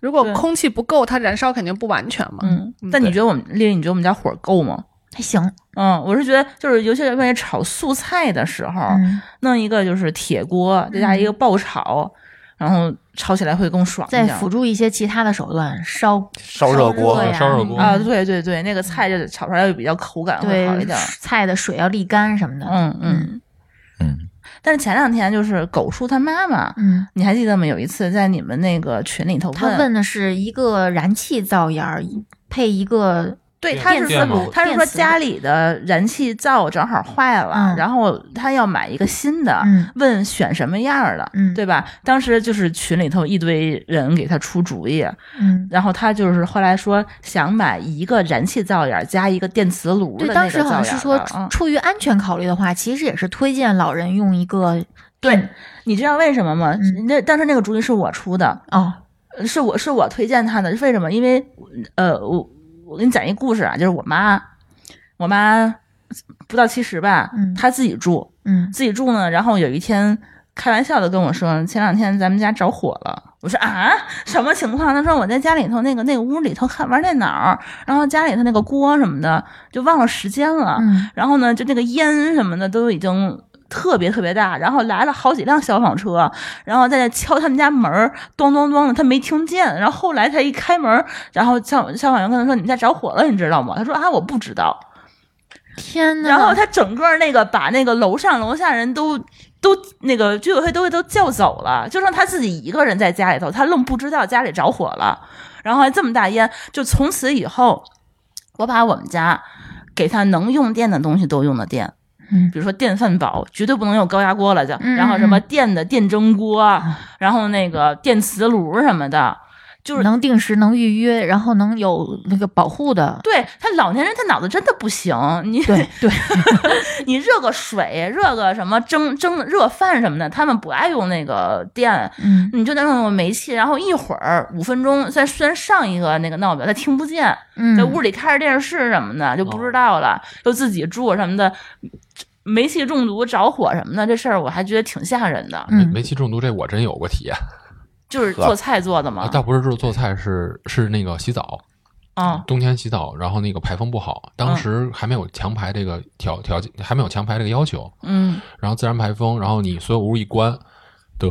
如果对空气不够，它燃烧肯定不完全嘛。嗯。但你觉得我们丽丽，你觉得我们家火够吗？还行。嗯，我是觉得就是，尤其是万一炒素菜的时候，嗯，弄一个就是铁锅，再加一个爆炒，然后炒起来会更爽一再点。辅助一些其他的手段，烧烧热锅呀烧热锅嗯啊，对对对，那个菜就炒出来就比较口感会好一对点。菜的水要沥干什么的。嗯嗯。嗯，但是前两天就是狗叔他妈妈，嗯，你还记得吗？有一次在你们那个群里头他问的是一个燃气灶眼儿配一个对，他是电说吗他是电说磁家里的燃气灶正好坏了，嗯然后他要买一个新的，嗯问选什么样儿的，嗯对吧？当时就是群里头一堆人给他出主意，嗯，然后他就是后来说想买一个燃气灶眼儿加一个电磁炉的对，那当个时好像灶眼是儿说的出嗯出于安全考虑的话，其实也是推荐老人用一个对，你知道为什么吗？嗯那当时那个主意是我出的，哦，是我是我推荐他的，为什么？因为呃，我我给你讲一故事啊，就是我妈，我妈不到七十吧嗯，她自己住，嗯自己住呢，然后有一天。开玩笑的跟我说，前两天咱们家着火了。我说啊，什么情况？他说我在家里头那个那个屋里头看玩电脑，然后家里头那个锅什么的就忘了时间了，嗯，然后呢，就那个烟什么的都已经特别特别大，然后来了好几辆消防车，然后在那敲他们家门儿，咚咚咚的，他没听见。然后后来他一开门，然后消消防员跟他说：“你们家着火了，你知道吗？”他说：“啊，我不知道。”天哪！然后他整个那个把那个楼上楼下人都都那个居委会都都叫走了，就让他自己一个人在家里头，他愣不知道家里着火了，然后还这么大烟，就从此以后，我把我们家给他能用电的东西都用的电。嗯比如说电饭煲绝对不能用高压锅了，就嗯然后什么嗯啊电的电蒸锅，然后那个电磁炉什么的，就是能定时、能预约，然后能有那个保护的。对他老年人他脑子真的不行，你对对，你热个水，热个什么蒸蒸热饭什么的，他们不爱用那个电，嗯你就得用煤气。然后一会儿五分钟，虽然虽然上一个那个闹表他听不见，嗯，哦在屋里开着电视什么的就不知道了，就自己住什么的，煤气中毒、着火什么的这事儿，我还觉得挺吓人的。煤嗯煤气中毒这我真有过体验，就是做菜做的嘛，哎啊倒不是做做菜，是是那个洗澡，嗯冬天洗澡，然后那个排风不好，当时还没有强排这个条条件，还没有强排这个要求，嗯，然后自然排风，然后你所有屋一关，得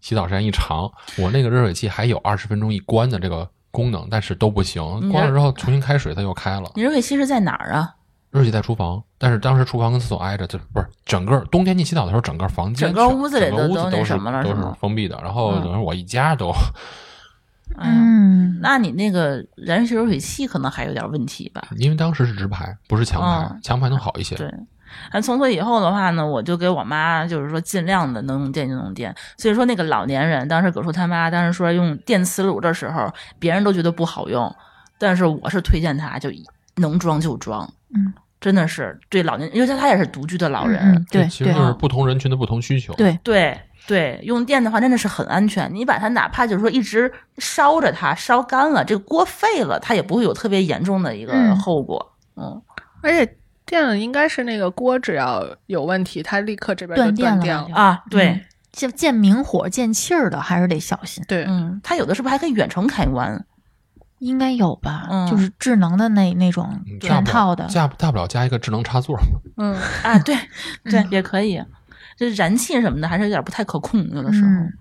洗澡时间一长，我那个热水器还有二十分钟一关的这个功能，但是都不行，你关这了之后重新开水它又开了。你热水器是在哪儿啊？热水器在厨房，但是当时厨房跟厕所挨着，就不是整个冬天你洗澡的时候，整个房间整个全屋子里整个都都屋子那都什是么了都是是吗封闭的，然后嗯等于我一家都哎呀，嗯，那你那个燃气热水器可能还有点问题吧？因为当时是直排，不是强排嗯，强排能好一些。对，但从此以后的话呢，我就给我妈就是说尽量的能用电就用电。所以说那个老年人，当时葛叔他妈当时说用电磁炉的时候，别人都觉得不好用，但是我是推荐他就能装就装，嗯，真的是对老年，因为他他也是独居的老人，嗯嗯对其实对就是不同人群的不同需求。对啊对。对，用电的话真的是很安全。你把它哪怕就是说一直烧着它，烧干了，这个锅废了，它也不会有特别严重的一个嗯后果。嗯，而且电了应该是那个锅只要有问题，它立刻这边断就电断了电嘛了。就啊，对，嗯见见明火、见气儿的还是得小心，对，嗯，它有的是不是还可以远程开关？应该有吧？嗯就是智能的那那种嗯，大全不了套的，加大不了加一个智能插座。嗯，啊，对对嗯，也可以。就是燃气什么的，还是有点不太可控，有的时候。嗯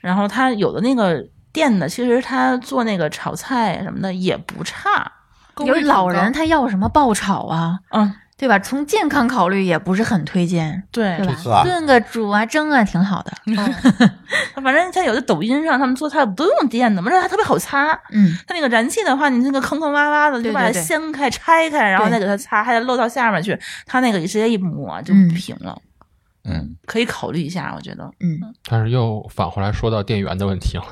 然后它有的那个电的，其实它做那个炒菜什么的也不差。功有率挺老高人他要什么爆炒啊，嗯，对吧？从健康考虑也不是很推荐，对对，是吧吧？炖个煮啊蒸啊挺好的，反正像有的抖音上他们做菜不都用电的吗？这还特别好擦。嗯，它那个燃气的话，你那个坑坑洼洼的，对就把它对对掀开、拆开，然后对再给它擦，还得漏到下面去。它那个直接一抹就嗯平了，嗯，可以考虑一下，我觉得。但是又返回来说到电源的问题了，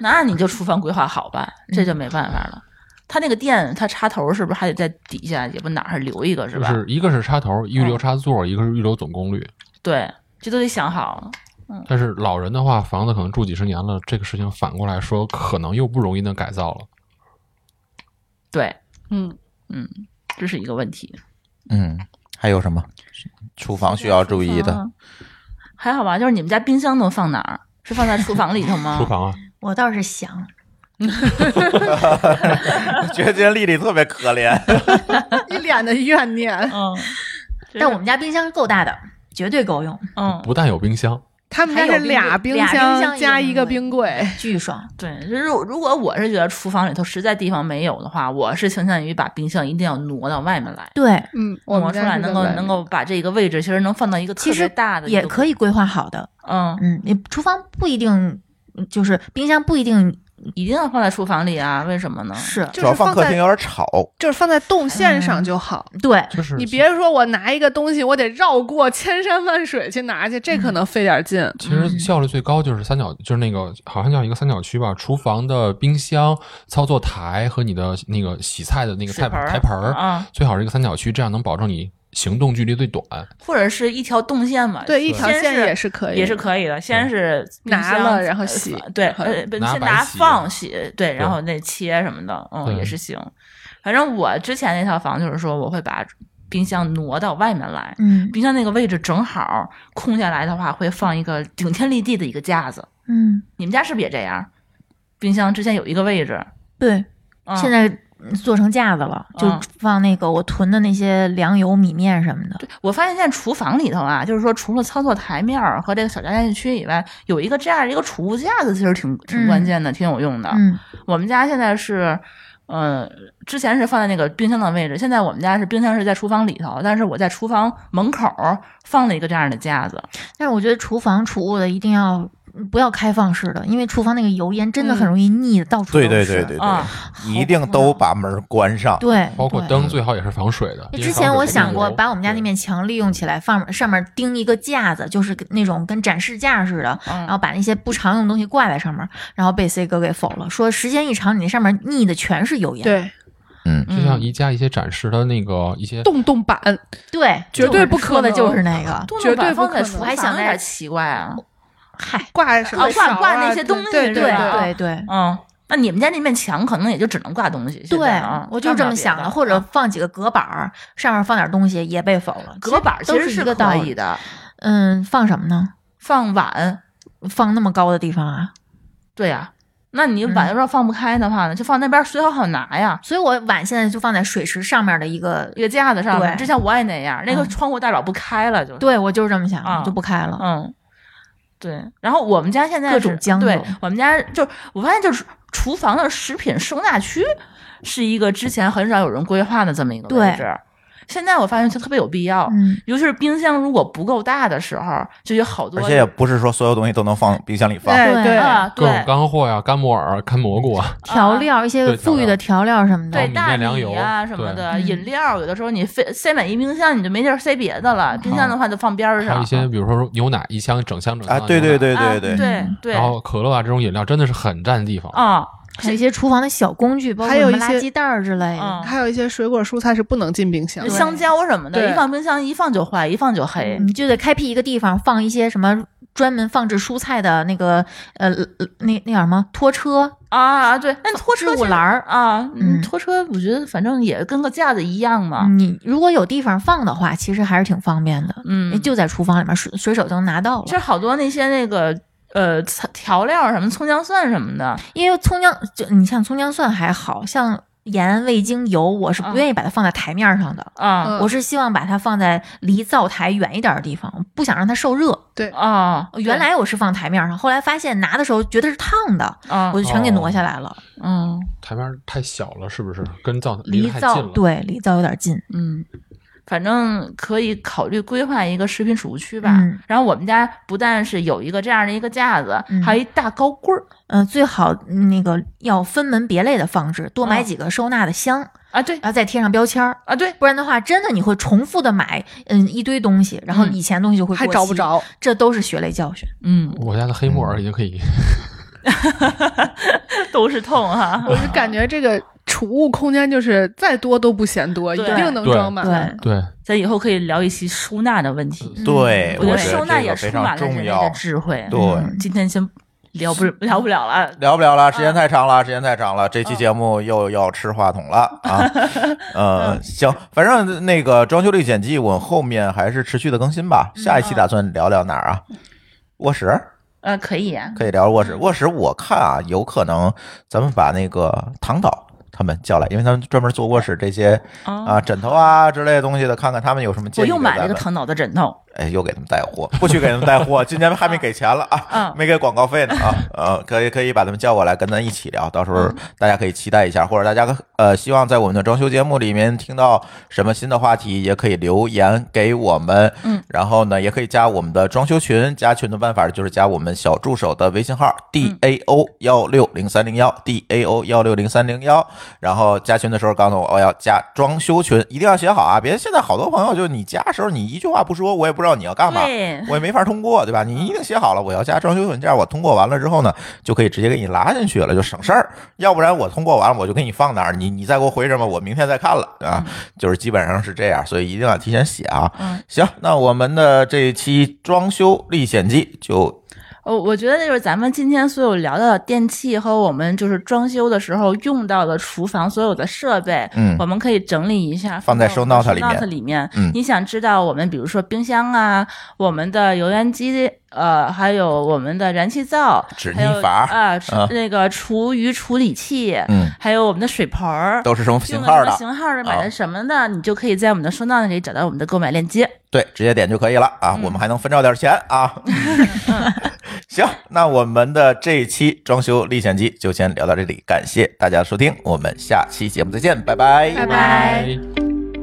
那你就厨房规划好吧，这就没办法了。它那个电，它插头是不是还得在底下，也不哪儿还留一个是就吧？嗯是一个是插头预留插座，一个是预留总功率。对，这都得想好。嗯但是老人的话，房子可能住几十年了，这个事情反过来说，可能又不容易能改造了。对，嗯，嗯，这是一个问题。嗯，还有什么厨房需要注意的？嗯还好吧，就是你们家冰箱都放哪儿？是放在厨房里头吗？厨房啊，我倒是想， 觉得今天丽丽特别可 怜。一脸的 怨念。嗯，但我们家冰箱是够大的，绝对够用，嗯，不但有冰箱，他们家还有是俩冰冰柜俩冰箱箱加一一个个冰冰柜，巨爽。对，就是如如果我是觉得厨房里头实在地方没有的话，我是倾向于把冰箱一定要挪到外面来，对，嗯，我挪们出家来是能这够么能够把这个位置其实能放到一个特其别实大的，也可以，以规划好的，嗯，嗯，你厨房不一定，嗯就是冰箱不一定一定要放在厨房里啊？为什么呢？是就主要是放放客厅在有点吵，就是放在动线上嗯就好。对，嗯就是你别说我拿一个东西，我得绕过千山万水去拿去，这可嗯能费点劲。其实效率最高就是三角，就是那个好像叫一个三角区吧，厨房的冰箱、操作台和你的那个洗菜的那个水菜盆儿台盆儿，啊，最好是一个三角区，这样能保证你行动距离最短。嗯或者是一条动线嘛，对，一条先线是也是可以，也是可以的。先是冰拿箱了然后洗呃对，嗯呃，不嗯拿先白拿洗放洗，对，然后那切什么的，嗯，对也是行。反正我之前那套房就是说，我会把冰箱挪到外面来。嗯冰箱那个位置正好空下来的话，会放一个顶天立地的一个架子。嗯，你们家是不是也这样？冰箱之前有一个位置，对，嗯、现在嗯做成架子了，嗯就放那个我囤的那些粮油、米面什么的。我发现现在厨房里头啊，就是说除了操作台面儿和这个小家电区以外，有一个这样一个储物架子，其实挺挺嗯关键的，挺有用的。嗯我们家现在是，呃，之前是放在那个冰箱的位置，现在我们家是冰箱是在厨房里头，但是我在厨房门口儿放了一个这样的架子。但是我觉得厨房储物的一定要嗯不要开放式的，因为厨房那个油烟真嗯的很容易腻的，到处都对是。对对对对啊，你一定都把门关上。对，包括对。灯最好也是防水的。哎因为之防前水我会想漏过油把我们家那面墙利用起来，放上面钉一个架子，就是那种跟展示架似的，嗯然后把那些不常用的东西挂在上面，然后被 C 哥给否了，说时间一长，你那上面腻的全是啊油烟。对，嗯对就嗯像宜家一些展示的那个一些动动板，对，绝对就是不说可的能就是那 个。动动绝板对不放在可能厨我房还想有在点奇怪啊。嗨，挂什么哦勺挂啊、挂那些东西对是对对吧对对嗯，那你们家那面墙可能也就只能挂东西。现对在啊，我就是这么干不了别啊想的，或者放几个隔板儿，上面放点东西也被否了。隔板儿其都实是一可个道以理。的，嗯，放什么呢？放碗。放那么高的地方啊？对呀、那你嗯碗要是放不开的话呢，就放那边儿随手好拿呀。所以我碗现在就放在水池上面的一个， 一个架子上面，对之前我也那样，那个嗯窗户大老不开了，就是。对我就是这么想啊的，就不开了。嗯，对。然后我们家现在各是种将就对我们家就我发现就是厨房的食品收纳区是一个之前很少有人规划的这么一个位置，现在我发现就特别有必要。嗯，尤其是冰箱如果不够大的时候，就有好多而且也不是说所有东西都能放冰箱里放，哎对对啊，各种对干货呀、干木耳、干蘑菇啊，调料一些对富裕的调料什么对的米，面大粮米油啊什么的对嗯饮料，有的时候你非塞满一冰箱，你就没地儿塞别的了。冰箱的话就放边儿啊还有上一。些比如说牛奶一箱整箱整箱啊，的对嗯牛对奶对对啊对，对对，然后可乐啊这种饮料真的是很占地方。嗯啊，还有一些厨房的小工具，包括还有什么一垃些圾袋儿之类嗯的。还有一些水果蔬菜是不能进冰箱的，香蕉什么的，对一放冰箱一放就坏，一放就黑。你嗯就得开辟一个地方，放一些什么专门放置蔬菜的那个呃呃那那叫什么拖车啊，对，那拖置车物其实篮儿。啊，嗯，嗯拖车我觉得反正也跟个架子一样嘛，你如果有地方放的话，其实还是挺方便的。嗯，就在厨房里面，随随手就能拿到其实了。好多那些那个呃菜调料什么葱姜蒜什么的，因为葱姜，就你像葱姜蒜还好像盐、味精、油，我是不愿意把它放在台面上的。啊嗯我是希望把它放在离灶台远一点的地方，我不想让它受热。啊，哦原来我是放台面上，后来发现拿的时候觉得是烫的，啊我就全给挪下来了。嗯台面太小了，是不是？跟灶离离得太近灶了。对离灶有点近。嗯。反正可以考虑规划一个食品储物区吧。嗯然后我们家不但是有一个这样的一个架子，嗯还有一大高柜儿嗯、最好那个要分门别类的放置，多买几个收纳的箱，啊，对然后再贴上标签儿。啊，对，不然的话，真的你会重复的买，嗯，一堆东西，然后嗯以前东西就会过还找不期， 着。这都是血泪教训。嗯，我家的黑木耳已经可以， 都是痛啊哈、我就感觉这个储物空间就是再多都不嫌多，一对定能对装满。对，对，咱以后可以聊一期收纳的问题。嗯对我嗯觉我觉得得收纳这也个充非满常了人重类要的。智慧。对嗯今天先聊不聊不了了。聊不了了，时间太长了，时间太长了，这嗯期节目又要吃话筒了啊！嗯 呃，行，反正那个装修力简记，我后面还是持续的更新吧。嗯下一期打算聊聊哪儿啊？卧室呃，可以啊，可以聊卧室，卧室我看啊，有可能咱们把那个唐导他们叫来，因为他们专门做卧室这些哦啊枕头啊之类的东西的，看看他们有什么建我议。又买了一个，唐导的枕头。哎，又给他们带货，不许给他们带货，今年还没给钱了啊。嗯，没给广告费呢啊， 呃，可以可以把他们叫过来跟咱一起聊，到时候大家可以期待一下，或者大家可呃希望在我们的装修节目里面听到什么新的话题，也可以留言给我们，嗯，然后呢也可以加我们的装修群，加群的办法就是加我们小助手的微信号 d a o 幺六零三零幺 d a o 幺六零三零幺，然后加群的时候告诉我我哦要加装修群，一定要写好啊，别现在好多朋友就是你加的时候你一句话不说，我也不知道你要干嘛，对，我也没法通过，对吧？你一定写好了，我要加装修文件，我通过完了之后呢，就可以直接给你拉进去了，就省事儿。要不然我通过完了，我就给你放哪儿，你你再给我回什么，我明天再看了啊。就是基本上是这样，所以一定要提前写啊。嗯嗯行，那我们的这一期装修历险记就我呃我觉得就是咱们今天所有聊到的电器和我们就是装修的时候用到的厨房所有的设备，嗯我们可以整理一下，放在收 show note 里里面嗯你想知道我们比如说冰箱啊，我们的油烟机，呃，还有我们的燃气灶，纸还有泥阀啊，厨啊那个厨余处理器，嗯，还有我们的水盆儿，都是什么型用的号什么的？型号的，啊买的什么的，你就可以在我们的收纳那里找到我们的购买链接。对，直接点就可以了嗯啊，我们还能分着点钱 啊。 行，那我们的这一期装修历险记就先聊到这里，感谢大家的收听，我们下期节目再见，拜拜。拜拜。哎